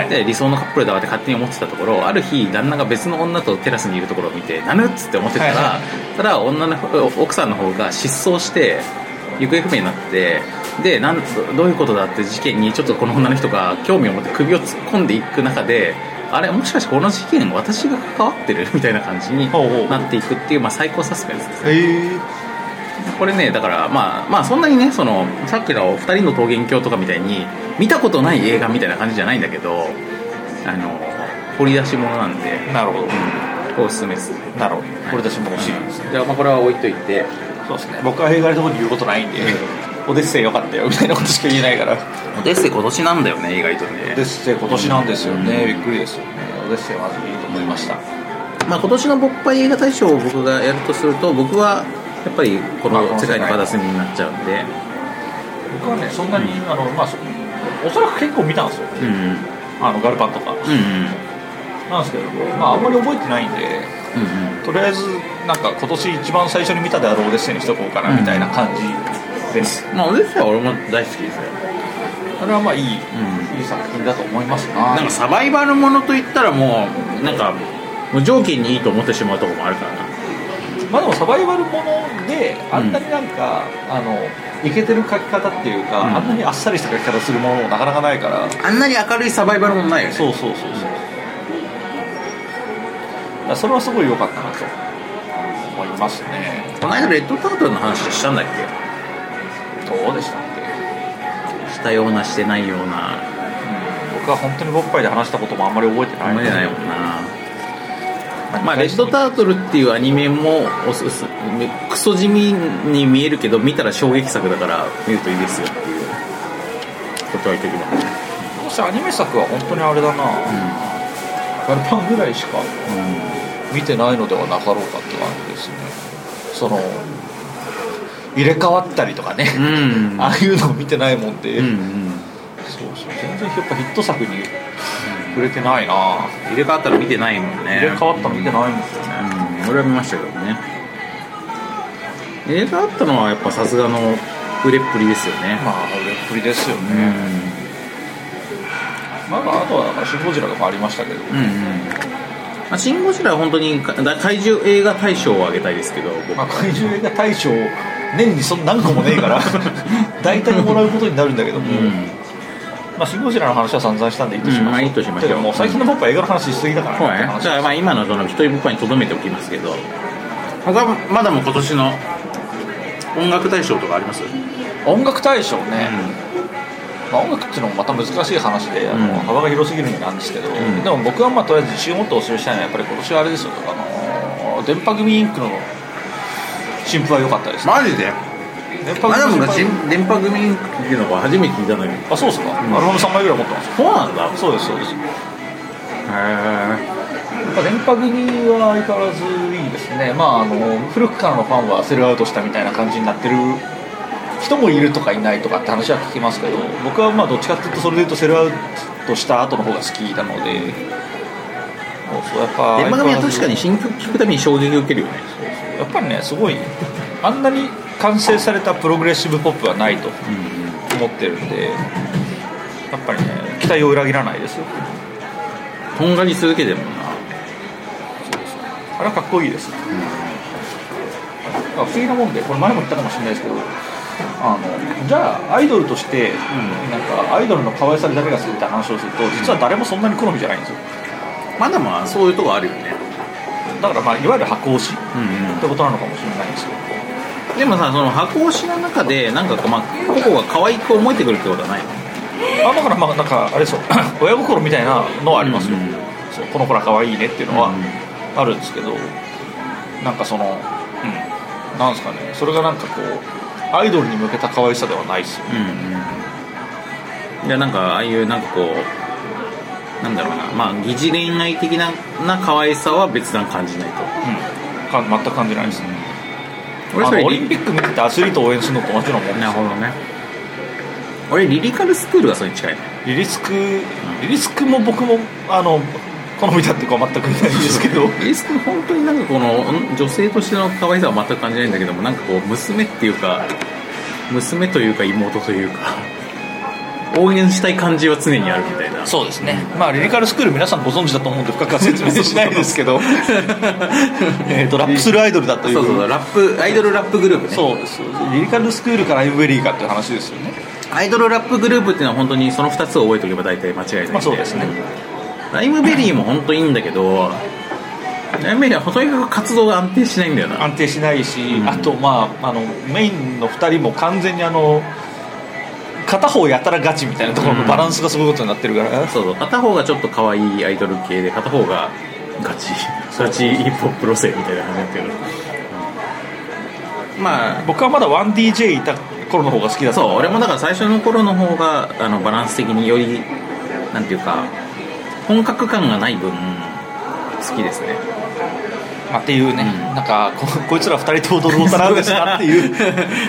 Speaker 2: で理想のカップルだわって勝手に思ってたところある日旦那が別の女とテラスにいるところを見て「なぬ!」っつって思ってたら、
Speaker 3: はいは
Speaker 2: ただ女の奥さんの方が失踪して行方不明になってでなんどういうことだって事件にちょっとこの女の人が興味を持って首を突っ込んでいく中であれもしかしてこの事件私が関わってるみたいな感じに
Speaker 3: ほうほう
Speaker 2: なっていくっていう、まあ、最高サスペンスです
Speaker 3: へえ
Speaker 2: これねだからまあまあそんなにねそのさっきの2人の桃源郷とかみたいに見たことない映画みたいな感じじゃないんだけどあの掘り出し物なんで、
Speaker 3: なるほど
Speaker 2: うん、おすすめです
Speaker 3: なるほどこれ私も欲しいです
Speaker 2: じゃあまあこれは置いといて
Speaker 3: そうですね僕は映画のところに言うことないんでオデッセイよかったよみたいなことしか言えないから
Speaker 2: オデッセイ今年なんだよね意外と
Speaker 3: オデ
Speaker 2: ね
Speaker 3: ッセイ今年なんですよねびっくりですよねオデッセイはずいいと思いました
Speaker 2: まあ今年の勃発映画大賞を僕がやるとすると僕はやっぱりこ
Speaker 3: まあこの
Speaker 2: の
Speaker 3: 世
Speaker 2: 世
Speaker 3: 界
Speaker 2: 界の片隅になっちゃうんで
Speaker 3: 僕はねそんなに、あのまあそおそらく結構見たんですよ
Speaker 2: うんうん
Speaker 3: あのガルパンとか
Speaker 2: うん
Speaker 3: なんですけどまああんまり覚えてないんで
Speaker 2: うんうん
Speaker 3: とりあえずなんか今年一番最初に見たであろうオデッセイにしとこうかなみたいな感じです、
Speaker 2: うんまあオデッセイは俺も大好きですよ
Speaker 3: それはまあいい、
Speaker 2: う
Speaker 3: いい作品だと思いますな
Speaker 2: なんかサバイバルものといったらもうなんか無条件にいいと思ってしまうとこもあるからな
Speaker 3: まあでもサバイバルものであんなになんか、あのいけてる書き方っていうか、
Speaker 2: うん
Speaker 3: あんなにあっさりした書き方するものなかなかないから
Speaker 2: あんなに明るいサバイバルもないよね
Speaker 3: そうそうそうそうだからそれはすごい良かったなと思いますね
Speaker 2: この間レッドタートルの話したんだっけ
Speaker 3: どうでしたっけ、
Speaker 2: したようなしてないような
Speaker 3: 僕は本当に僕っぱいで話したこともあんまり覚えてない
Speaker 2: 思えないもんなまあ、レッド
Speaker 3: ー
Speaker 2: タートルっていうアニメもおすすめクソ地味に見えるけど見たら衝撃作だから見るといいですよっていうことは言っておきますね
Speaker 3: そしてアニメ作は本当にあれだな、ガルパンぐらいしか見てないのではなかろうかって感じですねその入れ替わったりとかね、
Speaker 2: うんうん
Speaker 3: ああいうのを見てないもんで、
Speaker 2: うんうん
Speaker 3: そうそう全然やっぱヒット作に触れてないな、
Speaker 2: 入れ替わったら見てないもんね
Speaker 3: 入れ替わったの見てないんですよね、
Speaker 2: うん、俺は見ましたけどね映画あったのはやっぱさすがの売れっぷりですよね、
Speaker 3: まあ売れっぷりですよ
Speaker 2: うん、
Speaker 3: ね、まああとはだから「シン・ゴジラ」とかありましたけど、
Speaker 2: うんうんまあ、シン・ゴジラは本当にか怪獣映画大賞をあげたいですけど僕
Speaker 3: まあ、怪獣映画大賞年にそん何個もねえから 大体もらうことになるんだけども、
Speaker 2: うん
Speaker 3: まあ、シン・ゴジラの話は散々したんでいいとしましょう、
Speaker 2: うんまあいいとしましょう
Speaker 3: でもう最近の僕は映画の話しすぎだから
Speaker 2: そうね
Speaker 3: 話
Speaker 2: じゃあまあ今のその一人僕はにとどめておきますけど他まだも今年の音楽大賞とかあります
Speaker 3: 音楽大賞ね、まあ、音楽っていうのもまた難しい話で、あの
Speaker 2: うん
Speaker 3: 幅が広すぎるんでなんですけど、
Speaker 2: ん
Speaker 3: でも僕はまあとりあえず自信を持ってお勧めしたいのはやっぱり今年はあれですよあのー電波組インクの新譜は良かったです、
Speaker 2: マジで
Speaker 3: 電波
Speaker 2: マダム
Speaker 3: 組
Speaker 2: が
Speaker 3: 新譜
Speaker 2: 新電波組っていうのが初めて聞いたんだけど
Speaker 3: あそうですか、アルバム3枚ぐらい持ってます
Speaker 2: そうなんだ
Speaker 3: そうですそうです
Speaker 2: へえ
Speaker 3: まあ電波組は相変わらずいいですね、まあ、あの古くからのファンはセルアウトしたみたいな感じになってる人もいるとかいないとかって話は聞きますけど僕はまあどっちかっていうとそれで言うとセルアウトした後の方が好きなのでもうそうやっぱ
Speaker 2: 電波組は確か
Speaker 3: に
Speaker 2: に新曲聴くたびに衝撃を受けるよね
Speaker 3: やっぱりねすごいあんなに完成されたプログレッシブポップはないと思ってるんでやっぱりね期待を裏切らないですよ
Speaker 2: とんがり続けてるもんな
Speaker 3: あれはかっこいいです、まあ不思議なもんでこれ前も言ったかもしれないですけどあのじゃあアイドルとして、なんかアイドルの可愛さだけが好きって話をすると実は誰もそんなに好みじゃないんですよ
Speaker 2: まだまあそういうとこあるよね
Speaker 3: だからまあいわゆる箱推しっ
Speaker 2: うんうん
Speaker 3: てことなのかもしれないんですよ
Speaker 2: でもさその箱推しの中でなんかこうまあ個々が可愛く思えてくるってことはない
Speaker 3: あだからまあなんかあれですよ 親心みたいなのはありますよ、
Speaker 2: うんうん
Speaker 3: そうこの子ら可愛いねっていうのは
Speaker 2: うんうん
Speaker 3: あるんですけど、なんかその、うん、なんですかねそれがなんかこうアイドルに向けた可愛さではないですよ
Speaker 2: うんうんでなんかああいうなんかこうなんだろうなまあ疑似恋愛的なな可愛さは別段感じないと
Speaker 3: うん、か全く感じないですね、
Speaker 2: 俺
Speaker 3: あ
Speaker 2: そ
Speaker 3: の
Speaker 2: れ
Speaker 3: オリンピ
Speaker 2: リ
Speaker 3: ック見ててアスリートを応援するのと同じようなもんです
Speaker 2: なるほどね俺リリカルスクールがそれに近いね
Speaker 3: リリスクリリスクも僕もあの好みだっていうか全くいないんですけど
Speaker 2: リリスク本当になんかこのん女性としての可愛さは全く感じないんだけどもなんかこう娘っていうか娘というか妹というか応援したい感じは常にあるみたいな
Speaker 3: そうですねまあリリカルスクール皆さんご存知だと思うんで深くは説明しないですけ どえーとラップするアイドルだという
Speaker 2: そうそうそうラップアイドルラップグループね
Speaker 3: そうですそうですリリカルスクールからエムベリーかっていう話ですよね
Speaker 2: アイドルラップグループっていうのは本当にその2つを覚えておけば大体間違いないんで
Speaker 3: まあそうですね
Speaker 2: ライムベリーも本当いいんだけどライムベリーはとにかく活動が安定しないんだよな
Speaker 3: 安定しないし、
Speaker 2: うん
Speaker 3: あとまああのメインの2人も完全にあの片方やたらガチみたいなところのバランスがすごいことになってるから、
Speaker 2: そうそう片方がちょっと可愛いアイドル系で片方がガチガチヒップホップ路線みたいな感じだけどまあ
Speaker 3: 僕はまだ 1DJ いた頃の方が好きだったか
Speaker 2: そ
Speaker 3: ら
Speaker 2: う俺もだから最初の頃の方があのバランス的によりなんていうか本格感がない分好きですね
Speaker 3: まあっていうね、
Speaker 2: う
Speaker 3: なんかここいつら二人ともドルオタなんですかっていう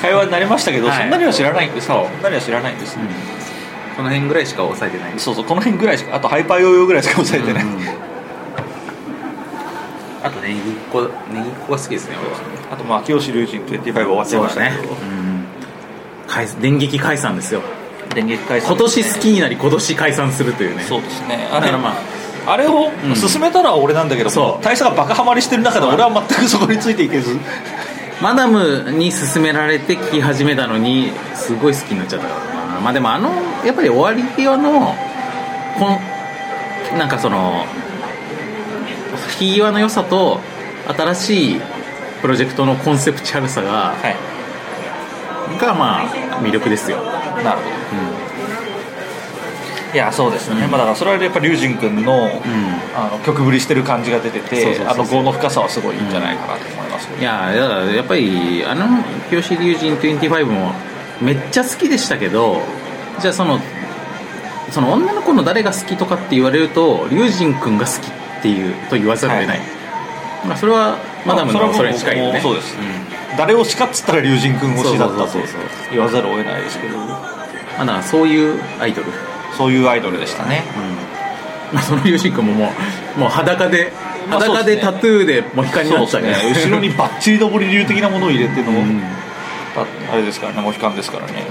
Speaker 3: 会話になりましたけど、
Speaker 2: はい
Speaker 3: そんなには知らないんです
Speaker 2: そう
Speaker 3: そんなには知らないんです、
Speaker 2: この辺ぐらいしか抑えてない
Speaker 3: そうそうこの辺ぐらいしかあとハイパーヨーヨーぐらいしか抑えてない、
Speaker 2: うんあとねぎっこねぎっこが好きですね俺は
Speaker 3: あとまあ清志隆人25終わっちゃいましたけど、
Speaker 2: うん解電撃解散ですよ
Speaker 3: 電撃解散
Speaker 2: 今年好きになり今年解散するというね
Speaker 3: そうですねあ
Speaker 2: だ
Speaker 3: れ,、
Speaker 2: からまあ
Speaker 3: あ、れを
Speaker 2: ん
Speaker 3: 進めたのは俺なんだけど、
Speaker 2: そう
Speaker 3: 大佐がバカハマりしてる中で俺は全くそこについていけず
Speaker 2: マダムに勧められて聴き始めたのにすごい好きになっちゃったからなまあでもあのやっぱり終わり際のこのなんかその引き際の良さと新しいプロジェクトのコンセプチュアルさが、
Speaker 3: はい
Speaker 2: がまあ魅力ですよ、
Speaker 3: なるほどいやそうですね、まあ、だからそれはやっぱ龍神君の,、あの曲振りしてる感じが出て
Speaker 2: そう
Speaker 3: て
Speaker 2: そうそう
Speaker 3: あ
Speaker 2: そう
Speaker 3: の業の深さはすごいいいんじゃないかなと思います、
Speaker 2: いやーだからやっぱりあの清志龍神25もめっちゃ好きでしたけどじゃあそのその女の子の誰が好きとかって言われると龍神君が好きっていうと言わざるを得ない、
Speaker 3: は
Speaker 2: まあ、それはマダム
Speaker 3: まあ
Speaker 2: のそ
Speaker 3: それ
Speaker 2: れ
Speaker 3: はもう
Speaker 2: に近いよね
Speaker 3: そうです
Speaker 2: ん
Speaker 3: 誰推しかっつったら龍神君推しだったと
Speaker 2: そうそうそうそ
Speaker 3: 言わざるを得ないですけど
Speaker 2: まあ、だからそういうアイドル、 うん
Speaker 3: そういうアイドルでしたね
Speaker 2: まあ、その龍神君ももうもう裸で
Speaker 3: まあそう
Speaker 2: 裸
Speaker 3: ですね
Speaker 2: でタトゥーでモヒカンになっちゃう
Speaker 3: ね後ろにバッチリ登り流的なものを入れての、
Speaker 2: うん
Speaker 3: ああれですからねモヒカンですからね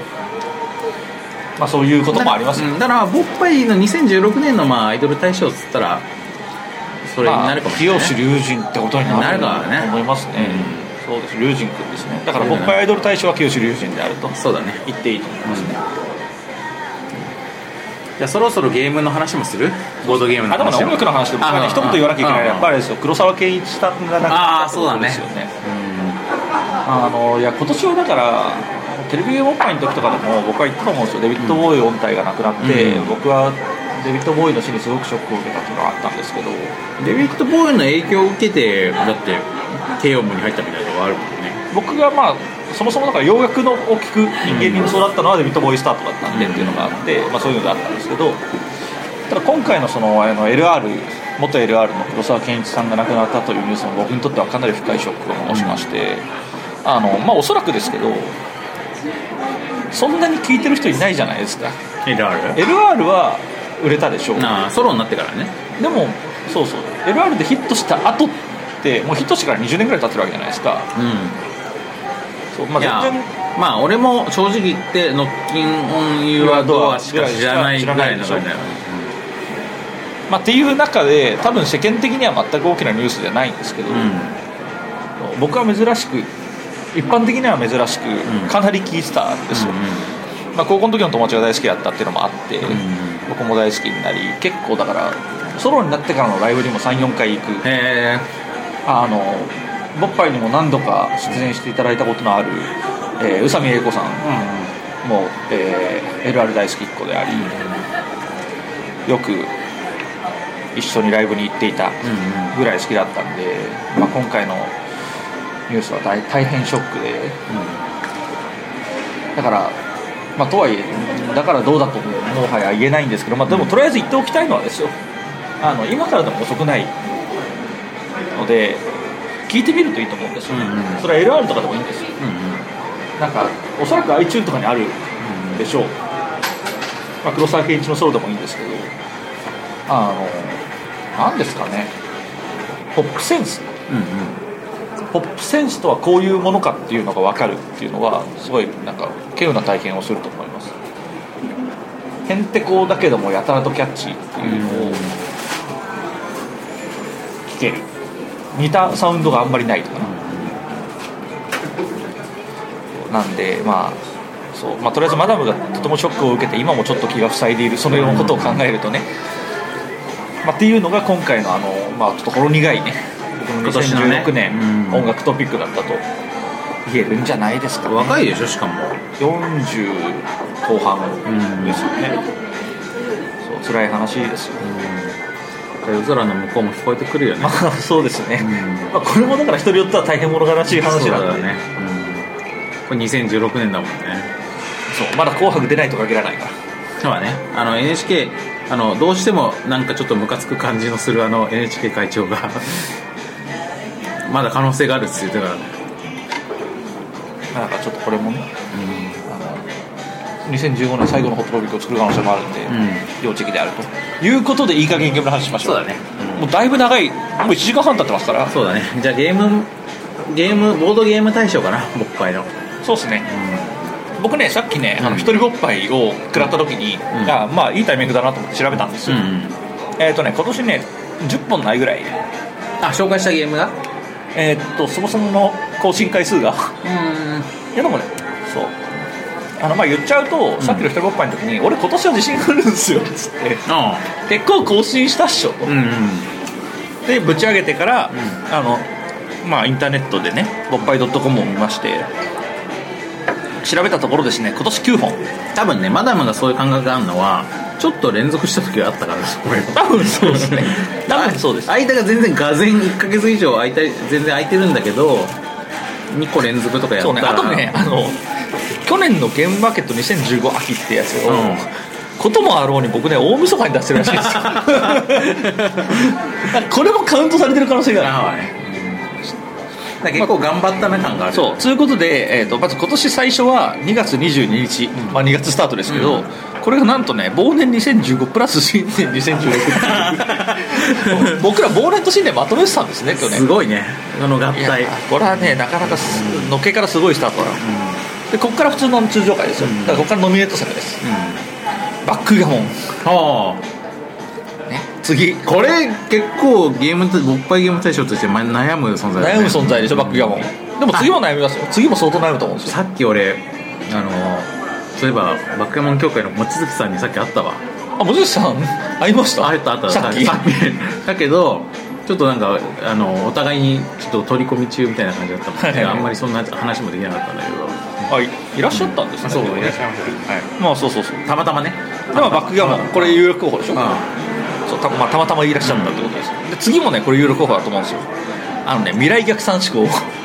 Speaker 3: まあそういうこともありますよ
Speaker 2: うんだからボッパイの2016年のまあアイドル大賞っつったらそれになるかもしれない、
Speaker 3: まあ清志龍神ってことになる
Speaker 2: なるからね
Speaker 3: と思いますね、そうです龍神君ですねだから僕はアイドル大賞は清志龍神であると
Speaker 2: そうだね
Speaker 3: 言っていいと思いますね、
Speaker 2: じゃあそろそろゲームの話もするボードゲームの
Speaker 3: あでもね
Speaker 2: 話
Speaker 3: 音楽の話で僕はね
Speaker 2: あ
Speaker 3: 一言言わなきゃいけないのはやっぱりあれですよ黒沢健一さんが亡くなった
Speaker 2: あーそうだね
Speaker 3: ですよねあのいや今年はだからテレビゲームおっぱいの時とかでも僕は言ったと思うんですよデビッド・ボーイ音体がなくなって、
Speaker 2: うん
Speaker 3: 僕はデビッド・ボーイの死にすごくショックを受けたっていうのがあったんですけど
Speaker 2: デビッド・ボーイの影響を受けてだって慶応部に入ったみたいなとこあるもんね
Speaker 3: 僕がまあそもそもだから洋楽のを聴く人間に育ったのはデビッド・ボーイスタートだったんでっていうのがあって、まあ、そういうのがあったんですけどただ今回のそのあの LR 元 LR の黒沢健一さんが亡くなったというニュースも僕にとってはかなり深いショックを残しまして、あのまあおそらくですけどそんなに聞いてる人いないじゃないですか
Speaker 2: LR?
Speaker 3: LR は売れたでしょう
Speaker 2: なあソロになってからね
Speaker 3: でもそうそう LR でヒットした後ってもうヒットしてから20年ぐらい経ってるわけじゃないですか
Speaker 2: うん
Speaker 3: そう、ま
Speaker 2: いや
Speaker 3: あ、全然
Speaker 2: まあ俺も正直言ってノッキンオンユーアドアしか知らないぐらいの感じだよね
Speaker 3: まあ、っていう中で多分世間的には全く大きなニュースじゃないんですけど、
Speaker 2: うん
Speaker 3: 僕は珍しく一般的には珍し
Speaker 2: うん
Speaker 3: くかなり聞いてたんですよ、
Speaker 2: う
Speaker 3: まあ、高校の時の友達が大好きだったっていうのもあって、
Speaker 2: ん
Speaker 3: 僕も大好きになり結構だからソロになってからのライブにも34回行く
Speaker 2: んへえ
Speaker 3: あのボッパイにも何度か出演していただいたことのあるえー宇佐美英子さんも、えー LR 大好きっ子であり、よく一緒にライブに行っていた
Speaker 2: うん
Speaker 3: ぐらい好きだったんで、まあ、今回のニュースは大大変ショックで、だから、まあ、とはいえだからどうだとももはや言えないんですけど、まあ、でもとりあえず言っておきたいのはですよあの今からでも遅くないので聞いてみるといいと思うんですよ、
Speaker 2: うんうん
Speaker 3: それは LR とかでもいいんですよ
Speaker 2: うんうん
Speaker 3: なんかおそらく iTune とかにあるでしょう、まあ、黒沢健一のソロでもいいんですけどあの何ですかねポップセンス
Speaker 2: うん
Speaker 3: ポップセンスとはこういうものかっていうのが分かるっていうのはすごいなんか稀有な体験をすると思いますへんてこだけどもやたらとキャッチーっていうのを聞ける似たサウンドがあんまりないとかな、なんでまあそうまあ、とりあえずマダムがとてもショックを受けて今もちょっと気が塞いでいるそのようなことを考えるとね、まあ、っていうのが今回のあの、まあ、ちょっとほろ苦いね僕の
Speaker 2: 今年のね
Speaker 3: 2016年
Speaker 2: うん
Speaker 3: 音楽トピックだったと言えるんじゃないですか、
Speaker 2: うん若いでしょしかも
Speaker 3: 40後
Speaker 2: うん
Speaker 3: 半ですよね、そう辛い話ですよ、
Speaker 2: 夜空の向こうも聞こえてくるよね
Speaker 3: まあそうですね、
Speaker 2: ん
Speaker 3: まあ、これもだから人によっては大変物悲しい話
Speaker 2: そう
Speaker 3: なん
Speaker 2: だ
Speaker 3: で
Speaker 2: ねこれ2016年だもんね
Speaker 3: そうまだ「紅白」出ないと限らないから
Speaker 2: そうだねあの NHK あのどうしてもなんかちょっとムカつく感じのするあの NHK 会長が まだ可能性があるって言ってたからね
Speaker 3: なんかちょっとこれもね、あの2015年最後のホットロビックを作る可能性もあるんで、
Speaker 2: ん
Speaker 3: 要チェキであるということでいい加減ゲームの話しましょう
Speaker 2: そうだね
Speaker 3: もうだいぶ長いもう1時間半経ってますから
Speaker 2: そうだねじゃあゲームゲームボードゲーム大賞かな僕会の
Speaker 3: そうですね、僕ねさっきね、あ
Speaker 2: う
Speaker 3: の
Speaker 2: ん
Speaker 3: 一人ぼっぱいを食らった時に、
Speaker 2: ん
Speaker 3: あまあいいタイミングだなと思って調べたんですよ、えっ、とね今年ね10本ないぐらい
Speaker 2: あ紹介したゲームが
Speaker 3: えっ、とそもそもの更新回数が
Speaker 2: うん
Speaker 3: いやでもねそうあのまあ言っちゃうと、さっきの一人ぼっぱいの時に俺今年は自信があるんですよっつって
Speaker 2: あ
Speaker 3: 結構更新したっしょと、
Speaker 2: うんうん
Speaker 3: でぶち上げてから、あのまあインターネットでねボッパイドットコムを見まして調べたところですね今年9本
Speaker 2: 多分ねマダムがそういう感覚があるのはちょっと連続した時があったからですこれ
Speaker 3: 多分そうですね 多分そうです
Speaker 2: 間が全然がぜん1ヶ月以上空いた全然空いてるんだけど2個連続とかやった
Speaker 3: そうね
Speaker 2: ら
Speaker 3: あとねあの去年のゲームマーケット2015秋ってやつを、
Speaker 2: うん
Speaker 3: こともあろうに僕ね大晦日に出してるらしいですよ これもカウントされてる可能性がある
Speaker 2: あはねだから結構頑張ったな感がある
Speaker 3: そうということで、えー、とまず今年最初は2月22日、まあ、2月スタートですけど、
Speaker 2: うん
Speaker 3: これがなんとね忘年2015プラス新年2016僕ら忘年と新年まとめてたんですね去年
Speaker 2: すごいねこの合
Speaker 3: いや
Speaker 2: 体
Speaker 3: これはねなかなかすのっけからすごいスタートなの、でここから普通の通常回ですよ、だからここからノミネートされです、バックガモン、ね、
Speaker 2: ああ
Speaker 3: 次
Speaker 2: これ結構ゲームと勃発ゲーム対象としてま悩む存在だ、ね、
Speaker 3: 悩む存在でしょバックガモンでも次も悩みますよ次も相当悩むと思うんですよ
Speaker 2: さっき俺あのそういえばバックモン協会の望月さんにさっき会ったわ
Speaker 3: あ望月さん会いました
Speaker 2: あったあった
Speaker 3: さっき
Speaker 2: さっきだけどちょっとなんかあのお互いにちょっと取り込み中みたいな感じだったもん
Speaker 3: はいはい
Speaker 2: で
Speaker 3: はい
Speaker 2: あんまりそんな話もできなかったんだけど
Speaker 3: あいいらっしゃったんですね、でもねまあそうそうそうで
Speaker 2: たまたまね
Speaker 3: まあバックガモンこれ有力候補でしょ、
Speaker 2: う
Speaker 3: そうた,、まあ、たまたまいらっしゃったってことです、で次もねこれ有力候補だと思うんですよあのね未来逆算思考
Speaker 2: ん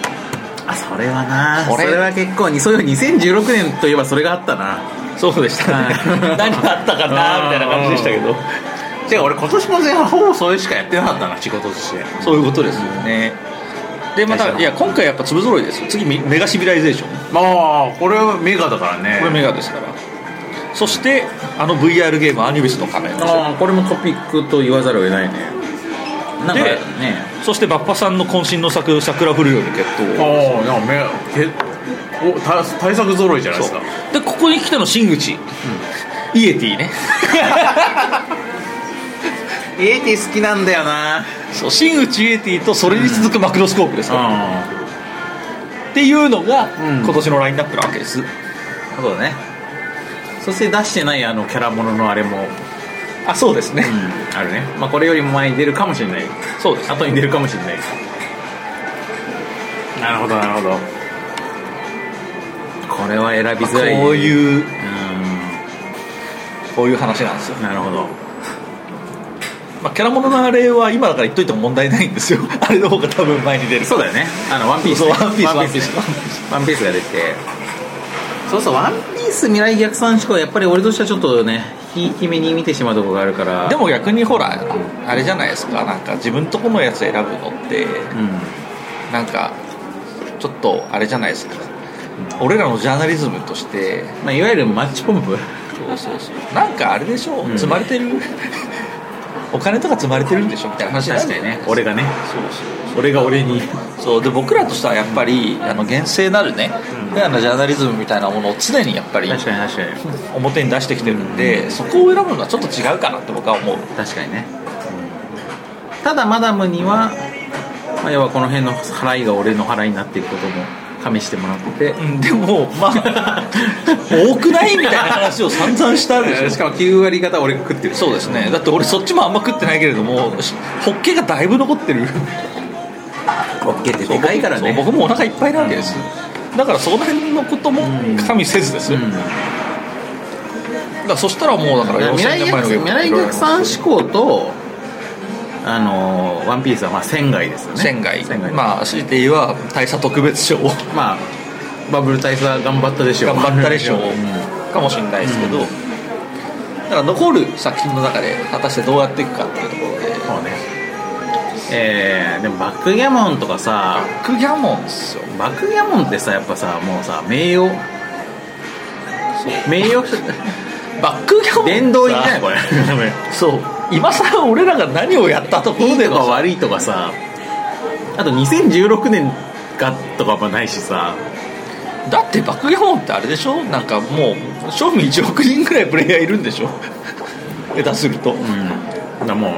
Speaker 2: あそれはな
Speaker 3: こ
Speaker 2: そ
Speaker 3: れ
Speaker 2: れは結構にそういう2016年といえばそれがあったな
Speaker 3: そうでしたね
Speaker 2: はい
Speaker 3: 何があったかなみたいな感じでしたけど
Speaker 2: てか俺今年の前半ほぼそれしかやってなかったな仕事として
Speaker 3: そういうことですよね、でまたいや今回やっぱ粒揃いですよ次メメガシビライゼーション
Speaker 2: まあこれはメガだからね
Speaker 3: これメガですからそしてあの VR ゲームアニュビスの仮面
Speaker 2: ああこれもトピックと言わざるを得ないねなんか
Speaker 3: で
Speaker 2: ね
Speaker 3: そしてバッパさんの渾身の作「桜降るように決
Speaker 2: あ
Speaker 3: 闘
Speaker 2: あなんかめけおた対策揃いじゃない」です
Speaker 3: そ
Speaker 2: か
Speaker 3: うでここに来たの新口、イエティね
Speaker 2: イエティ好きなんだよな
Speaker 3: そう新口イエティとそれに続くマクロスコープですから、
Speaker 2: う
Speaker 3: っていうのが
Speaker 2: ん
Speaker 3: 今年のラインナップなわけです、
Speaker 2: んそうだねそして出してないあのキャラもののあれも、
Speaker 3: あそうですね、
Speaker 2: あるねまあこれよりも前に出るかもしれない
Speaker 3: そうです
Speaker 2: 後に出るかもしれないなるほどなるほどこれは選びづらい
Speaker 3: こういう
Speaker 2: う
Speaker 3: こういう話なんですよ
Speaker 2: ん、なるほど
Speaker 3: まあ、キャラもののあれは今だから言っといても問題ないんですよ あれの方が多分前に出る
Speaker 2: そうだよねあのワンピース
Speaker 3: そうワンピース
Speaker 2: ワンピース
Speaker 3: ワン
Speaker 2: ワンピースが出てそうそうワンピース未来逆算思考はやっぱり俺としてはちょっとねひいき目に見てしまうところがあるから
Speaker 3: でも逆にほらあれじゃないですかなんか自分とこのやつ選ぶのって
Speaker 2: うん
Speaker 3: なんかちょっとあれじゃないですか俺らのジャーナリズムとして
Speaker 2: まあ、いわゆるマッチポンプ
Speaker 3: そうそうそうなんかあれでしょ、
Speaker 2: うん
Speaker 3: 積まれてる お金とか積まれてるんでしょみたいな話になるんだよ
Speaker 2: 俺がね
Speaker 3: そうそう
Speaker 2: 俺が俺に
Speaker 3: そうで僕らとしてはやっぱりあの厳正なるね、フェアなジャーナリズムみたいなものを常にやっぱり
Speaker 2: 確かに確かに
Speaker 3: 表に出してきてるんで、そこを選ぶのはちょっと違うかなって僕は思う
Speaker 2: 確かにねただマダムには、まあ、要はこの辺の払いが俺の払いになっていくことも加味してもら って
Speaker 3: うんでもまあ 多くないみたいな話を散々したでしょ
Speaker 2: しかも9割方俺が食ってる
Speaker 3: そうですねだって俺そっちもあんま食ってないけれどもしホッケがだいぶ残ってる
Speaker 2: オッケーってでかいからね
Speaker 3: そう僕もお腹いっぱいなわけです、だからその辺のことも加味せずですよ、
Speaker 2: うん
Speaker 3: だからそしたらもうだから
Speaker 2: 未来
Speaker 3: 4000年前の
Speaker 2: 逆
Speaker 3: ゲーム
Speaker 2: 未来逆算思考とあのーワンピースはまあ仙外ですよね
Speaker 3: 仙外
Speaker 2: 仙外まあ、
Speaker 3: まあ強いて言えば大佐特別賞を
Speaker 2: まあ、バブル大佐頑張ったでしょう
Speaker 3: 頑張ったでしょう
Speaker 2: うん
Speaker 3: かもしれないですけど、だから残る作品の中で果たしてどうやっていくかっていうところで
Speaker 2: そうねえー、でもバックギャモンとかさ
Speaker 3: バックギャモンですよ
Speaker 2: バックギャモンってさやっぱさもうさ名誉名誉
Speaker 3: バックギャモン
Speaker 2: 殿堂入りじゃないこれ
Speaker 3: そう今さら俺らが何をやったとこ
Speaker 2: い
Speaker 3: ろ
Speaker 2: い
Speaker 3: で
Speaker 2: とか
Speaker 3: の
Speaker 2: 悪いとかさあと2016年がとかもないしさ
Speaker 3: だってバックギャモンってあれでしょなんかもう賞味1億人ぐらいプレイヤーいるんでしょ 下手すると、
Speaker 2: うん、だも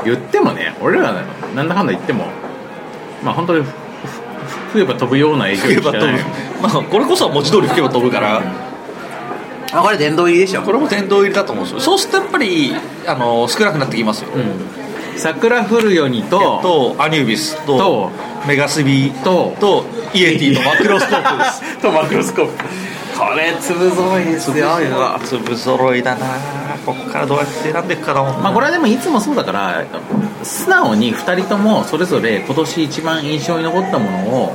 Speaker 2: う言ってもね俺らなんだかんだ言ってもまあ本当にふふふ吹けば飛ぶような影響
Speaker 3: 吹け
Speaker 2: しか
Speaker 3: ば飛
Speaker 2: ないよ
Speaker 3: ぶまあこれこそは文字通り吹けば飛ぶから、
Speaker 2: あこれ殿堂入りでしょ
Speaker 3: これも殿堂入りだと思うんですよそうするとやっぱりあの少なくなってきますよ、
Speaker 2: うん桜降るようにと
Speaker 3: とアニュービスと
Speaker 2: と
Speaker 3: メガスビ
Speaker 2: と
Speaker 3: とイエティのマクロスコープです
Speaker 2: とマクロスコープこれ粒揃いですよ
Speaker 3: うわ粒揃いだなここからどうやって選んでいくかだもん
Speaker 2: まあこれはでもいつもそうだから素直に2人ともそれぞれ今年一番印象に残ったものを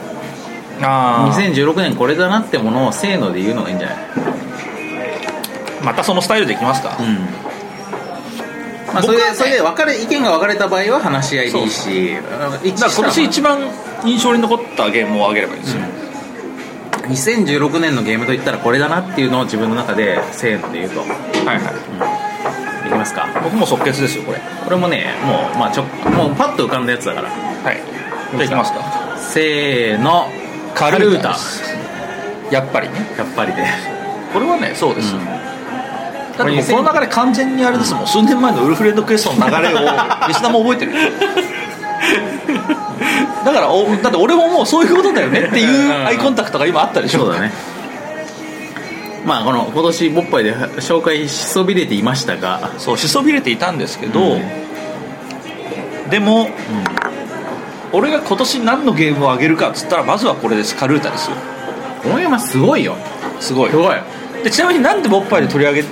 Speaker 3: あー
Speaker 2: 2016年これだなってものをせーので言うのがいいんじゃない
Speaker 3: またそのスタイルでいきますか、
Speaker 2: まあ、それで
Speaker 3: 僕はね
Speaker 2: それで分かれ意見が分かれた場合は話し合いでいいしあの一
Speaker 3: だ
Speaker 2: 致
Speaker 3: から今
Speaker 2: したら
Speaker 3: 年一番印象に残ったゲームをあげればいいんですよ、
Speaker 2: 2016年のゲームといったらこれだなっていうのを自分の中でせーので言うとい
Speaker 3: はいはい
Speaker 2: きますか
Speaker 3: 僕も即決ですよこれは
Speaker 2: これもねもう,、まあ、ちょもうパッと浮かんだやつだから
Speaker 3: いじゃあいきますか
Speaker 2: せーの
Speaker 3: カ
Speaker 2: ルータ
Speaker 3: ですやっぱりね
Speaker 2: やっぱりね
Speaker 3: これはねそうです、
Speaker 2: うん
Speaker 3: だってもうこの流れ完全にあれですもん数年前のウルフレンドクエストの流れを吉田も覚えてるだからおだって俺ももうそういうことだよねっていうアイコンタクトが今あったでしょ
Speaker 2: そうだねまあこの今年ボッパイで紹介しそびれていましたが
Speaker 3: そうしそびれていたんですけど、
Speaker 2: うん
Speaker 3: でも、俺が今年何のゲームをあげるかっつったらまずはこれですカルータですよ
Speaker 2: このゲームはすごいよ
Speaker 3: すごい
Speaker 2: すごい
Speaker 3: でちなみになんでボッパイで取り上げ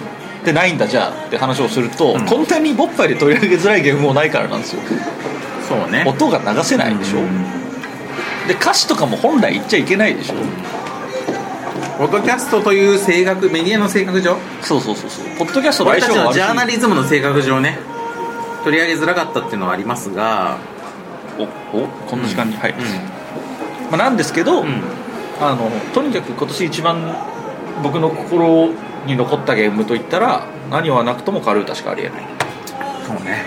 Speaker 3: てないんだじゃあって話をすると、
Speaker 2: ん
Speaker 3: こんなにボッパイで取り上げづらいゲームもないからなんですよ
Speaker 2: そうね
Speaker 3: 音が流せないでしょ、
Speaker 2: うん
Speaker 3: で歌詞とかも本来言っちゃいけないでしょ、
Speaker 2: ポッドキャストという性格メディアの性格上
Speaker 3: そうそうそうそうポッドキャストの
Speaker 2: 俺
Speaker 3: 相
Speaker 2: た
Speaker 3: 性も
Speaker 2: ちの
Speaker 3: 悪い
Speaker 2: ジャーナリズムの性格上ね取り上げづらかったっていうのはありますが、
Speaker 3: おおこんな時間に、はい、まあ、なんですけど、あのとにかく今年一番僕の心に残ったゲームといったら何はなくともカルータしかありえない
Speaker 2: そうね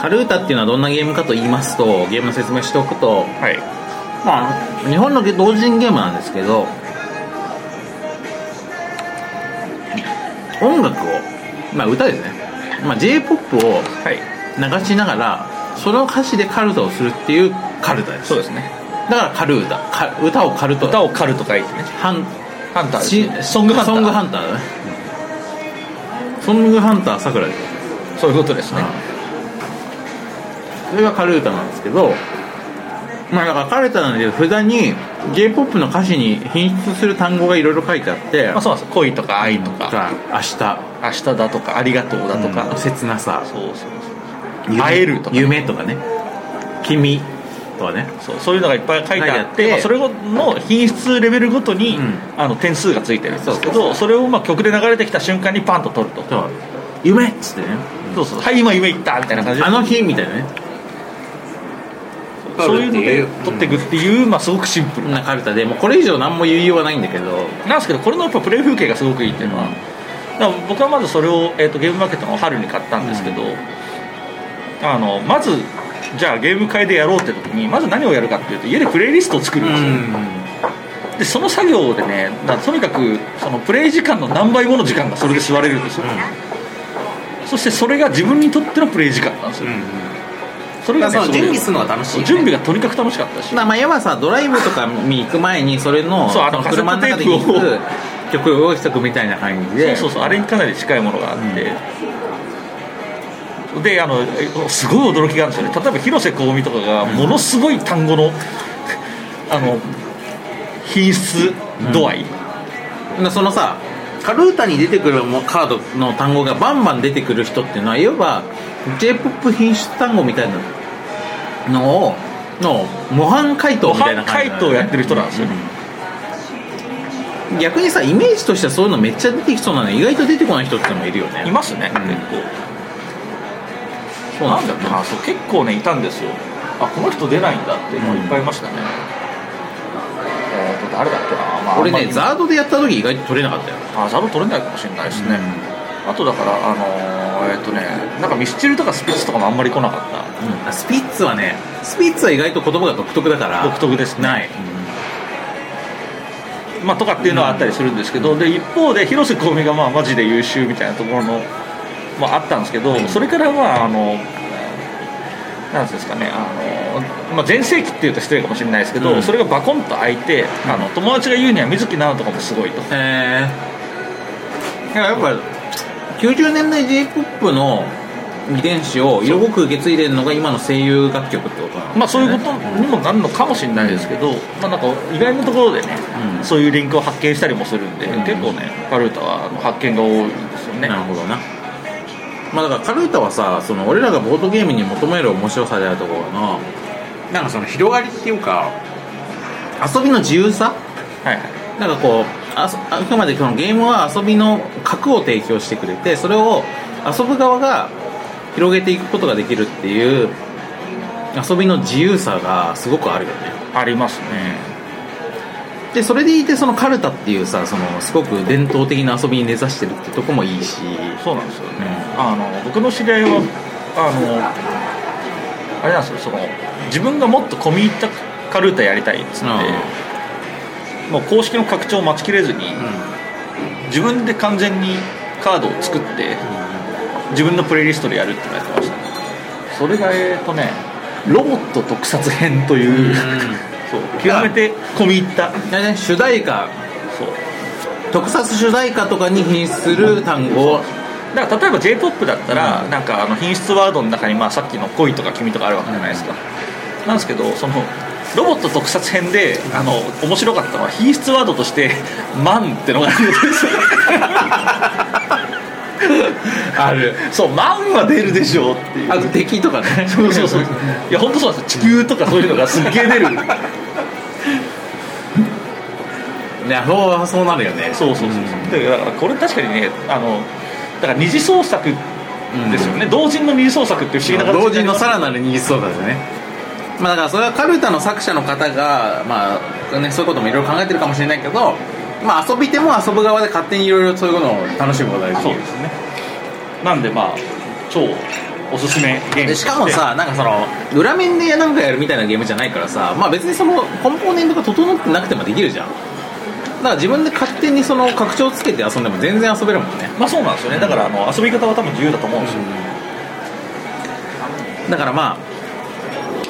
Speaker 2: カルータっていうのはどんなゲームかと言いますとゲームの説明しておくと
Speaker 3: はい
Speaker 2: まあ日本のゲ同人ゲームなんですけど音楽をまあ歌ですね、まあ、j p o p を
Speaker 3: はい
Speaker 2: 流しながらその歌詞でカルタをするっていうカルタです
Speaker 3: そうですね
Speaker 2: だからカルータか歌をカルタ
Speaker 3: 歌をカルと書いてね
Speaker 2: ハン
Speaker 3: ハンターです
Speaker 2: し
Speaker 3: ねソングハンター
Speaker 2: ソングハンターだねソングハンターさくらです
Speaker 3: そういうことですね
Speaker 2: それがカルータなんですけどまあだからカルータなんで札に j p o p の歌詞に品質する単語がいろいろ書いてあって
Speaker 3: まあ、そうなんです恋とか愛と
Speaker 2: と
Speaker 3: か
Speaker 2: か明日
Speaker 3: 明日だとかありがとうだとか、
Speaker 2: うん切なさ
Speaker 3: そうそう
Speaker 2: 夢
Speaker 3: 会えるとかね
Speaker 2: 夢とかね君とかね
Speaker 3: そうそういうのがいっぱい書いてあって
Speaker 2: 書いてあって
Speaker 3: まあそれの品質レベルごとに、
Speaker 2: うん
Speaker 3: あの点数がついてるんですけ
Speaker 2: そうそう
Speaker 3: どそれをまあ曲で流れてきた瞬間にパンと取ると
Speaker 2: そう夢っつってね
Speaker 3: そうそうはい今夢いったみたいな感じで
Speaker 2: あの日みたいなね
Speaker 3: そういうので取っていくっていう、まあ、すごくシンプル
Speaker 2: こんなカルタでもうこれ以上何も言いようがないんだけど
Speaker 3: なんですけどこれのやっぱプレイ風景がすごくいいっていうのは、だから僕はまずそれを、えー、とゲームマーケットの春に買ったんですけど、あのまずじゃあゲーム会でやろうって時にまず何をやるかっていうと家でプレイリストを作るんですよ、でその作業でねだからとにかくそのプレイ時間の何倍もの時間がそれで吸われるんですよ、そしてそれが自分にとってのプレイ時間なんですよ、それがね
Speaker 2: そう
Speaker 3: すごく
Speaker 2: 準備するのが楽しいね
Speaker 3: 準備がとにかく楽しかったし
Speaker 2: まあ、要はさドライブとかに行く前にそれの
Speaker 3: そうあの
Speaker 2: その車の中で
Speaker 3: カセットテープを
Speaker 2: 聴く曲を用意しとくみたいな感じで
Speaker 3: そうそうそうあれにかなり近いものがあって、であのえすごい驚きがあるんですよね例えば広瀬香美とかがものすごい単語のあの品質度合い、
Speaker 2: そのさカルータに出てくるもカードの単語がバンバン出てくる人っていうのはいわば j p o p 品質単語みたいなのをの模範解答みたいな感じな
Speaker 3: 模範解答
Speaker 2: のよ
Speaker 3: をやってる人なんですよ
Speaker 2: うん逆にさイメージとしてはそういうのめっちゃ出てきそうなのに意外と出てこない人ってのもいるよね
Speaker 3: いますね、
Speaker 2: うん
Speaker 3: 結構
Speaker 2: そう
Speaker 3: な
Speaker 2: なんん
Speaker 3: だ
Speaker 2: だ
Speaker 3: っ
Speaker 2: よ
Speaker 3: け
Speaker 2: ね
Speaker 3: なそう結構ねいたんですよあこの人出ないんだっていうのがいっぱいいましたね、えーと誰だっけな、まあ
Speaker 2: 俺
Speaker 3: あん
Speaker 2: ね
Speaker 3: まり
Speaker 2: ザードでやった時意外と取れなかったよ
Speaker 3: あザブ取れないかもしれないですね、あとだからあのーえっ、とねなんかミスチルとかスピッツとかもあんまり来なかっ
Speaker 2: うんスピッツはねスピッツは意外と言葉が独特だか
Speaker 3: た
Speaker 2: ら
Speaker 3: 独特ですね
Speaker 2: ない、
Speaker 3: まあ、とかっていうのはあったりするんですけど、で一方で広瀬香美がまあマジで優秀みたいなところのもあったんですけど、それからまああのなんていうんですかねあの、まあ、全盛期っていうと失礼かもしれないですけど、
Speaker 2: うん
Speaker 3: それがバコンと開いてあの友達が言うには水木奈々とかもすごいと
Speaker 2: えー、だからやっぱ90年代 j p o p の遺伝子を色濃く受け継いでるのが今の声優楽曲ってことなの
Speaker 3: まあ、そういうことにもなるのかもしれないですけど、まあ、なんか意外なところでね、
Speaker 2: うん
Speaker 3: そういうリンクを発見したりもするんで、
Speaker 2: うん
Speaker 3: 結構ねカルータはあの発見が多いんですよね
Speaker 2: なるほどなまあだからカルータはさその俺らがボードゲームに求める面白さであるところのなんかその広がりっていうか遊びの自由さ
Speaker 3: はいはい
Speaker 2: なんかこうあそあくまでこのゲームは遊びの核を提供してくれてそれを遊ぶ側が広げていくことができるっていう遊びの自由さがすごくあるよね
Speaker 3: ありますね
Speaker 2: でそれでいてそのカルタっていうさそのすごく伝統的な遊びに根ざしてるってとこもいいし
Speaker 3: そうなんですよね、あの僕の知り合いはあのあれなんですよその自分がもっと込み入ったカルータやりたいっつって、もう公式の拡張を待ちきれずに、自分で完全にカードを作って、自分のプレイリストでやるってのやってましたねそれがえっ、とねロボット特撮編という、そう極めて込み入った
Speaker 2: でね主題歌
Speaker 3: そう
Speaker 2: 特撮主題歌とかに品質する単語を
Speaker 3: だから例えば j p o p だったら、なんかあの品質ワードの中に、まあ、さっきの「恋」とか「君」とかあるわけじゃないですか、なんですけどそのロボット特撮編であの面白かったのは品質ワードとして 「マン」ってのがあるんですよ
Speaker 2: ある
Speaker 3: そう「マン」は出るでしょうっていう
Speaker 2: あと敵とかね
Speaker 3: そうそう そういや本当そうなんですよ地球とかそういうのがすっげえ出る
Speaker 2: ねそうそうなるよね
Speaker 3: そうそうそうそうだからこれ確かにねあのだから二次創作ですよね、同人の二次創作って不思議な形
Speaker 2: 同
Speaker 3: にな
Speaker 2: 人
Speaker 3: り
Speaker 2: の
Speaker 3: ます
Speaker 2: さらなる二次創作ですねまあだからそれはカルタの作者の方がまあねそういうこともいろいろ考えてるかもしれないけどまあ遊び手も遊ぶ側で勝手にいろいろそういうのを楽しむことができ
Speaker 3: そう
Speaker 2: る
Speaker 3: ですねなんでまあ超おすすめゲームと
Speaker 2: でしてかもさなんかその裏面でなんかやるみたいなゲームじゃないからさまあ別にそのコンポーネントが整ってなくてもできるじゃんだから自分で勝手にその拡張つけて遊んでも全然遊べるもんね
Speaker 3: まあそうなんですよねだからあの遊び方は多分自由だと思うんですよ、
Speaker 2: だからま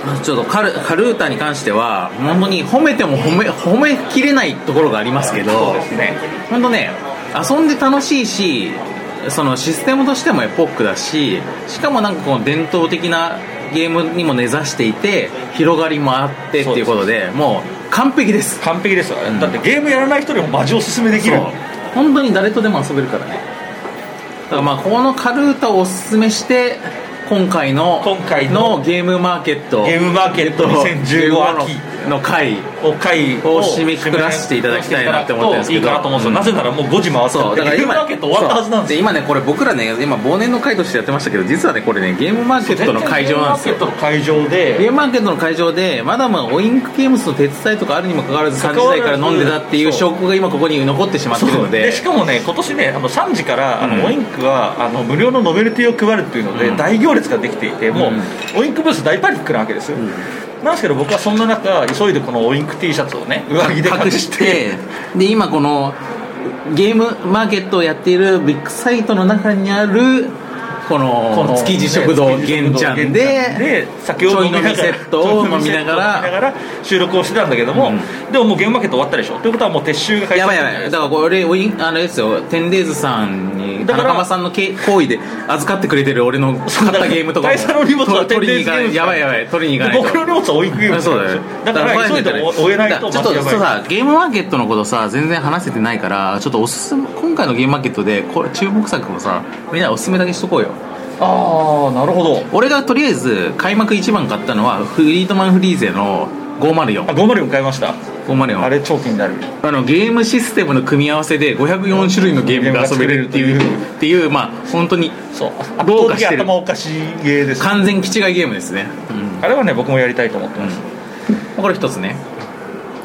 Speaker 2: あちょっとカルカルータに関しては本当に褒めても褒め褒めきれないところがありますけど
Speaker 3: ね
Speaker 2: 本当ね遊んで楽しいしそのシステムとしてもエポックだししかもなんかこの伝統的なゲームにも根ざしていて広がりもあってっていうことでもう完璧です
Speaker 3: 完璧ですよね、
Speaker 2: うん
Speaker 3: だってゲームやらない人にもマジおすすめできる
Speaker 2: そう本当に誰とでも遊べるからねだからまあこのカルータをおすすめして今回の
Speaker 3: 今回の
Speaker 2: ゲームマーケット
Speaker 3: ゲームマーケット2015秋
Speaker 2: の回
Speaker 3: を会
Speaker 2: を締めくくらせていただきたいなって思ってるんですけど
Speaker 3: いいかなと思うんですよ、なぜならもう5時回す
Speaker 2: そうだから
Speaker 3: ゲーム
Speaker 2: 今
Speaker 3: マーケット終わったはずなんです
Speaker 2: そう
Speaker 3: よ
Speaker 2: 今ねこれ僕らね今忘年の会としてやってましたけど実はねこれねゲームマーケットの会場なんですよ
Speaker 3: ゲームマーケットの会場
Speaker 2: ゲー
Speaker 3: で
Speaker 2: ムマーケットの会場でまだまだオインクゲームスの手伝いとかあるにもかかわらず3時台から飲んでたっていう証拠が今ここに残ってしまってるので
Speaker 3: でしかもね今年ねあの3時からあの、
Speaker 2: うん
Speaker 3: オインクはあの無料のノベルティを配るっていうので、
Speaker 2: うん
Speaker 3: 大行列ができていてもう、
Speaker 2: う
Speaker 3: オインクブース大パニックなわけですよ、なんですけど僕はそんな中急いでこのオインク T シャツをね上着で隠して
Speaker 2: で今このゲームマーケットをやっているビッグサイトの中にあるこの
Speaker 3: この
Speaker 2: 築地食堂
Speaker 3: ね
Speaker 2: 玄ちゃんで
Speaker 3: で酒を飲みながら
Speaker 2: ちょい飲みセットを
Speaker 3: ちょい
Speaker 2: 飲みながら
Speaker 3: セットを飲みな収録をしてたんだけども、でももうゲームマーケット終わったでしょということはもう撤収が開
Speaker 2: や
Speaker 3: 始
Speaker 2: ばいやばいだからこれおいあれですよテンデイズさんに
Speaker 3: だ
Speaker 2: 田
Speaker 3: から
Speaker 2: 中間さんのけ行為で預かってくれてる俺の買ったゲームとか
Speaker 3: 大佐の荷物は
Speaker 2: 取りに行かな
Speaker 3: テンデイズゲーム
Speaker 2: い
Speaker 3: ズ
Speaker 2: やばいやばい取りに行かない
Speaker 3: 僕
Speaker 2: と
Speaker 3: の荷物は追い食い
Speaker 2: あそうだよ
Speaker 3: だから急いで追えないと
Speaker 2: ちょ
Speaker 3: ま
Speaker 2: っと
Speaker 3: ずやばい
Speaker 2: そうさゲームマーケットのことさ全然話せてないからちょっとおすすめ今回のゲームマーケットでこれ注目作もさみんなおすすめだけしとこうよ
Speaker 6: ああなるほど
Speaker 2: 俺がとりあえず開幕一番買ったのはフリートマンフリーゼの
Speaker 3: あ
Speaker 2: 504
Speaker 3: 504買いましたあ
Speaker 2: 504
Speaker 3: れ超気になる
Speaker 2: あのゲームシステムの組み合わせで504種類のゲームが遊べるってい
Speaker 3: ゲー
Speaker 2: う
Speaker 3: ムが作れると
Speaker 2: っていうまあ本当に
Speaker 3: そう
Speaker 2: どうか
Speaker 3: 圧倒的
Speaker 2: してる
Speaker 3: 頭おかしい芸です
Speaker 2: 完全気違いゲームですね、うん
Speaker 3: あれはね僕もやりたいと思ってます、
Speaker 2: これ一つね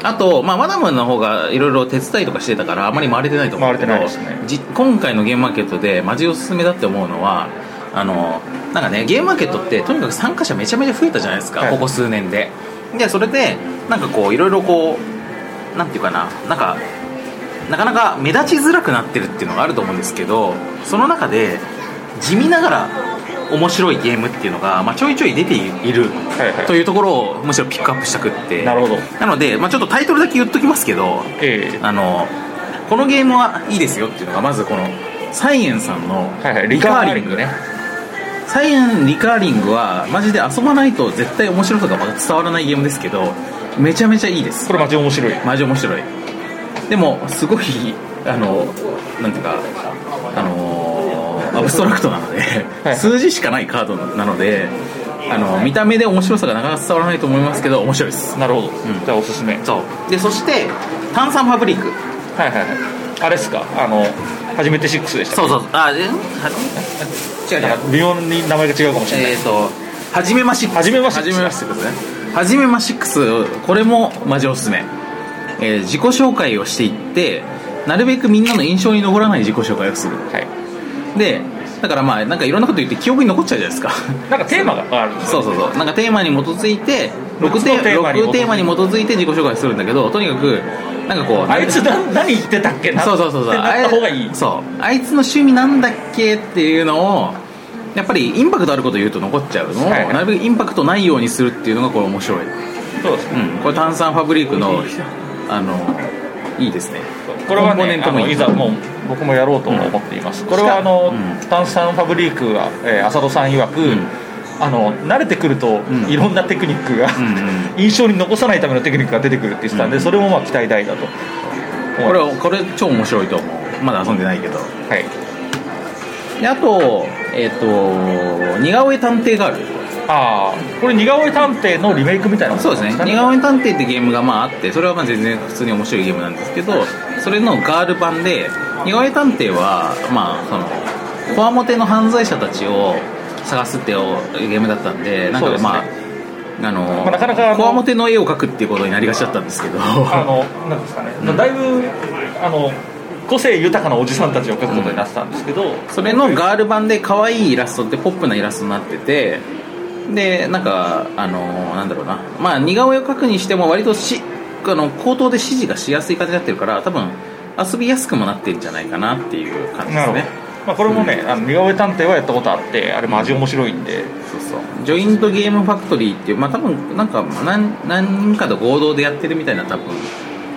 Speaker 2: あと、まあ、マダムの方がいろいろ手伝いとかしてたからあまり回れてないと思うけど
Speaker 3: 回れてないですね
Speaker 2: じ今回のゲームマーケットでマジおすすめだって思うのはあのなんかねゲームマーケットってとにかく参加者めちゃめちゃ増えたじゃないですか、
Speaker 3: はい
Speaker 2: ここ数年ででそれでなんかこういろいろこうなんていうかななんかなかなか目立ちづらくなってるっていうのがあると思うんですけどその中で地味ながら面白いゲームっていうのが、まあ、ちょいちょい出ている
Speaker 3: はいはい
Speaker 2: というところをむしろピックアップしたくって
Speaker 3: なるほど
Speaker 2: なので、まあ、ちょっとタイトルだけ言っときますけど
Speaker 3: ええ
Speaker 2: あのこのゲームはいいですよっていうのがまずこのサイエンさんの
Speaker 3: はいはい
Speaker 2: リ
Speaker 3: リ
Speaker 2: カ
Speaker 3: カ
Speaker 2: ー
Speaker 3: ー
Speaker 2: リ
Speaker 3: リン
Speaker 2: ング
Speaker 3: グ
Speaker 2: ね
Speaker 3: ね
Speaker 2: サイエンリカーリングはマジで遊ばないと絶対面白さがまだ伝わらないゲームですけどめちゃめちゃいいです
Speaker 3: これマジ面白い
Speaker 2: マジ面白いでもすごいあのなんていうかあのアブストラクトなので、
Speaker 3: はい
Speaker 2: 数字しかないカードなのであの見た目で面白さがなかなか伝わらないと思いますけど面白いです
Speaker 3: なるほど、
Speaker 2: ん
Speaker 3: じゃあおすすめ
Speaker 2: そうでそして炭酸ファブリック
Speaker 3: はいはいはいあれっすかあの初めて6でした
Speaker 2: そうそうあえ違う違
Speaker 3: なん
Speaker 2: う
Speaker 3: か微妙に名前が違うかもしれない、
Speaker 2: えっ、ー、とはじめまシックス
Speaker 3: はじめまシッ
Speaker 2: は
Speaker 3: ク
Speaker 2: じ
Speaker 3: ス
Speaker 2: めまシックスねはじめまシックスこれもマジおすすめ、えー自己紹介をしていってなるべくみんなの印象に残らない自己紹介をする
Speaker 3: はい、
Speaker 2: でだからまあなんかいろんなこと言って記憶に残っちゃうじゃ ないですか
Speaker 3: なんかテーマがあるんですよ
Speaker 2: そうそうそうなんかテーマに基づいて6
Speaker 3: 6
Speaker 2: テ
Speaker 3: テー
Speaker 2: ーマ
Speaker 3: マ
Speaker 2: に
Speaker 3: に
Speaker 2: テーマに基づいて自己紹介するんだけどとにかくなんかこう
Speaker 3: あいつな何言ってたっけな
Speaker 2: そうそうそうそ
Speaker 3: っ
Speaker 2: う
Speaker 3: てなった方がいい
Speaker 2: あれそうあいつの趣味なんだっけっていうのをやっぱりインパクトあること言うと残っちゃうのを、
Speaker 3: はいはい
Speaker 2: なるべくインパクトないようにするっていうのがこれ面白い、う
Speaker 3: そうです
Speaker 2: ん、これ炭酸ファブリックのあのいいですね
Speaker 3: これは
Speaker 2: コンポーネ
Speaker 3: ね
Speaker 2: ント
Speaker 3: あ
Speaker 2: もいい
Speaker 3: のいざもう僕もやろうと思っています、これはあの、
Speaker 2: うん
Speaker 3: 炭酸ファブリックは、えー浅戸さん曰く、
Speaker 2: ん
Speaker 3: あの慣れてくると、
Speaker 2: ん
Speaker 3: いろんなテクニックが、
Speaker 2: んう
Speaker 3: 印象に残さないためのテクニックが出てくるって言ってたんで、それもまあ期待大だと
Speaker 2: これこれ超面白いと思うまだ遊んでないけど
Speaker 3: はい
Speaker 2: であとえっ、と似顔絵探偵ガール
Speaker 3: ああこれ似顔絵探偵のリメイクみたいなもん
Speaker 2: そうですね似顔絵探偵ってゲームがまああってそれはまあ全然普通に面白いゲームなんですけどそれのガール版で似顔絵探偵はまあそのこわもての犯罪者たちを探すっていうゲームだったんでなん
Speaker 3: そう
Speaker 2: か
Speaker 3: ですね
Speaker 2: まあ、あの
Speaker 3: あなかなかあの
Speaker 2: こわもての絵を描くっていうことになりがちだったんですけど
Speaker 3: あのなんですかね、だいぶあの個性豊かなおじさんたちを描くことになってたんですけど、
Speaker 2: それのガール版で可愛いイラストってポップなイラストになっててでなんかあのなんだろうなまあ似顔絵を描くにしても割としあの口頭で指示がしやすい感じになってるから多分遊びやすくもなってるんじゃないかなっていう感じで
Speaker 3: なるほど
Speaker 2: すね、
Speaker 3: まあ、これもね、あの似顔絵探偵はやったことあってあれマジ面白いんで、
Speaker 2: そうそうジョイントゲームファクトリーっていうまあ多分なんか何何人かと合同でやってるみたいな多分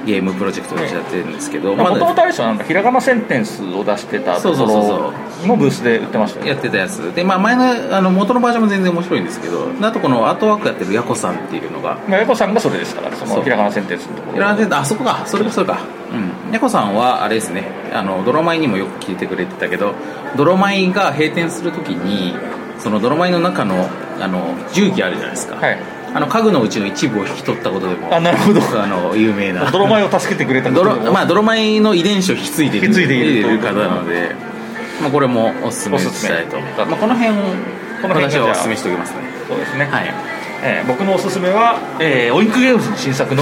Speaker 2: ゲームプロジェクトとしてやってるんですけど、
Speaker 3: まあ
Speaker 2: ま
Speaker 3: もとも
Speaker 2: だ
Speaker 3: とあれでしょなんかひらがなセンテンスを出してたとこ
Speaker 2: そうそうそ
Speaker 3: ろのブースで売ってましたよね
Speaker 2: やってたやつでまあ前のあの元のバージョンも全然面白いんですけどあとこのアートワークやってるヤコさんっていうのが
Speaker 3: まあやこさんがそれですからそ
Speaker 2: そ
Speaker 3: の
Speaker 2: う
Speaker 3: ひらがなセンテンスのところ
Speaker 2: いらないあそこかそれかそれかうん猫さんはあれですねあの泥米にもよく聞いてくれてたけど泥米が閉店するときにその泥米の中のあの重機あるじゃないですか、
Speaker 3: はい
Speaker 2: あの家具のうちの一部を引き取ったことでも
Speaker 3: あなるほど
Speaker 2: あの有名な
Speaker 3: 泥米を助けてくれたこと
Speaker 2: 泥,、
Speaker 3: も
Speaker 2: まあ、泥米の遺伝子を引き継いでいる
Speaker 3: 引き継いでいると
Speaker 2: 方なので、まあ、これもおすすめしたいと
Speaker 3: おすすめ
Speaker 2: まあ、この辺を
Speaker 3: この辺が
Speaker 2: 私
Speaker 3: じゃあ
Speaker 2: はおすすめしておきますね
Speaker 3: そうですね、
Speaker 2: はい
Speaker 3: えー僕のおすすめは、えーオインクゲームズの新 作の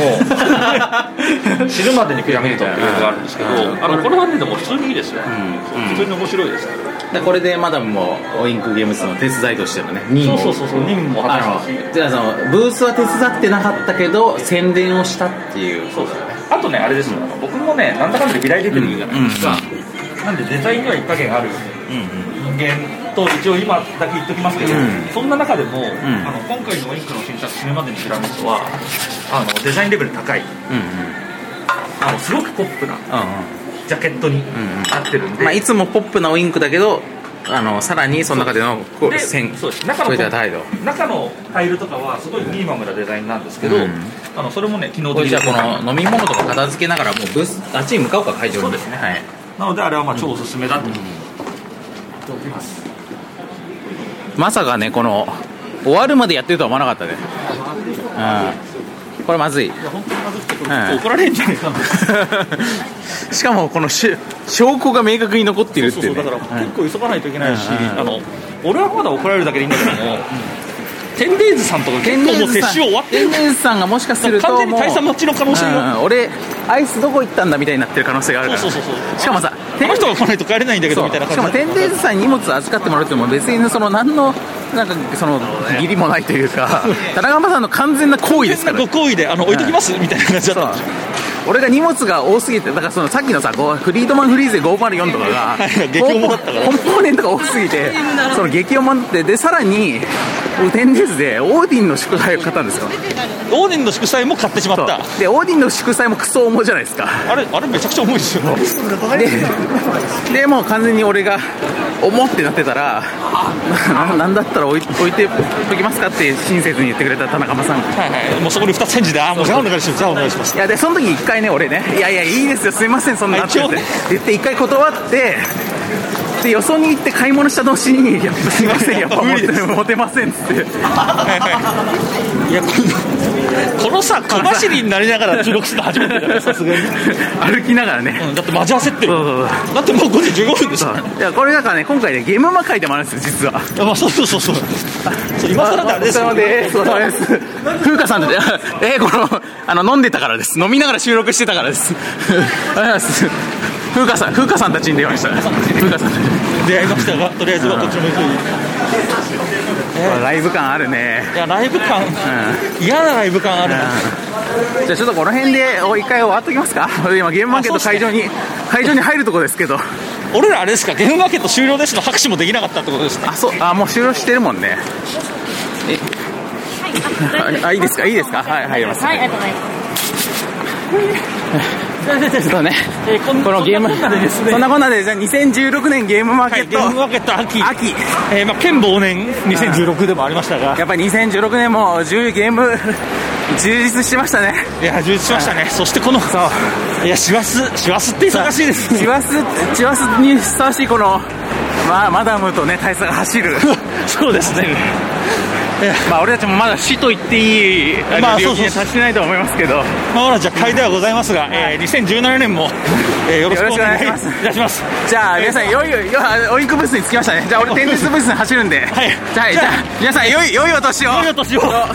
Speaker 3: 「死ぬまでにピラミッド」っていうのがあるんですけど
Speaker 2: うん
Speaker 3: あのこれはねでも普通にいいですよ、
Speaker 2: う
Speaker 3: 普
Speaker 2: ん
Speaker 3: 通に面白いですね、
Speaker 2: でこれでマダムもオインクゲームズの手伝いとしてのね任
Speaker 3: そう
Speaker 2: 務
Speaker 3: そうそうそう任務も果た
Speaker 2: あ
Speaker 3: したし
Speaker 2: のじゃあそのブースは手伝ってなかったけど宣伝をしたっていう
Speaker 3: そうですねあとねあれですよ、僕もねなんだかんだで美大出てるじゃないですか、なんでデザインには一影がある人間と一応今だけ言っときますけど、
Speaker 2: うん
Speaker 3: そんな中でも、あの今回のオインクの新作「死ぬまでにピラミッドは」あのデザインレベル高い
Speaker 2: うんうん
Speaker 3: あのすごくポップなジャケットに
Speaker 2: んうん
Speaker 3: なってるんで、
Speaker 2: まあいつもポップなオインクだけどあのさらにその中でのこう
Speaker 3: で
Speaker 2: 線
Speaker 3: そうです
Speaker 2: そ
Speaker 3: 中
Speaker 2: うい
Speaker 3: の
Speaker 2: った態度
Speaker 3: 中のタイルとかはすごいミニマムなデザインなんですけど、
Speaker 2: うん
Speaker 3: あのそれもね機能
Speaker 2: こ
Speaker 3: 的
Speaker 2: れ
Speaker 3: に
Speaker 2: じゃあこの飲み物とか片付けながらもうブースあっちに向かおうか会場に
Speaker 3: そうですね
Speaker 2: はい
Speaker 3: なのであれはまあ超おすすめだと思っておきます、
Speaker 2: まさかねこの終わるまでやってるとは思わなかったねうんこれまずい
Speaker 3: いや本当にまずくてこれ、
Speaker 2: はい
Speaker 3: 怒られるんじゃないかな
Speaker 2: しかもこのし証拠が明確に残ってるっ
Speaker 3: そう
Speaker 2: てい
Speaker 3: そうう
Speaker 2: ね
Speaker 3: だから結構急がないといけないし、
Speaker 2: うん
Speaker 3: あの俺はまだ怒られるだけでいいんだけども、天デイズさんとか結構もう接種終わってる
Speaker 2: 天然さんがもしかすると
Speaker 3: 完全に
Speaker 2: もう
Speaker 3: 退散待ちの可能性も、
Speaker 2: うん俺アイスどこ行ったんだみたいになってる可能性があるから
Speaker 3: そうそうそうそう
Speaker 2: しかもさ
Speaker 3: あの人が来ないと帰れないんだけどみたいな
Speaker 2: しかも
Speaker 3: 感じ
Speaker 2: 天
Speaker 3: で
Speaker 2: 然さんに荷物預かってもらうっていうのも別にその何のなんかその義理もないという か田中さんの完全な行為ですから
Speaker 3: ご好意であの置いときます、みたいな感じだったんですよ
Speaker 2: 俺が荷物が多すぎてだからそのさっきのさこうフリードマンフリーゼ504とかが
Speaker 3: い激重だったから
Speaker 2: コンポーネントが多すぎ てその激重になってでさらに天然でオーディンの宿題を買ったんですよ
Speaker 3: オーディンの祝祭も買ってしまっ
Speaker 2: そう
Speaker 3: た
Speaker 2: でオーディンの祝祭もクソ重じゃないですか
Speaker 3: あれあれめちゃくちゃ重いですよ
Speaker 2: ででもう完全に俺が重ってなってたらななんだったら置い置いておきますかって親切に言ってくれた田中さん
Speaker 3: はいはいもうそこに2つ返事でああもうじゃあお願いしますじゃあお願いします
Speaker 2: いやでその時一回ね俺ね「いやいやいいですよすいませんそんな」って言って
Speaker 3: はい
Speaker 2: 言って一回断ってでよそに行って買い物した後に「いやすいませんやっぱ持
Speaker 3: 無
Speaker 2: っ
Speaker 3: 理
Speaker 2: て
Speaker 3: です
Speaker 2: 持てません」っつって
Speaker 3: いやこのこのさ小走りになりながら収録するの初めてじゃないさすがに、
Speaker 2: 歩きながらね
Speaker 3: うん、だってマジ焦ってる
Speaker 2: そうそうそう
Speaker 3: だってもう5時15分でし
Speaker 2: そ
Speaker 3: ょ
Speaker 2: ういやこれなんかね今回ねゲームマ書いてもあるんですよ実は
Speaker 3: あまあ、そうそうそうそう。そう今更だあれです
Speaker 2: お疲れ様です。お疲れ様です。風花さんで、えこの、あの、飲んでたからです。飲みながら収録してたからです。ありがとうございます。風花さん、風花さんたちに出会いましたね。風花さんたち
Speaker 3: 出会いましたが、とりあえずはこっちの向いていい。
Speaker 2: ライブ感あるね。
Speaker 3: いや、ライブ感、嫌なライブ感あるな。
Speaker 2: じゃあちょっとこの辺で、お一回終わっときますか。今、ゲームマーケット会場に、会場に入るとこですけど。
Speaker 3: 俺らあれですか、ゲームマーケット終了ですの拍手もできなかったってことですね。
Speaker 2: あ、そう、あ、もう終了してるもんね。え、ああ、いいですか、いいですか。はい、入ります。
Speaker 1: はい、ありがとうございます。
Speaker 2: そうね。
Speaker 3: こん
Speaker 2: このゲーム、そんなこんなで、じゃあ2016年ゲームマー
Speaker 3: は
Speaker 2: ケ
Speaker 3: い、
Speaker 2: ッ
Speaker 3: ゲ
Speaker 2: ト、
Speaker 3: ームマーケット秋。
Speaker 2: 秋。
Speaker 3: えー、まあ、県忘年2016でもありましたが、
Speaker 2: やっぱり2016年も10ゲーム 充実してましたね。
Speaker 3: いや、充実しましたね。そしてこの、いや、師走、師走って忙しいですね。
Speaker 2: チワス、チワスに ふさわしいこの、まあ、マダムとね、大佐が走る。
Speaker 3: そうですね。
Speaker 2: まあ俺たちもまだ死と言っていいあ
Speaker 3: まあ
Speaker 2: の領
Speaker 3: そう
Speaker 2: 域
Speaker 3: そう
Speaker 2: に達してないと思いますけど、
Speaker 3: まあ、ほら、若干ではございますが、えー2017年も、えーよろしくお願いい
Speaker 2: よろしくお願い
Speaker 3: たし
Speaker 2: します
Speaker 3: ます。
Speaker 2: じゃあ皆さんよいよいよあオインクブースに着きましたねじゃあ俺天日ブースに走るんではいじゃあじゃあ皆さんよいよいお年を
Speaker 3: 良いお年を
Speaker 2: あ